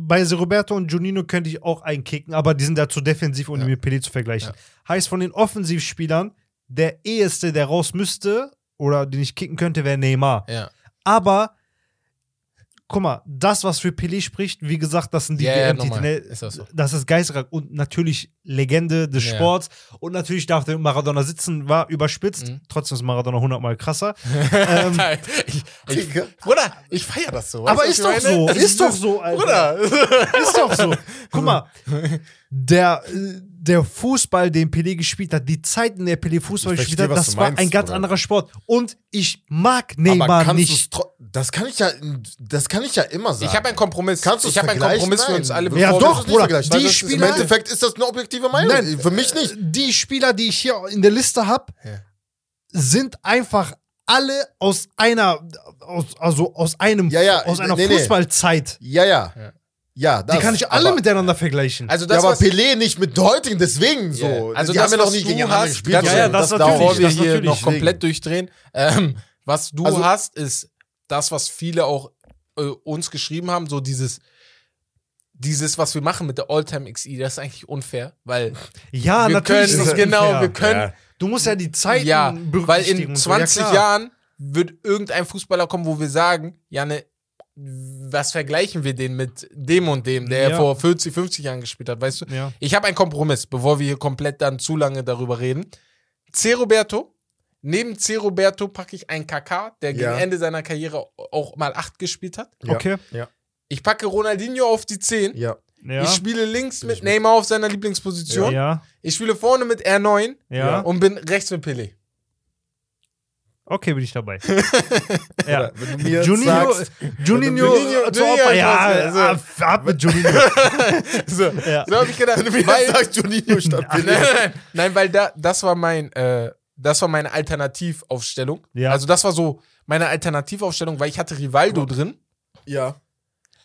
bei Roberto und Juninho könnte ich auch einkicken, aber die sind da zu defensiv, um Ja. ihn mit Pelé zu vergleichen. Heißt, von den Offensivspielern, der eheste, der raus müsste oder den ich kicken könnte, wäre Neymar. Ja. Aber guck mal, das, was für Pelé spricht, wie gesagt, das sind die Ja, ja, WM-Titel. nochmal. ne? Ist das so. ist geistreich und natürlich Legende des Ja. Sports. Und natürlich darf der Maradona sitzen, war überspitzt. Mhm. Trotzdem ist Maradona hundertmal krasser. ähm, ich, ich, Digga. Bruder, ich feiere das so. aber Weißt ist du, was doch ich meine? so, ist doch so, Alter. Bruder. Ist doch so. Guck mal, der, äh, der Fußball, den Pelé gespielt hat, die Zeit, in der Pelé Fußball Ich gespielt verstehe, hat, was das du war meinst, ein ganz Bruder. anderer Sport. Und ich mag aber Neymar kannst nicht. du's tro- Das kann ich ja, das kann ich ja immer sagen. Ich habe einen Kompromiss. Kannst du's ich habe einen vergleichen? Kompross für Nein. uns alle. Ja, Ja, bevor wir- doch, nicht Bruder. vergleichen. Weil Die das ist- Im Spieler, Endeffekt ist das eine objektive Meinung. Nein. Für mich nicht. die Spieler, die ich hier in der Liste habe, Ja. sind einfach alle aus einer, aus, also aus einem, Ja, ja, aus einer nee, nee. Fußballzeit. Ja, ja. Ja. Ja, das. die kann ich alle aber, miteinander vergleichen. Also das, Ja, aber was- Pelé nicht mit Deutigen, deswegen so. Yeah. Also die das, haben ja noch was nie du gegeneinander hast, gespielt. ganz oder? Ja, ja, so. das darf- bevor natürlich, wir das hier natürlich. noch komplett durchdrehen. Ähm, was du Also- hast, ist das, was viele auch äh, uns geschrieben haben, so dieses, dieses, was wir machen mit der Alltime XI, das ist eigentlich unfair, weil ja, wir natürlich. ist können das genau, unfair. wir können Du musst ja die ja, Zeiten weil berücksichtigen in und 20 so. ja, klar. Jahren wird irgendein Deswegen Fußballer kommen, wo wir sagen, Janne, was vergleichen wir den mit dem und dem, der Ja. vor 40, 50 Jahren gespielt hat, weißt du? Ja. Ich habe einen Kompromiss, bevor wir hier komplett dann zu lange darüber reden. C. Roberto. Neben C. Roberto packe ich einen KK, der gegen Ja. Ende seiner Karriere auch mal 8 gespielt hat. Ja. Okay. Ich packe Ronaldinho auf die 10. Ja. Ja. Ich spiele links mit Ich- Neymar auf seiner Lieblingsposition. ja. Ich spiele vorne mit R9 Ja. und bin rechts mit Pelé. Okay, bin ich dabei. ja. Oder Wenn du mir Juninho, sagst, Juninho, Juninho- zu Juninho- Opfer, ja, also- ab, ab mit Juninho. So, Ja. so habe ich gedacht, wenn du mir weil, sagst, Juninho statt nein, Pelé. nein, nein, nein, weil da, das war mein, äh, das war meine Alternativaufstellung. Ja. Also das war so meine Alternativaufstellung, weil ich hatte Rivaldo drin, Ja.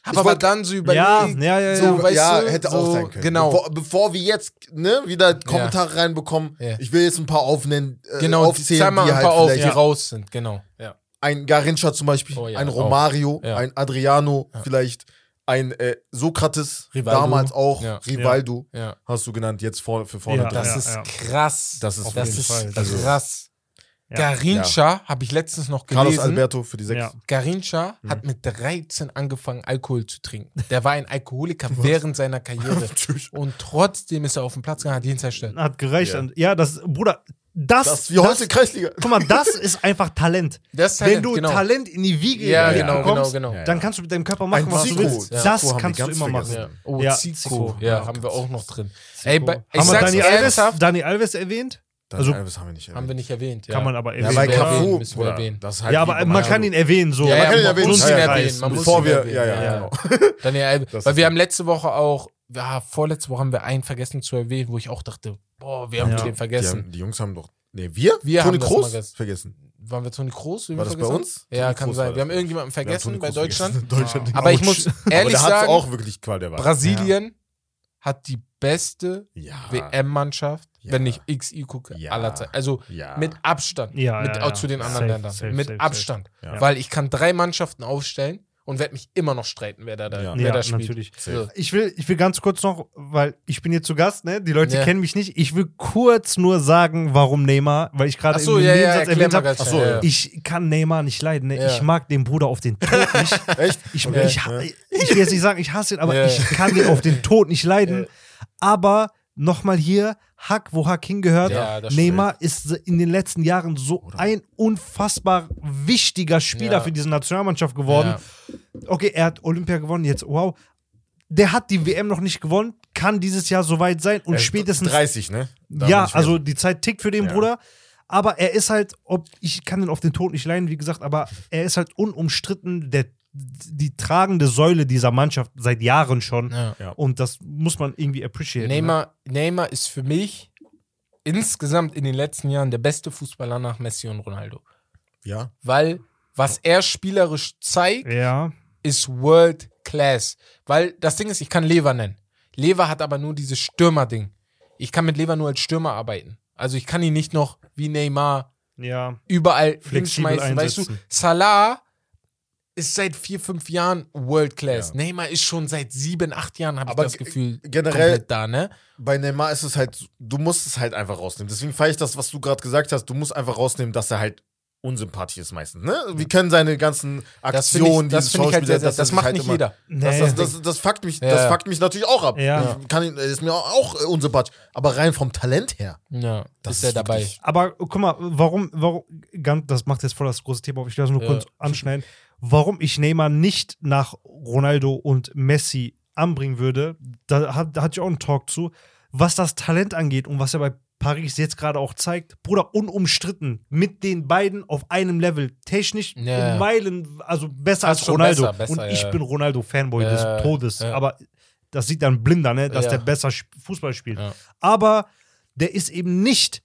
habe aber wollt- dann so ja, überlegt, ja, ja, So, ja. Äh, weißt ja, du, hätte so, auch sein können. genau. Bevor, bevor wir jetzt ne, wieder Kommentare reinbekommen, Ja. ich will jetzt ein paar aufnennen, äh, genau, aufzählen, zähl mal die ein halt paar auf, die vielleicht raus sind, genau. Ja. ein Garincha zum Beispiel, Oh ja, ein auch. Romario, Ja. ein Adriano vielleicht, ein äh, Sokrates, Rivaldo. damals auch, Ja. Rivaldo ja. hast du genannt, jetzt vor, für vorne Ja. drin. Das Ja. ist krass. Das ist auf das jeden ist Fall. Also- krass. Ja. Garincha habe ich letztens noch Carlos Hm. gelesen. Alberto für die Sechs. Ja. Garincha hat mit 13 angefangen, Alkohol zu trinken. Der war ein Alkoholiker während seiner Karriere. Natürlich. Und trotzdem ist er auf den Platz gegangen, hat ihn zerstört. Hat gereicht. Ja. Ja. ja, das, Bruder, Das, Das ist wie heute Kreisliga. Guck mal, das ist einfach Talent. Das ist Wenn Talent, du genau. Talent in die Wiege Ja, gelegt genau, bekommst, genau, genau. dann kannst du mit deinem Körper machen, Ein was Zico. du willst. Ja, das Zico haben kannst wir du ganz immer vergessen. machen. Ja. Oh, Ja, Zico. Zico. Ja, Ja, haben wir auch noch drin. Zico. Ey, bei, ich haben wir sag's Dani Alves, ernsthaft, Dani Alves erwähnt? Also, Also- Alves haben wir nicht haben wir erwähnt. nicht erwähnt. Ja. Kann man aber Ja, erwähnen. bei wir erwähnen, Cafu, müssen wir Bruder, erwähnen. das ist halt ja, aber wie man bei kann Mario. ihn erwähnen. So. man kann ihn erwähnen, muss ja, ihn ja. erwähnen. Man muss Bevor ihn wir- erwähnen. ja, ja, ja. Daniel Alves. Das Weil ist wir so. haben letzte Woche auch, ja, vorletzte Woche haben wir einen vergessen zu erwähnen, wo ich auch dachte, boah, wir haben Ja. den Die, vergessen. haben, die Jungs haben doch. Nee, wir? Wir Toni haben das Kroos mal ges- vergessen. Waren wir Toni Kroos? den War wir das bei vergessen uns? haben? Ja, Toni kann Kroos sein. war Wir haben das. irgendjemanden Wir haben Toni vergessen bei Kroos Deutschland. vergessen. Deutschland. Aber ich Autsch. muss Aber ehrlich der hat's sagen, auch wirklich Qual der Wahl. Brasilien hat die beste Ja. äh, WM-Mannschaft, Ah. Ja. wenn ich XI gucke, Ja. Ah. aller Zeiten. Also Ja. mit Abstand. Ja, mit, ja, auch ja. Zu den anderen Safe, Ländern. safe, mit safe, Abstand. safe. Ja. Weil ich kann drei Mannschaften aufstellen und werde mich immer noch streiten, wer da, da, Ja. wer Ja, da spielt. natürlich. So. Also, Ich will, ich will ganz kurz noch, weil ich bin hier zu Gast, ne? Die Leute Ja. kennen mich nicht. Ich will kurz nur sagen, warum Neymar, weil ich gerade Achso, im ja, ja, Nebensatz erklär erwähnt mal habe. ganz schnell. Ach so, ja. Ich kann Neymar nicht leiden, ne? Ja. Ich mag den Bruder auf den Tod nicht. Echt? Ich, Okay. ich, ha- ich will jetzt nicht sagen, ich hasse ihn, aber Ja. ich kann den auf den Tod nicht leiden. Aber nochmal hier, Hack, wo Hack hingehört, Ja, das Neymar ist in den letzten Jahren so ein unfassbar wichtiger Spieler Ja. für diese Nationalmannschaft geworden. Okay, er hat Olympia gewonnen, jetzt wow. Der hat die WM noch nicht gewonnen, kann dieses Jahr soweit sein und Er ist spätestens 30, Äh, ne? Da ja, bin ich mir- also die Zeit tickt für den Ja. Bruder. Aber er ist halt, ob ich kann den auf den Tod nicht leiden, wie gesagt, aber er ist halt unumstritten der, die tragende Säule dieser Mannschaft seit Jahren schon. Ja. Ja. Und das muss man irgendwie appreciaten. Neymar, Neymar ist für mich insgesamt in den letzten Jahren der beste Fußballer nach Messi und Ronaldo. Ja. Weil was er spielerisch zeigt, Ne? Ja. ist World Class. Weil das Ding ist, ich kann Lever nennen. Lever hat aber nur dieses Stürmer-Ding. Ich kann mit Lever nur als Stürmer arbeiten. Also ich kann ihn nicht noch wie Neymar Ja. überall Flexibel hinschmeißen. Weißt du, einsetzen. Salah ist seit vier, fünf Jahren World Class. Ja. Neymar ist schon seit sieben, acht Jahren, habe ich Aber das g- Gefühl, generell- komplett da, ne? Bei Neymar ist es halt, du musst es halt einfach rausnehmen. Deswegen feiere ich das, was du gerade gesagt hast. Du musst einfach rausnehmen, dass er halt unsympathisch ist meistens. Ne? Wir kennen seine ganzen Mhm. Das finde ich, Aktionen, das diese finde ich halt Schauspieler, sehr, sehr, dass er das sich macht halt nicht immer- jeder. Das, Nee. das, das, das, fuckt mich, das Ja. fuckt mich natürlich auch ab. Ja. Ich kann ihn, ist mir auch äh, unsympathisch. Aber rein vom Talent her. Ja, Das ist er ist dabei. wirklich- aber guck mal, warum, warum, ganz, das macht jetzt voll das große Thema auf, ich will das nur Ja. kurz anschneiden, warum ich Neymar nicht nach Ronaldo und Messi anbringen würde, da, hat, da hatte ich auch einen Talk zu, was das Talent angeht und was er bei Paris jetzt gerade auch zeigt, Bruder, unumstritten, mit den beiden auf einem Level, technisch Ja. um Meilen, also besser Das als schon Ronaldo. besser, besser, und ich ja. bin Ronaldo-Fanboy Ja, des Todes, ja. aber das sieht dann blinder, ne, dass Ja. der besser sp- Fußball spielt. Ja. Aber der ist eben nicht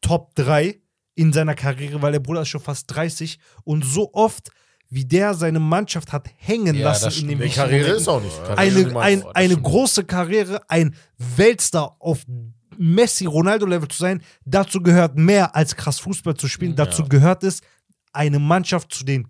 Top 3 in seiner Karriere, weil der Bruder ist schon fast 30 und so oft, wie der seine Mannschaft hat hängen Ja, lassen das in stimmt. dem Die Nee, wichtigen Karriere Momenten. ist auch nicht. Karriere ist eine, immer- ein, Boah, das eine stimmt. große Karriere, ein Weltstar auf Messi-Ronaldo-Level zu sein, dazu gehört mehr als krass Fußball zu spielen, Ja. dazu gehört es, eine Mannschaft zu den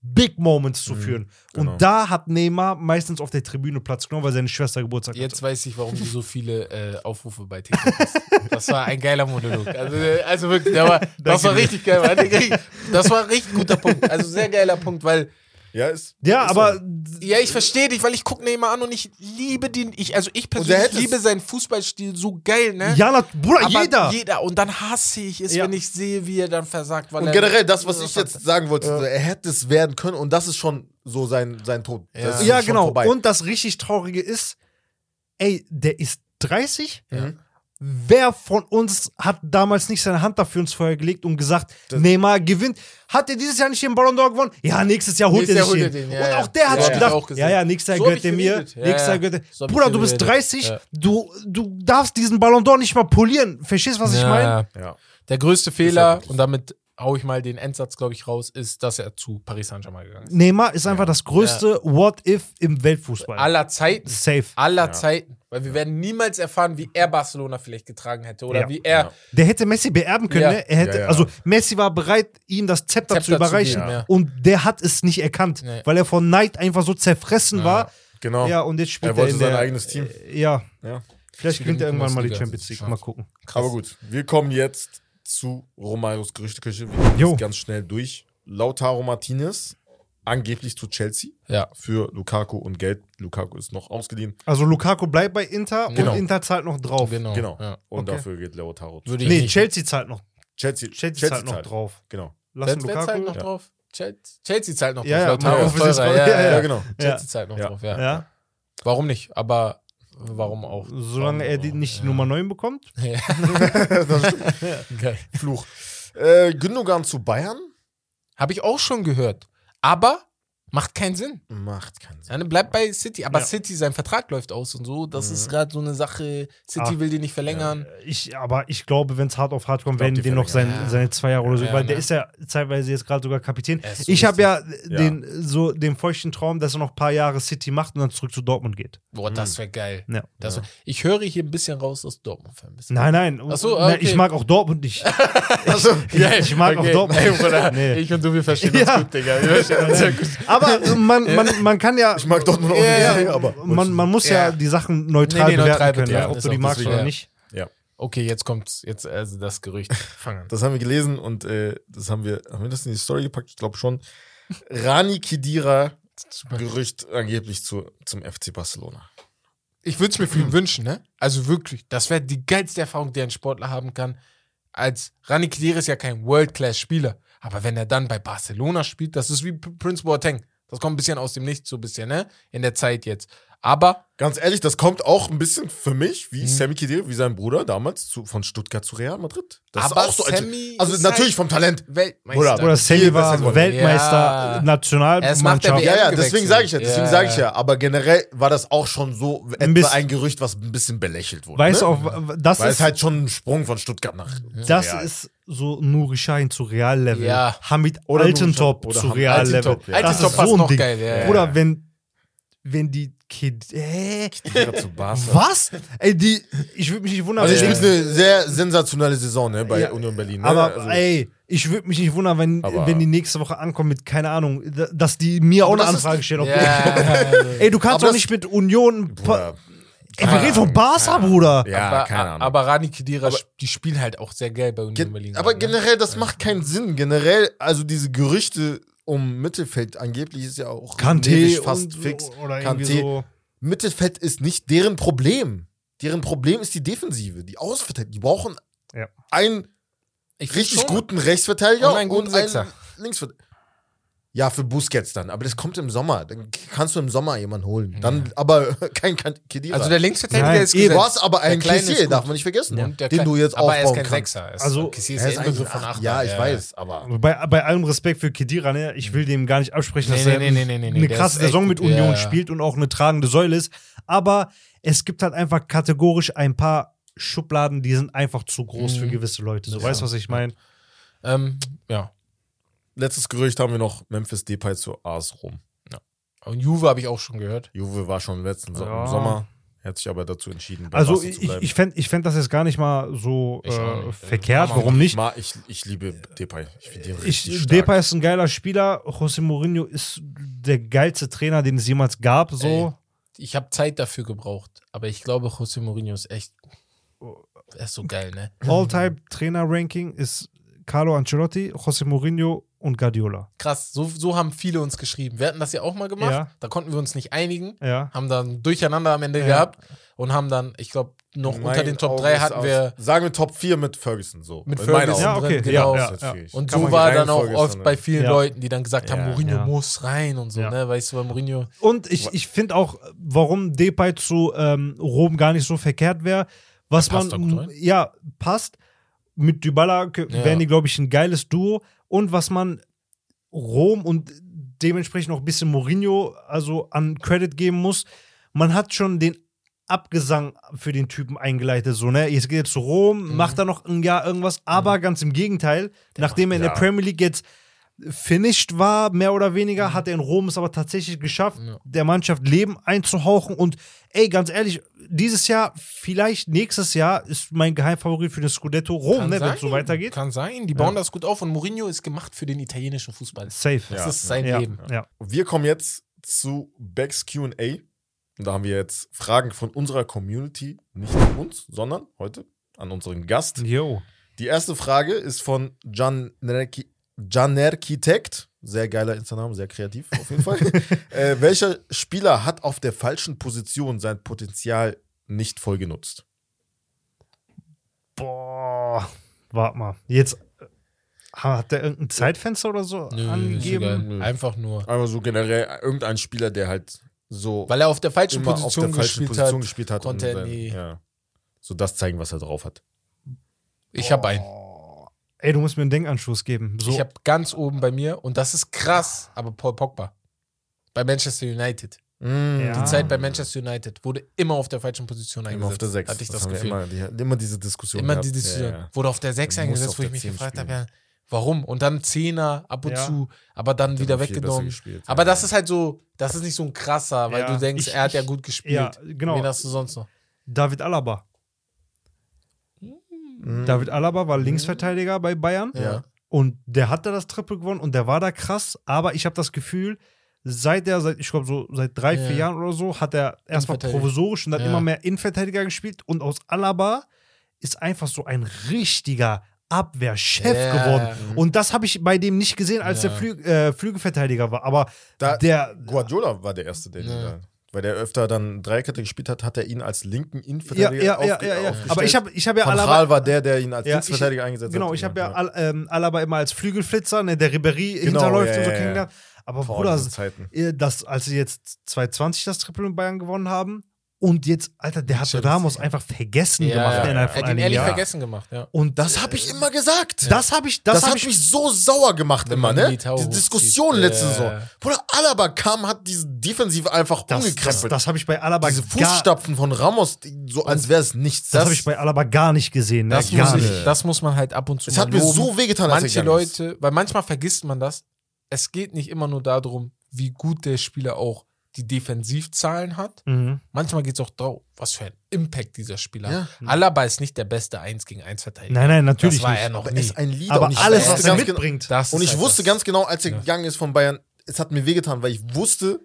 Big Moments Mhm, zu führen. genau. Und da hat Neymar meistens auf der Tribüne Platz genommen, weil seine Schwester Geburtstag Jetzt weiß ich, warum du so viele äh, Aufrufe bei TikTok hast. Das war ein geiler Monolog. Also, äh, also wirklich, der war, das war dir. richtig geil. Mann. Das war ein richtig guter Punkt. Also sehr geiler Punkt, weil Ja, ist. hatte. Ja, ist aber ja, ich verstehe dich, weil ich gucke Neymar an und ich liebe den. Ich, also ich Und der persönlich hätte es- liebe seinen Fußballstil so geil, ne? ja, na, Bruder, Aber jeder. Jeder. Und dann hasse ich es, Ja. wenn ich sehe, wie er dann versagt. Weil Und er, generell das, was ich jetzt sagen wollte, er hätte es werden können und das ist schon so sein, sein Tod. Das Ja. ist Ja, schon genau. vorbei. Und das richtig Traurige ist, ey, der ist 30. Ja. Wer von uns hat damals nicht seine Hand dafür ins Feuer gelegt und gesagt, Neymar gewinnt? Hat er dieses Jahr nicht den Ballon d'Or gewonnen? Ja, nächstes Jahr holt Nächstes er Jahr sich holt den. er den, ja, und ja. auch der hat Ja, sich hab ich auch gedacht, gesehen. ja, ja, nächstes Jahr So hab gehört ich er mir, geredet. Ja, nächstes Jahr ja. gehört er. So hab ich Bruder, du bist geredet. 30, Ja. du, du darfst diesen Ballon d'Or nicht mal polieren. Verstehst du, was ich meine? Ja. Der größte Ist ja Fehler, wirklich so. und damit hau ich mal den Endsatz, glaube ich, raus, ist, dass er zu Paris Saint-Germain gegangen ist. Neymar ist einfach das größte What-If im Weltfußball. Aller Zeiten. Safe. Aller Ja. Zeiten. Weil wir werden niemals erfahren, wie er Barcelona vielleicht getragen hätte oder Ja. wie er Ja. Der hätte Messi beerben können. Ja. Ne? Er hätte, Ja, ja. Also Messi war bereit, ihm das Zepter, Zepter zu überreichen. zu geben, ja. Und der hat es nicht erkannt, Nee. weil er von Neid einfach so zerfressen Ja. war. Genau. Ja, und jetzt spielt Er er, wollte in sein der, eigenes Team. Äh, ja. Ja. Vielleicht gewinnt er Spielt in der irgendwann mal die Bundesliga, Champions also League. schon. Mal gucken. Aber gut, wir kommen jetzt zu Romarios Gerüchteküche. Wir Jo. gehen jetzt ganz schnell durch. Lautaro Martinez angeblich zu Chelsea Ja. für Lukaku und Geld. Lukaku ist noch ausgeliehen. Also Lukaku bleibt bei Inter Genau. und Inter zahlt noch drauf. Genau. Genau. Ja. Und Okay. dafür geht Lautaro zu Würde ich Nee, nicht. Chelsea zahlt noch Chelsea, Chelsea, ist halt noch drauf. Genau. Lassen Wer- wer zahlt Lukaku. noch Ja. drauf? Chelsea, Chelsea zahlt noch Ja, ja, drauf. mal Lautaro auf, ist es ist teurer, voll- ja, ja, ja. genau. Chelsea zahlt noch Ja. drauf, ja. ja. Warum nicht? Aber warum auch? Solange warum er die, auch? nicht die Ja. Nummer 9 bekommt. Ja. das stimmt. Geil. Fluch. Äh, Gündogan zu Bayern Habe ich auch schon gehört. Aber macht keinen Sinn. macht keinen Sinn. Dann bleibt bei City. Aber Ja. City, sein Vertrag läuft aus und so. Das Mhm. ist gerade so eine Sache. City Ach. will die nicht verlängern. Äh, Ich, aber ich glaube, wenn es hart auf hart kommt, glaub, werden die die noch sein, verlängern. Ja. seine zwei Jahre oder so. Ja, weil ne? der ist ja zeitweise jetzt gerade sogar Kapitän. Er ist so Ich habe ja richtig- Ja. den so den feuchten Traum, dass er noch ein paar Jahre City macht und dann zurück zu Dortmund geht. Boah, das wäre geil. Mhm. Ja. Das wär, ich höre hier ein bisschen raus, dass Dortmund-Fan bist. Nein, nein. Ach so, ah, Nein, okay. Ich mag auch Dortmund nicht. Also, Ich, ich mag okay. auch Dortmund Ey, nicht. Bruder, Nee. Ich und du, wir verstehen Ja. uns gut, Digga. Wir verstehen uns sehr gut. Aber äh, man, man, man kann ja. ich mag Dortmund auch Ja, nicht, ja. aber man, man muss ja, Ja. die Sachen neutral Nee, nee, bewerten neutral können, ne? bewerten, ob ist du die auch magst deswegen, oder ja. nicht. Okay, jetzt kommt's. Jetzt also das Gerücht. Fang an. das haben wir gelesen und äh, das haben wir, haben wir das in die Story gepackt? Ich glaube schon. Rani Kidira, Gerücht angeblich zu, zum FC Barcelona. Ich würde es mir für ihn wünschen, ne? Also wirklich, das wäre die geilste Erfahrung, die ein Sportler haben kann. Als Rani Kedira ist ja kein World-Class-Spieler, aber wenn er dann bei Barcelona spielt, das ist wie P- Prince Boateng. Das kommt ein bisschen aus dem Nichts, so ein bisschen, ne? In der Zeit jetzt. Aber Ganz ehrlich, das kommt auch ein bisschen für mich, Mhm. wie Sammy Khedira, wie sein Bruder damals zu, von Stuttgart zu Real Madrid. Das Aber ist auch so. als- Sammy also ist natürlich halt- vom Talent. Weltmeister. Bruder, Oder Viel Sammy besser war geworden. Weltmeister, Ja. Es macht der Nationalmannschaft. Ja, WM. ja, gewechselt. deswegen sage ich ja, deswegen Ja. sage ich ja. Aber generell war das auch schon so etwa Ein bisschen- ein Gerücht, was ein bisschen belächelt wurde. Weißt ne? du, auch, das Weil ist, es halt schon ein Sprung von Stuttgart nach. das Real. ist so Nuri Sahin zu Real-Level. Ja. Hamid Oder Nuri Altentop Sahin. Oder zu Hamid Real-Level. Altintop, ja. Das Altintop ist passt so ein noch Ding. geil, ja, ja, Oder ja. wenn, wenn die Kid... Hä? Wieder zu Barca. Was? Ey, die... Ich würde mich nicht wundern, Also, ich wenn... spiele eine sehr sensationelle Saison ne, bei Ja. Union Berlin. Ne? aber also, ey, ich würde mich nicht wundern, wenn, Aber- wenn die nächste Woche ankommen mit, keine Ahnung, da- dass die mir auch Aber eine das ist- Anfrage stellen. Ob Ja. du, ey, du kannst Aber doch das- nicht mit Union... Bruder, Ey, wir reden von Ahnung, Barca, Bruder. ja, aber, keine Ahnung. aber Rani Kedira, Aber- die spielen halt auch sehr geil bei Union Gen Berlin. aber gerade, ne? generell, das macht keinen Sinn. Generell, also diese Gerüchte um Mittelfeld angeblich ist ja auch Kanté ewig fast und, fix. Oder irgendwie Kanté. so. Mittelfeld ist nicht deren Problem. Deren Problem ist die Defensive, die Außenverteidigung. Die brauchen Ja. einen Ich find richtig schon- guten Rechtsverteidiger Und einen guten Sechser. Linksverteidiger. Ja, für Busquets dann. Aber das kommt im Sommer. Dann kannst du im Sommer jemanden holen. Dann aber kein Kedira. Also der Linksverteidiger Nein, ist Du gesetzt. hast aber einen Kleine ist Klischee, gut. darf man nicht vergessen, Und der den Kleine- du jetzt aber aufbauen er ist kein kannst. Sechser. Er ist- Also, Kessie Er der ist Inbegriff eigentlich ein von Achter. Achter, Ja, ich weiß, aber Bei, bei allem Respekt für Kedira, ne? ich will dem gar nicht absprechen, dass Nee, er nee, nee, nee, nee, nee, eine der krasse ist echt Saison mit gut, Union ja, ja. spielt und auch eine tragende Säule ist. Aber es gibt halt einfach kategorisch ein paar Schubladen, die sind einfach zu groß Mhm. für gewisse Leute. Du Ja. weißt, was ich meine? Ähm, ja. letztes Gerücht haben wir noch Memphis Depay zu AS Rom. Und Juve habe ich auch schon gehört. Juve war schon im letzten so Ja. im Sommer, er hat sich aber dazu entschieden, bei Also, Barca ich, zu bleiben. ich fände ich fänd das jetzt gar nicht mal so Ich auch äh, nicht. Also verkehrt. Kann man Warum Ich, nicht? mag, ich, ich liebe Depay. Ich finde ihn richtig Ich, stark. Depay ist ein geiler Spieler. José Mourinho ist der geilste Trainer, den es jemals gab. So. Ich habe Zeit dafür gebraucht, aber ich glaube, José Mourinho ist echt. Er ist so geil, ne? All-Time-Trainer-Ranking ist Carlo Ancelotti, José Mourinho und Guardiola. Krass, so, so haben viele uns geschrieben. Wir hatten das ja auch mal gemacht. Ja. Da konnten wir uns nicht einigen, Ja. haben dann Durcheinander am Ende Ja. gehabt und haben dann, ich glaube, noch In unter meinen den Top Augen 3 ist hatten aus- wir. Sagen wir Top 4 mit Ferguson so. Mit In meinen Ferguson. Augen. Ja, okay. drin, genau. ja, Das ist ja, ja. natürlich- Und kann so man war die dann auch Reihenfolge oft dann- bei vielen Ja. Leuten, die dann gesagt haben, Ja. Mourinho Ja. muss rein und so, Ja. ne? Weißt du, weil Mourinho. Und ich, ich finde auch, warum Depay zu ähm, Rom gar nicht so verkehrt wäre, was Der passt man doch gut rein. ja passt. Mit Dybala k- Ja. wären die, glaube ich, ein geiles Duo. Und was man Rom und dementsprechend auch ein bisschen Mourinho also an Credit geben muss, man hat schon den Abgesang für den Typen eingeleitet. So, ne, jetzt geht er zu Rom, Mhm. macht er noch ein Jahr irgendwas, aber ganz im Gegenteil, nachdem er in ja. der Premier League jetzt finished war, mehr oder Mhm. weniger, hat er in Rom es aber tatsächlich geschafft, Ja. der Mannschaft Leben einzuhauchen. Und ey, ganz ehrlich, dieses Jahr, vielleicht nächstes Jahr, ist mein Geheimfavorit für den Scudetto Rom, Kann ne, wenn es so sein. weitergeht. Kann sein. Die bauen das gut auf und Mourinho ist gemacht für den italienischen Fußball. Safe. Das Ja. ist sein ja. Leben. ja. Wir kommen jetzt zu Becks QA. Und da haben wir jetzt Fragen von unserer Community, nicht an uns, sondern heute an unseren Gast. Yo. Die erste Frage ist von Janerki- Janerchitekt. Sehr geiler Instagram, sehr kreativ auf jeden Fall. äh, welcher Spieler hat auf der falschen Position sein Potenzial nicht voll genutzt? Boah. Warte mal. Jetzt äh, Hat der irgendein Zeitfenster oder so Nö, angegeben? ist egal. Einfach nur. Einmal so generell äh, irgendein Spieler, der halt so Weil er auf der falschen immer auf Position, der falschen gespielt, Position hat. gespielt hat. konnte er nie- ja, so das zeigen, was er drauf hat. Ich habe einen. Oh. Ey, du musst mir einen Denkanstoß geben. So. Ich habe ganz oben bei mir, und das ist krass, aber Paul Pogba. Bei Manchester United. Ja. Die Zeit bei Ah. Manchester United wurde immer auf der falschen Position eingesetzt. Mm. Immer auf der 6. Hatte ich das, Gefühl. Immer, die, immer diese Diskussion. Immer gehabt. die Diskussion. Ja, ja. Wurde auf der 6 Er muss eingesetzt, auf wo ich der mich 10 gefragt habe, spielen. ja, warum? Und dann Zehner ab und Ja. zu, aber dann Hat wieder immer viel besser weggenommen. gespielt, Aber ja. das ist halt so, das ist nicht so ein krasser, weil Ja, du denkst, ich- er hat ja ich- gut gespielt. ja, genau. Wen hast du sonst noch? David Alaba. Mm. Mhm. David Alaba war Linksverteidiger bei Bayern Ja. und der hat da das Triple gewonnen und der war da krass, aber ich habe das Gefühl, seit er, seit, ich glaube so seit drei, Ja. vier Jahren oder so, hat er erstmal Innenverteidiger. provisorisch und dann Ja. immer mehr Innenverteidiger gespielt und aus Alaba ist einfach so ein richtiger Abwehrchef Ja. geworden. Und das habe ich bei dem nicht gesehen, als Ja. der Flü äh, Flügelverteidiger war. Aber Da- der Guardiola war der Erste, der Ja. den da. Weil der öfter dann Dreikette gespielt hat, hat er ihn als linken Innenverteidiger ja, ja, aufge- ja, ja. aufgestellt. Aber ich habe ich hab ja Van Alaba. Gaal war der, der ihn als Ja, Linksverteidiger ich- eingesetzt hat. Genau, ich habe ja, Ja. Al, ähm, Alaba immer als Flügelflitzer, ne, der Ribéry Genau, hinterläuft ja, und so ja, ja. kennengelernt. Aber Boah, Bruder, diese Zeiten. ihr- das, als sie jetzt 2020 das Triple in Bayern gewonnen haben und jetzt, Alter, der hat Stimmt. Ramos einfach vergessen gemacht ja, innerhalb Er von hat ihn einem ehrlich Jahr. vergessen gemacht, ja. Und das Das habe habe ich immer gesagt. das habe ich, das, Das, hab hat ich, mich so sauer gemacht Wenn immer, man ne? Militao Die hochzieht. Diskussion Ja. letzte Saison. Bruder, Alaba kam, hat diesen Defensiv einfach das, das, umgekrempelt. das habe ich bei Alaba Diese gar, das Fußstapfen von Ramos, die- so als wäre es nichts. habe ich bei Alaba gar nicht gesehen, ne? Das, gar muss nicht. ich, das muss man halt ab und zu es mal hat mir loben. so wehgetan, als manche er gegangen ist. Leute, weil manchmal vergisst man das, es geht nicht immer nur darum, wie gut der Spieler auch die Defensivzahlen hat. Mhm. Manchmal geht es auch drauf, was für ein Impact dieser Spieler Ja. hat. Alaba ist nicht der beste 1 gegen 1 Verteidiger. Nein, nein, natürlich das war nicht. er noch Aber er nie. ist ein Leader. aber und ich alles, weiß was wusste er ganz genau, mitbringt, Das Und ist ich halt wusste das. ganz genau, als er Ja. gegangen ist von Bayern, es hat mir wehgetan, weil ich wusste,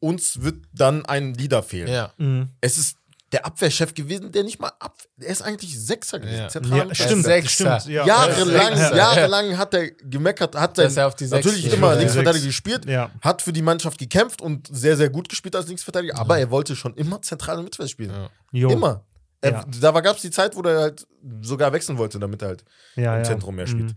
uns wird dann ein Leader fehlen. Ja. Mhm. Es ist der Abwehrchef gewesen, der nicht mal ab. Er ist eigentlich Sechser gewesen. Ja. zentraler ja, stimmt, Mittelfeldler. Sechster. stimmt. Ja, Jahrelang, Ja. jahrelang hat er gemeckert, hat sein, Dass er auf die Sechs natürlich geht. immer Ja. Linksverteidiger Sechs. gespielt, Ja. hat für die Mannschaft gekämpft und sehr, sehr gut gespielt als Linksverteidiger, aber er wollte schon immer zentrale Mittelfeld spielen. Ja. Jo. Immer. Er, Ja. Da gab es die Zeit, wo er halt sogar wechseln wollte, damit er halt ja, im ja. Zentrum mehr Mhm. spielt.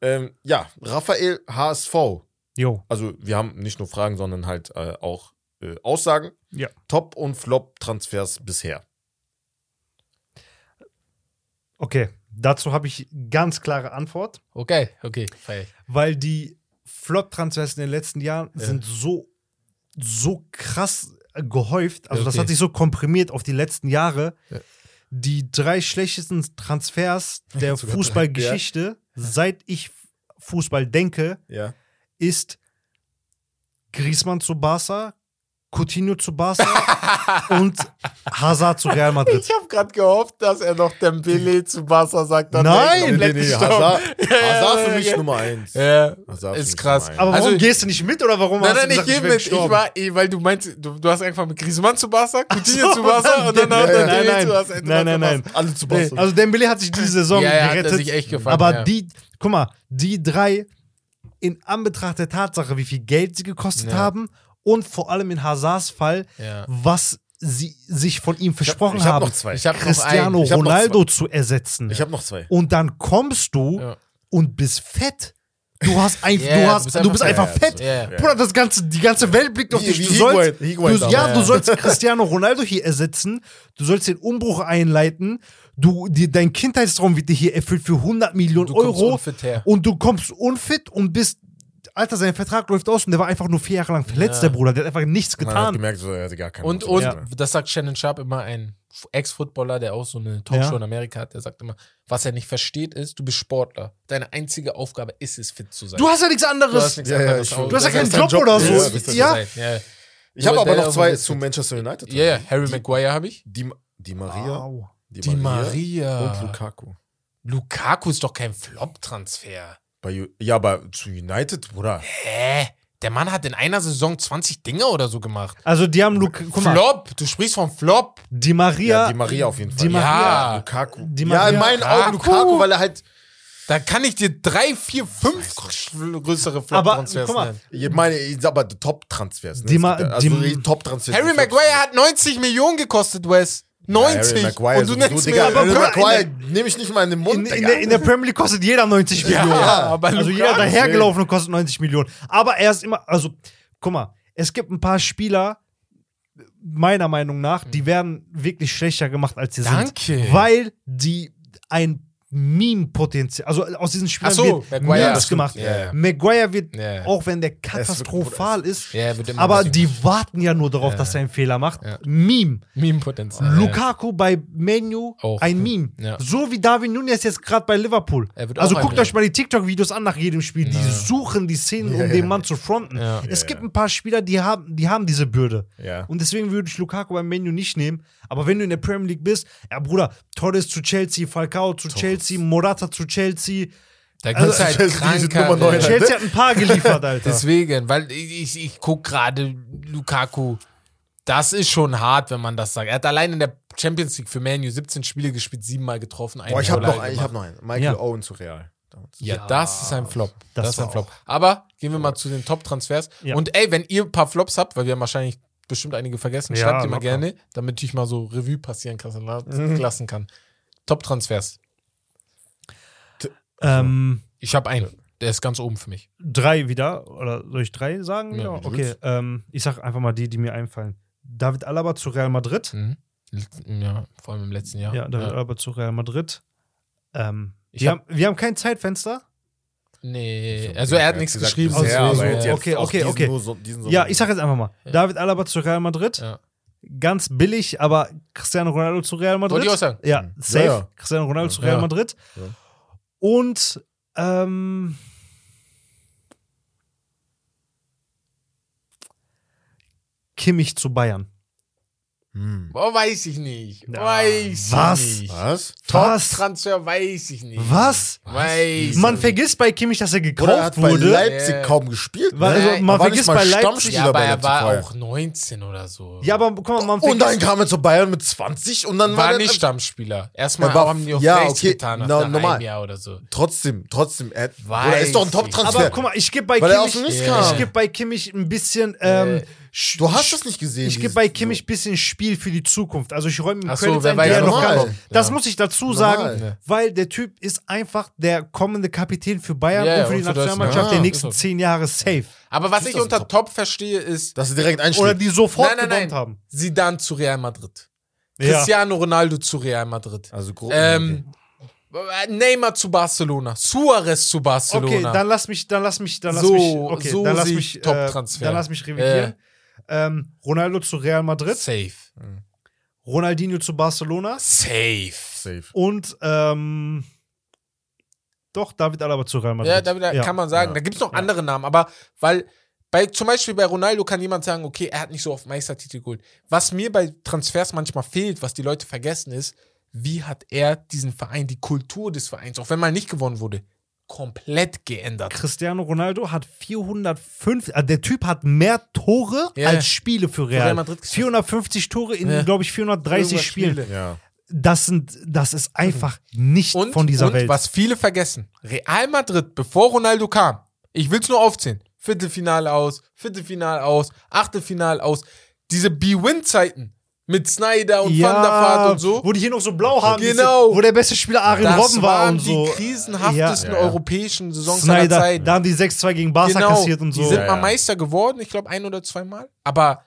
Ähm, ja, Raphael HSV. Jo. Also wir haben nicht nur Fragen, sondern halt äh, auch äh, Aussagen. Ja. Top und Flop Transfers bisher. Okay, dazu habe ich ganz klare Antwort, Okay, okay, feier ich. weil die Flop-Transfers in den letzten Jahren Ja. sind so, so krass äh, gehäuft. Also, das Okay. hat sich so komprimiert auf die letzten Jahre. Ja. Die drei schlechtesten Transfers Sogar der drei, Fußballgeschichte, seit ich Fußball denke, Ja. ist Griezmann zu Barca, Coutinho zu Barca und Hazard zu Real Madrid. Ich habe gerade gehofft, dass er noch Dembele zu Barca sagt. dann Nee, Nein! Nein, nee, nee, Hazard, Hazard für mich ja. Nummer eins. Ja, Hazard für mich ist krass. Nummer eins. Aber warum Also- gehst du nicht mit oder warum Nein, hast nein, du ich gesagt, gehe bin mit. Ich gestorben? war, eh, weil du meinst, du, du hast angefangen mit Griezmann zu Barca, Coutinho zu Barca und dann Nein, auch nein, Dembele nein. zu Barca. Du Nein, warst nein, nein. Barca. Alle zu Barca. Also Dembele hat sich diese Saison Ja, ja, hat er gerettet. sich echt gefangen, aber ja. die, guck mal, die drei in Anbetracht der Tatsache, wie viel Geld sie gekostet Ja. haben und vor allem in Hazards Fall, Ja. was sie sich von ihm versprochen ich hab haben, noch zwei. Ich habe noch Cristiano einen. Ich hab noch Ronaldo zu ersetzen. Ich habe noch zwei. und dann kommst du Ja. und bist fett. Du hast ein, Ja, du ja, hast, du bist du einfach bist einfach fett. Ja, fett. Ja, ja. Bruder, das ganze, die ganze Welt blickt auf Wie- dich. wie Du sollst, Higuain- Higuain du, damals. ja, du sollst Cristiano Ronaldo hier ersetzen. Du sollst den Umbruch einleiten. Du, dir, dein Kindheitstraum wird dir hier erfüllt für 100 Millionen Du kommst Euro. unfit her. Und du kommst unfit und bist. Alter, sein Vertrag läuft aus und der war einfach nur vier Jahre lang verletzt, der Ja. Bruder. Der hat einfach nichts Man hat getan. gemerkt, so, er hatte gar keine Und, und Motivation mehr. das sagt Shannon Sharp immer, ein Ex-Footballer, der auch so eine Talkshow Ja. in Amerika hat, der sagt immer, was er nicht versteht ist, du bist Sportler. Deine einzige Aufgabe ist es, fit zu sein. Du hast ja nichts anderes. nichts Ja, ja, anderes ich- außer- du hast ja das keinen ist dein Job oder so. Ja, das ist Ja. dein- ja, ja. Ich habe Nur aber der noch zwei ist zu fit. Manchester United. Ja, ja, Harry Die- Maguire habe ich. Die, die Maria. Wow. Die Maria. Und Lukaku. Lukaku ist doch kein Flop-Transfer. Bei, Ju- ja, aber zu United, Bruder. Hä? Der Mann hat in einer Saison 20 Dinger oder so gemacht. Also, die haben Luke. Guck mal, Flop, du sprichst von Flop. die Maria. Ja, die Maria auf jeden Fall. die Maria. Ja, Lukaku. Die Ja, in Maria. meinen Augen Lukaku. Lukaku, weil er halt Da kann ich dir drei, vier, fünf grö- größere aber, Flop-Transfers guck mal, nennen. Ich meine, ich sag mal, die Top-Transfers. Ne? Die Es Ma- gibt ja- also die- die Top-Transfers. Harry die Top- Maguire hat 90 Millionen gekostet, Wes. Harry 90. Maguire und du sowieso, nennst Digga, mir Harry Bro, Maguire nehme ich nicht mal in den Mund. In, in, Digga. der, in der Premier League kostet jeder 90 Millionen. aber also Lukaku- jeder dahergelaufene kostet 90 Millionen. Aber er ist immer, also guck mal, es gibt ein paar Spieler, meiner Meinung nach, die werden wirklich schlechter gemacht, als sie Hm. Danke. sind. Weil die ein Meme-Potenzial, also aus diesen Spielern Ach so, wird Maguire, Memes stimmt. gemacht. Ja, ja. Maguire wird, Ja. auch wenn der katastrophal ist, Ja, wird immer aber besser. die warten ja nur darauf, dass er einen Fehler macht. Ja. Meme. Meme-Potenzial. Lukaku bei Menu Auch. ein Meme. Ja. So wie Darwin Nunes jetzt gerade bei Liverpool. Er wird Also auch ein guckt Meme. euch mal die TikTok-Videos an nach jedem Spiel. Die suchen die Szenen, um Ja, ja. den Mann zu fronten. Ja. Es Ja, gibt ja. ein paar Spieler, die haben, die haben diese Bürde. Ja. Und deswegen würde ich Lukaku beim Menu nicht nehmen. Aber wenn du in der Premier League bist, ja Bruder, Torres zu Chelsea, Falcao zu Chelsea, Morata zu Chelsea. Da gibt's Also, halt Chelsea ist kranker. Nummer neun. Oh, Ja. Chelsea hat ein paar geliefert, Alter. Deswegen, weil ich, ich, ich gucke gerade Lukaku. Das ist schon hart, wenn man das sagt. Er hat allein in der Champions League für Man U 17 Spiele gespielt, siebenmal getroffen. einen Boah, ich habe Goal noch, einen, ich hab gemacht. noch einen. Michael Ja. Owen zu Real. Damals. Ja, das ist ein Flop. Das, Das ist ein war Flop. Aber gehen wir mal zu den Top-Transfers. Ja. Und ey, wenn ihr ein paar Flops habt, weil wir haben wahrscheinlich bestimmt einige vergessen, Ja, schreibt ihr mal locker. gerne, damit ich mal so Revue passieren kann, lassen kann. Top-Transfers. Ähm, Ich habe einen. Der ist ganz oben für mich. drei wieder. Oder soll ich drei sagen? Ja, Ja, wie du okay, willst. ähm, ich sag einfach mal die, die mir einfallen. David Alaba zu Real Madrid. Mhm. Letzten- Ja, vor allem im letzten Jahr. Ja, David Alaba zu Real Madrid. Ähm, Ich wir, hab- haben, wir haben kein Zeitfenster. äh, Nee, also er hat nichts gesagt, geschrieben. Also, bisher, aber deswegen also so. er hat jetzt Okay, auch okay, diesen okay. nur so- diesen Sommer- Ja, ich sag jetzt einfach mal. David Alaba zu Real Madrid. Ja. Ganz billig, aber Cristiano Ronaldo zu Real Madrid. Wollte ich auch sagen. Ja, safe. Ja, ja. Cristiano Ronaldo zu Ja. Real Madrid. Ja. Und ähm, Kimmich zu Bayern. Hm. Oh, weiß ich nicht. Na, weiß was? ich nicht. Was? Was? Transfer weiß ich nicht. Was? Weiß. Man ich vergisst bei Kimmich, dass er Oder er hat gekauft bei wurde. Leipzig Ja. kaum gespielt. ne? Weil- also, Er man war vergisst nicht mal bei Leipzig- nicht. Stammspieler ja, aber bei er Leipzig war vorher. auch 19 oder so. Ja, aber guck mal, man Und dann vergisst. kam er zu Bayern mit 20 und dann war, war er- nicht Stammspieler. Erstmal Er war- haben die auch ja, ja, okay, getan nach na- einem normal. Jahr oder so. Trotzdem, trotzdem. Er, Weiß oder er ist doch ein ich. aber Top-Transfer. guck mal, ich gebe bei Weil er aus dem Kimmich. Nichts Ja. Äh, kam. Ich gebe bei Kimmich ein bisschen. Ähm, sch- Du hast sch- das nicht gesehen. Ich gebe dieses- bei Kimmich ein bisschen Spiel für die Zukunft. Also ich räume ihm Ach so, Credits wer ein, weiß, die er ja, noch gar normal. nicht. Das Ja. muss ich dazu Normal. sagen, Ja. weil der Typ ist einfach der kommende Kapitän für Bayern Ja, ja, und für die und für Nationalmannschaft Deutschland. der Ja, nächsten ist so. zehn Jahre safe. Aber was Ist ich das unter Top? Top verstehe ist, Dass er direkt einschlägt. Oder die sofort nein, nein, gebombt nein, haben. Zidane zu Real Madrid. Ja. Cristiano Ronaldo zu Real Madrid. also grob. Ähm, Neymar zu Barcelona. Suarez zu Barcelona. Okay, dann lass mich, dann lass mich, dann lass So- mich, okay, so dann lass sehe mich, ich Top-Transfer. Äh, dann lass mich revidieren. Ähm, Ronaldo zu Real Madrid, Safe. Ronaldinho zu Barcelona Safe. safe. und ähm, doch David Alaba zu Real Madrid. Ja, da wieder- kann man sagen. Ja. Da gibt es noch andere Namen, aber weil bei zum Beispiel bei Ronaldo kann jemand sagen, okay, er hat nicht so oft Meistertitel geholt. Was mir bei Transfers manchmal fehlt, was die Leute vergessen ist, wie hat er diesen Verein, die Kultur des Vereins, auch wenn mal nicht gewonnen wurde, komplett geändert. Cristiano Ronaldo hat 405, also der Typ hat mehr Tore Ja. als Spiele für Real. Real Madrid geschossen. 450 Tore in, Ja. glaube ich, 430 Irgendwas Spielen. Spiele. Ja. Das, sind, das ist einfach nicht Und, von dieser und Welt. was viele vergessen, Real Madrid, bevor Ronaldo kam, ich will es nur aufzählen, Viertelfinale aus, Viertelfinale aus, Achtelfinale aus, diese B-Win-Zeiten mit Snyder und Van der Vaart und so. Wo die hier noch so blau haben. Genau. Wo der beste Spieler Arjen das Robben war waren und so. die krisenhaftesten Ja, ja. europäischen Saisons seiner Snyder, Zeit. da haben die 6-2 gegen Barca genau, kassiert und so. die sind Ja, ja. mal Meister geworden, ich glaube ein oder zweimal. Aber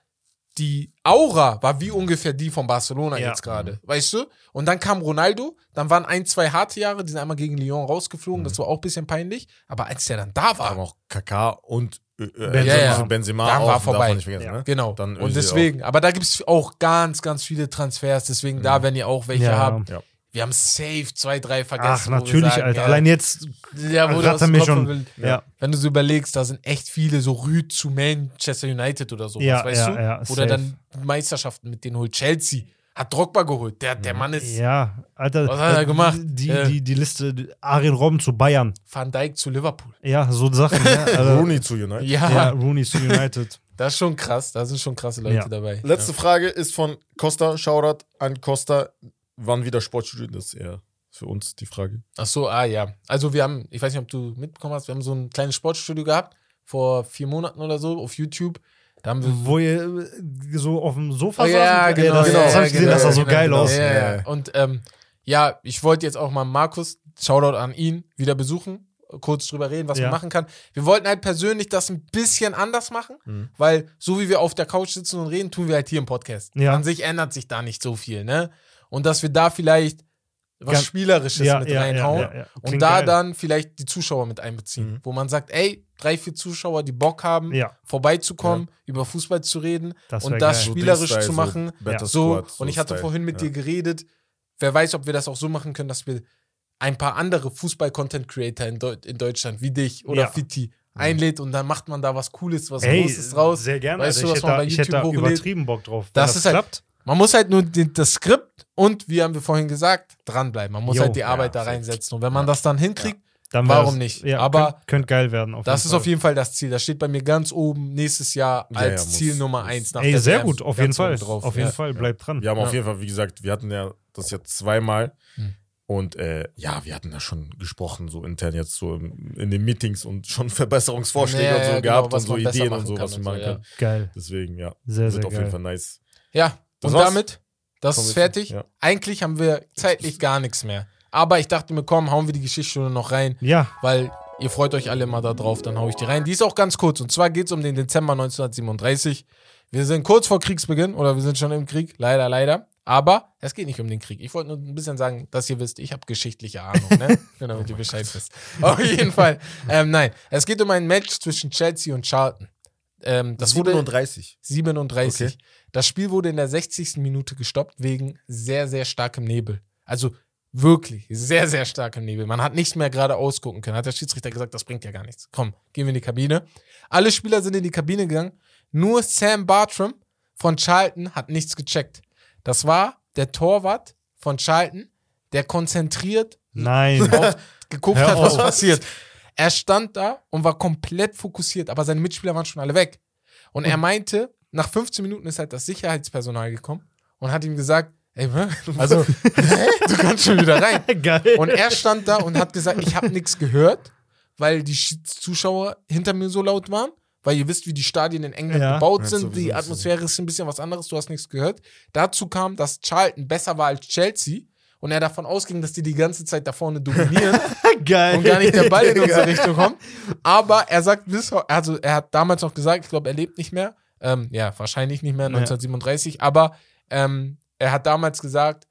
die Aura war wie ungefähr die von Barcelona Ja. jetzt gerade, weißt du? Und dann kam Ronaldo, dann waren ein, zwei harte Jahre, die sind einmal gegen Lyon rausgeflogen, das war auch ein bisschen peinlich. Aber als der dann da Da haben war, auch Kaká und äh, Benzema, Benzema. ja, ja. Benzema auch, Dann war darf man vorbei. Nicht vergessen, Ja. ne? genau. Dann und Özil deswegen, aber da gibt es auch ganz, ganz viele Transfers, deswegen da werden ihr auch welche Ja. haben. Ja. Wir haben safe zwei, drei vergessen. Ach, wo wir natürlich, sagen, Alter. ja, Allein jetzt. Ja, wo du aus rattern dem mir Kopf schon. will. Ja. Wenn du so überlegst, da sind echt viele so Rüd zu Manchester United oder sowas, Ja, weißt ja, du? ja, oder safe. dann Meisterschaften mit denen holt. Chelsea hat Drogba geholt. Der, der Mann ist Mhm. Ja, Alter. äh, Was hat er gemacht? Die, Ja. die, die Liste. Arjen Robben zu Bayern. Van Dijk zu Liverpool. Ja, so Sachen. Ja, Auch. also, Rooney zu United. Ja, ja Rooney zu United. das ist schon krass. Da sind schon krasse Leute Ja. dabei. Letzte Frage ist von Costa. Shoutout an Costa. Wann wieder Sportstudio? Das ist eher für uns die Frage. Ach so, ah ja. Also wir haben, ich weiß nicht, ob du mitbekommen hast, wir haben so ein kleines Sportstudio gehabt vor vier Monaten oder so auf YouTube. Da haben wir Wo ihr äh, so auf dem Sofa Oh, saß. ja, mit- genau, das, ja, das hab ja, ich gesehen, das sah so genau, geil genau. aus. Ja, Ja, ja. ja. Und ähm, ja, ich wollte jetzt auch mal Markus, Shoutout an ihn, wieder besuchen, kurz drüber reden, was Ja. man machen kann. Wir wollten halt persönlich das ein bisschen anders machen, Mhm. weil so wie wir auf der Couch sitzen und reden, tun wir halt hier im Podcast. Ja. An sich ändert sich da nicht so viel, ne? Und dass wir da vielleicht was Ganz- Spielerisches Ja, mit ja, reinhauen ja, ja, ja. und Klingt da geil. dann vielleicht die Zuschauer mit einbeziehen, Mhm. wo man sagt, ey, drei, vier Zuschauer, die Bock haben, Ja, vorbeizukommen, über Fußball zu reden das und wär das geil. Äh, spielerisch Ding-Style, zu machen. So, Better Ja. Squad, so, und ich hatte Style. vorhin mit ja. dir geredet. Wer weiß, ob wir das auch so machen können, dass wir ein paar andere Fußball-Content-Creator in, Deu in Deutschland, wie dich oder Ja. Fiti, Mhm. einlädt und dann macht man da was Cooles, was Ey, Großes draus. sehr gerne. Weißt also du, ich was hätte man da, bei ich YouTube hätte da hochlädt? übertrieben Bock drauf. Wenn Das das, ist halt- klappt. Man muss halt nur den, das Skript und, wie haben wir vorhin gesagt, dranbleiben. Man muss Jo, halt die Arbeit ja, da safe. reinsetzen. Und wenn man das dann hinkriegt, Dann wär Warum das- nicht? Ja, Aber könnte könnt geil werden. Auf das jeden ist Fall. auf jeden Fall das Ziel. Das steht bei mir ganz oben nächstes Jahr Ja, als ja, muss- Ziel Nummer muss. eins. nach Ey, der sehr WM. gut, auf Ganz jeden Fall. oben drauf, auf jeden ja. Fall, bleibt dran. Wir haben auf Ja. jeden Fall, wie gesagt, wir hatten ja das jetzt zweimal. Hm. Und äh, ja, wir hatten da schon gesprochen, so intern jetzt so im- in den Meetings und schon Verbesserungsvorschläge Ja, und so ja, genau, gehabt und was so man besser Ideen und machen so, kann was wir und machen so, ja. können. Geil. Deswegen, ja, Sehr, wird sehr auf jeden geil. Fall nice. Ja, Das und war's. damit, das Kommen ist wir jetzt- fertig. ja. Eigentlich haben wir zeitlich gar nichts mehr. Aber ich dachte mir, komm, hauen wir die Geschichtsstunde noch rein, Ja, weil ihr freut euch alle immer da drauf, dann hau ich die rein. Die ist auch ganz kurz. Und zwar geht es um den Dezember 1937. Wir sind kurz vor Kriegsbeginn oder wir sind schon im Krieg, leider, leider. Aber es geht nicht um den Krieg. Ich wollte nur ein bisschen sagen, dass ihr wisst, ich habe geschichtliche Ahnung, ne? Nur damit ihr Bescheid wisst. Auf jeden Fall. Ähm, nein, es geht um ein Match zwischen Chelsea und Charlton. Ähm, das wurde 37. 37. Okay. Das Spiel wurde in der 60. Minute gestoppt wegen sehr, sehr starkem Nebel. Also wirklich sehr, sehr starkem Nebel. Man hat nicht mehr gerade ausgucken können. Hat der Schiedsrichter gesagt, das bringt ja gar nichts. Komm, gehen wir in die Kabine. Alle Spieler sind in die Kabine gegangen. Nur Sam Bartram von Charlton hat nichts gecheckt. Das war der Torwart von Charlton, der konzentriert nein. auf, geguckt Hör hat, was auf. passiert. Er stand da und war komplett fokussiert, aber seine Mitspieler waren schon alle weg. Und Mhm. er meinte, nach 15 Minuten ist halt das Sicherheitspersonal gekommen und hat ihm gesagt, ey, du- Also- du kannst schon wieder rein. geil. Und er stand da und hat gesagt, ich habe nichts gehört, weil die Sch- Zuschauer hinter mir so laut waren. Weil ihr wisst, wie die Stadien in England Ja. gebaut Ja, sind. sowieso, Die sowieso. Atmosphäre ist ein bisschen was anderes. Du hast nichts gehört. Dazu kam, dass Charlton besser war als Chelsea und er davon ausging, dass die die ganze Zeit da vorne dominieren geil. und gar nicht der Ball in unsere Richtung kommt. Aber er sagt bis heu- also er hat damals noch gesagt, ich glaube, er lebt nicht mehr. Ähm, ja, wahrscheinlich nicht mehr, 1937. Aber ähm, er hat damals gesagt,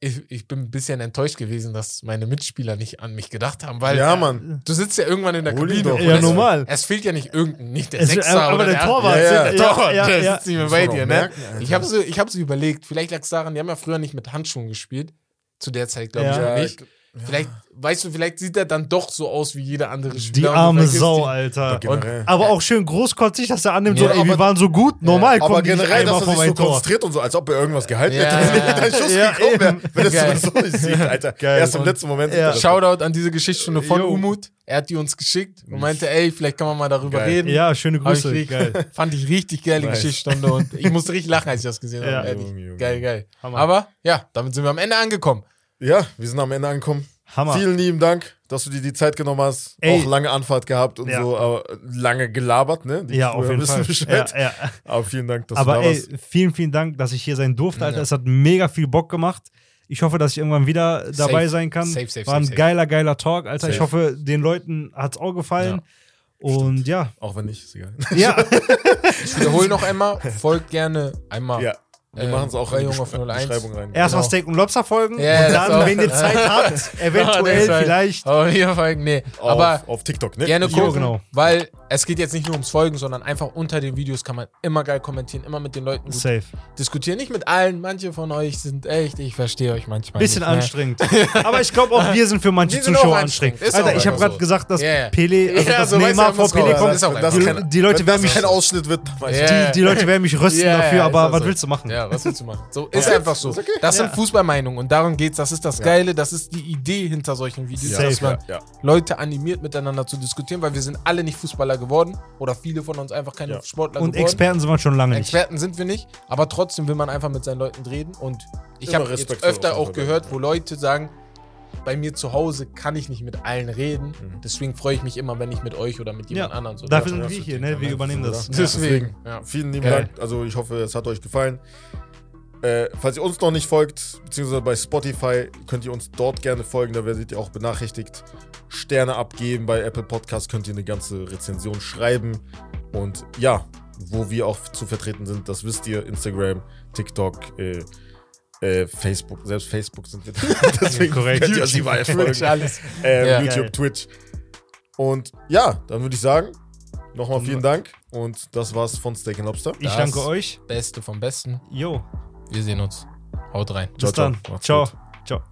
ich, ich bin ein bisschen enttäuscht gewesen, dass meine Mitspieler nicht an mich gedacht haben, weil Ja, Mann. du sitzt ja irgendwann in der Hol ihn Kabine. doch. und Ja, es, normal. Es fehlt ja nicht irgendein, nicht der Es- Sechser aber oder der Achter. Torwart. Ja, ja, der Doch, ja, der ja. sitzt nicht mehr Muss man bei doch dir, ne? merken, Alter. Ich habe so, ich hab so überlegt, vielleicht lag es daran, die haben ja früher nicht mit Handschuhen gespielt. Zu der Zeit, glaube ich, Ja. noch nicht. Vielleicht, weißt du, vielleicht sieht er dann doch so aus wie jeder andere Spieler. Die und arme vielleicht ist Sau, Genau, die- Alter. generell. Aber auch schön großkotzig, dass er annimmt, so, Ja, ey, wir aber- waren so gut, normal, Aber kommen die nicht generell, einmal dass er vor sich so mein Tor. konzentriert und so, als ob er irgendwas gehalten Ja. hätte, wenn er nicht einen Schuss Ja, gekommen wäre. Wenn er Geil. es sowieso nicht sieht, Alter. Geil. Erst im Und- letzten Moment. Ja. sieht er das. Shoutout an diese Geschichtsstunde von Jo. Umut. Er hat die uns geschickt und meinte, ey, vielleicht kann man mal darüber Geil. reden. Ja, schöne Hab ich Grüße. richtig- Geil. Fand ich richtig geile Nice. Geschichtsstunde und ich musste richtig lachen, als ich das gesehen Ja. habe. Ehrlich. Junge, Junge. Geil, geil. Hammer. Aber ja, damit sind wir am Ende angekommen. Ja, wir sind am Ende angekommen. Hammer. Vielen lieben Dank, dass du dir die Zeit genommen hast. Ey. Auch lange Anfahrt gehabt und Ja. so, aber lange gelabert, ne? Die ja, auf Zuhörer jeden wissen Fall. Bescheid. Ja, ja. Aber vielen Dank, dass Aber du da ey, warst. vielen, vielen Dank, dass ich hier sein durfte, Alter. Es hat mega viel Bock gemacht. Ich hoffe, dass ich irgendwann wieder dabei Safe. sein kann. Safe, safe, War ein safe, safe. geiler, geiler Talk, Alter. Ich Safe. hoffe, den Leuten hat's auch gefallen. Und ja. Auch wenn nicht, ist egal. Ja. Ich wiederhole noch einmal, folgt gerne einmal. ja. Wir Ähm, machen es auch bei in die Jung auf Besch- 01. Beschreibung rein. Erstmal Genau. Steak und Lobster folgen. Ja, und das auch. dann, wenn ihr Zeit habt, eventuell Ja, vielleicht. Aber wir Oh, folgen, nee. Auf, Aber auf TikTok, ne? Gerne Jo, gucken, genau. weil es geht jetzt nicht nur ums Folgen, sondern einfach unter den Videos kann man immer geil kommentieren, immer mit den Leuten gut Safe. diskutieren. Nicht mit allen, manche von euch sind echt, ich verstehe euch manchmal. Bisschen nicht, ne? anstrengend. Aber ich glaube, auch wir sind für manche Wir sind Zuschauer auch anstrengend. anstrengend. Ist Alter, auch ich habe einfach gerade so. gesagt, dass Ja, ja. Pele, also Ja, dass so weiß Neymar man, vor was Pele kommt. kommt. Das ist auch das einfach. kann, Die Leute wenn werden das mich- kein halt Ausschnitt wird, dann weiß ich Ja. Die, die Leute werden mich rösten Ja, dafür, ja, aber ist auch was so. willst du machen? Ja, was willst du machen? So, ist Ja. einfach so. Ist okay. Das Ja. sind Fußballmeinungen und darum geht's. Das ist das Geile, das ist die Idee hinter solchen Videos, Ja, dass Safe, man ja, ja. Leute animiert, miteinander zu diskutieren, weil wir sind alle nicht Fußballer geworden oder viele von uns einfach keine Ja. Sportler Und geworden. Experten sind wir schon lange nicht. Experten sind wir nicht, aber trotzdem will man einfach mit seinen Leuten reden und ich Immer habe jetzt respektvoll auf öfter jeden auch Fall, gehört, wo Leute sagen, bei mir zu Hause kann ich nicht mit allen reden. Deswegen freue ich mich immer, wenn ich mit euch oder mit jemand Ja, anderen so dafür reden sind kann. wir hier, ne? Wir Ja, übernehmen so, das. oder? Deswegen. Ja, Ja. vielen lieben Geil. Dank. Also ich hoffe, es hat euch gefallen. Äh, falls ihr uns noch nicht folgt, beziehungsweise bei Spotify, könnt ihr uns dort gerne folgen, da werdet ihr auch benachrichtigt. Sterne abgeben, bei Apple Podcast könnt ihr eine ganze Rezension schreiben. Und ja, wo wir auch zu vertreten sind, das wisst ihr, Instagram, TikTok, äh, äh, Facebook, selbst Facebook sind wir deswegen korrekt. könnt ihr uns überall folgen. alles. Ähm, Ja. YouTube, Geil. Twitch. Und ja, dann würde ich sagen, nochmal vielen Dank. Und das war's von Steak and Lobster. Ich Das- danke euch. Beste vom Besten. Jo, Wir sehen uns. Haut rein. bis ciao. dann. Macht's Ciao. gut. Ciao.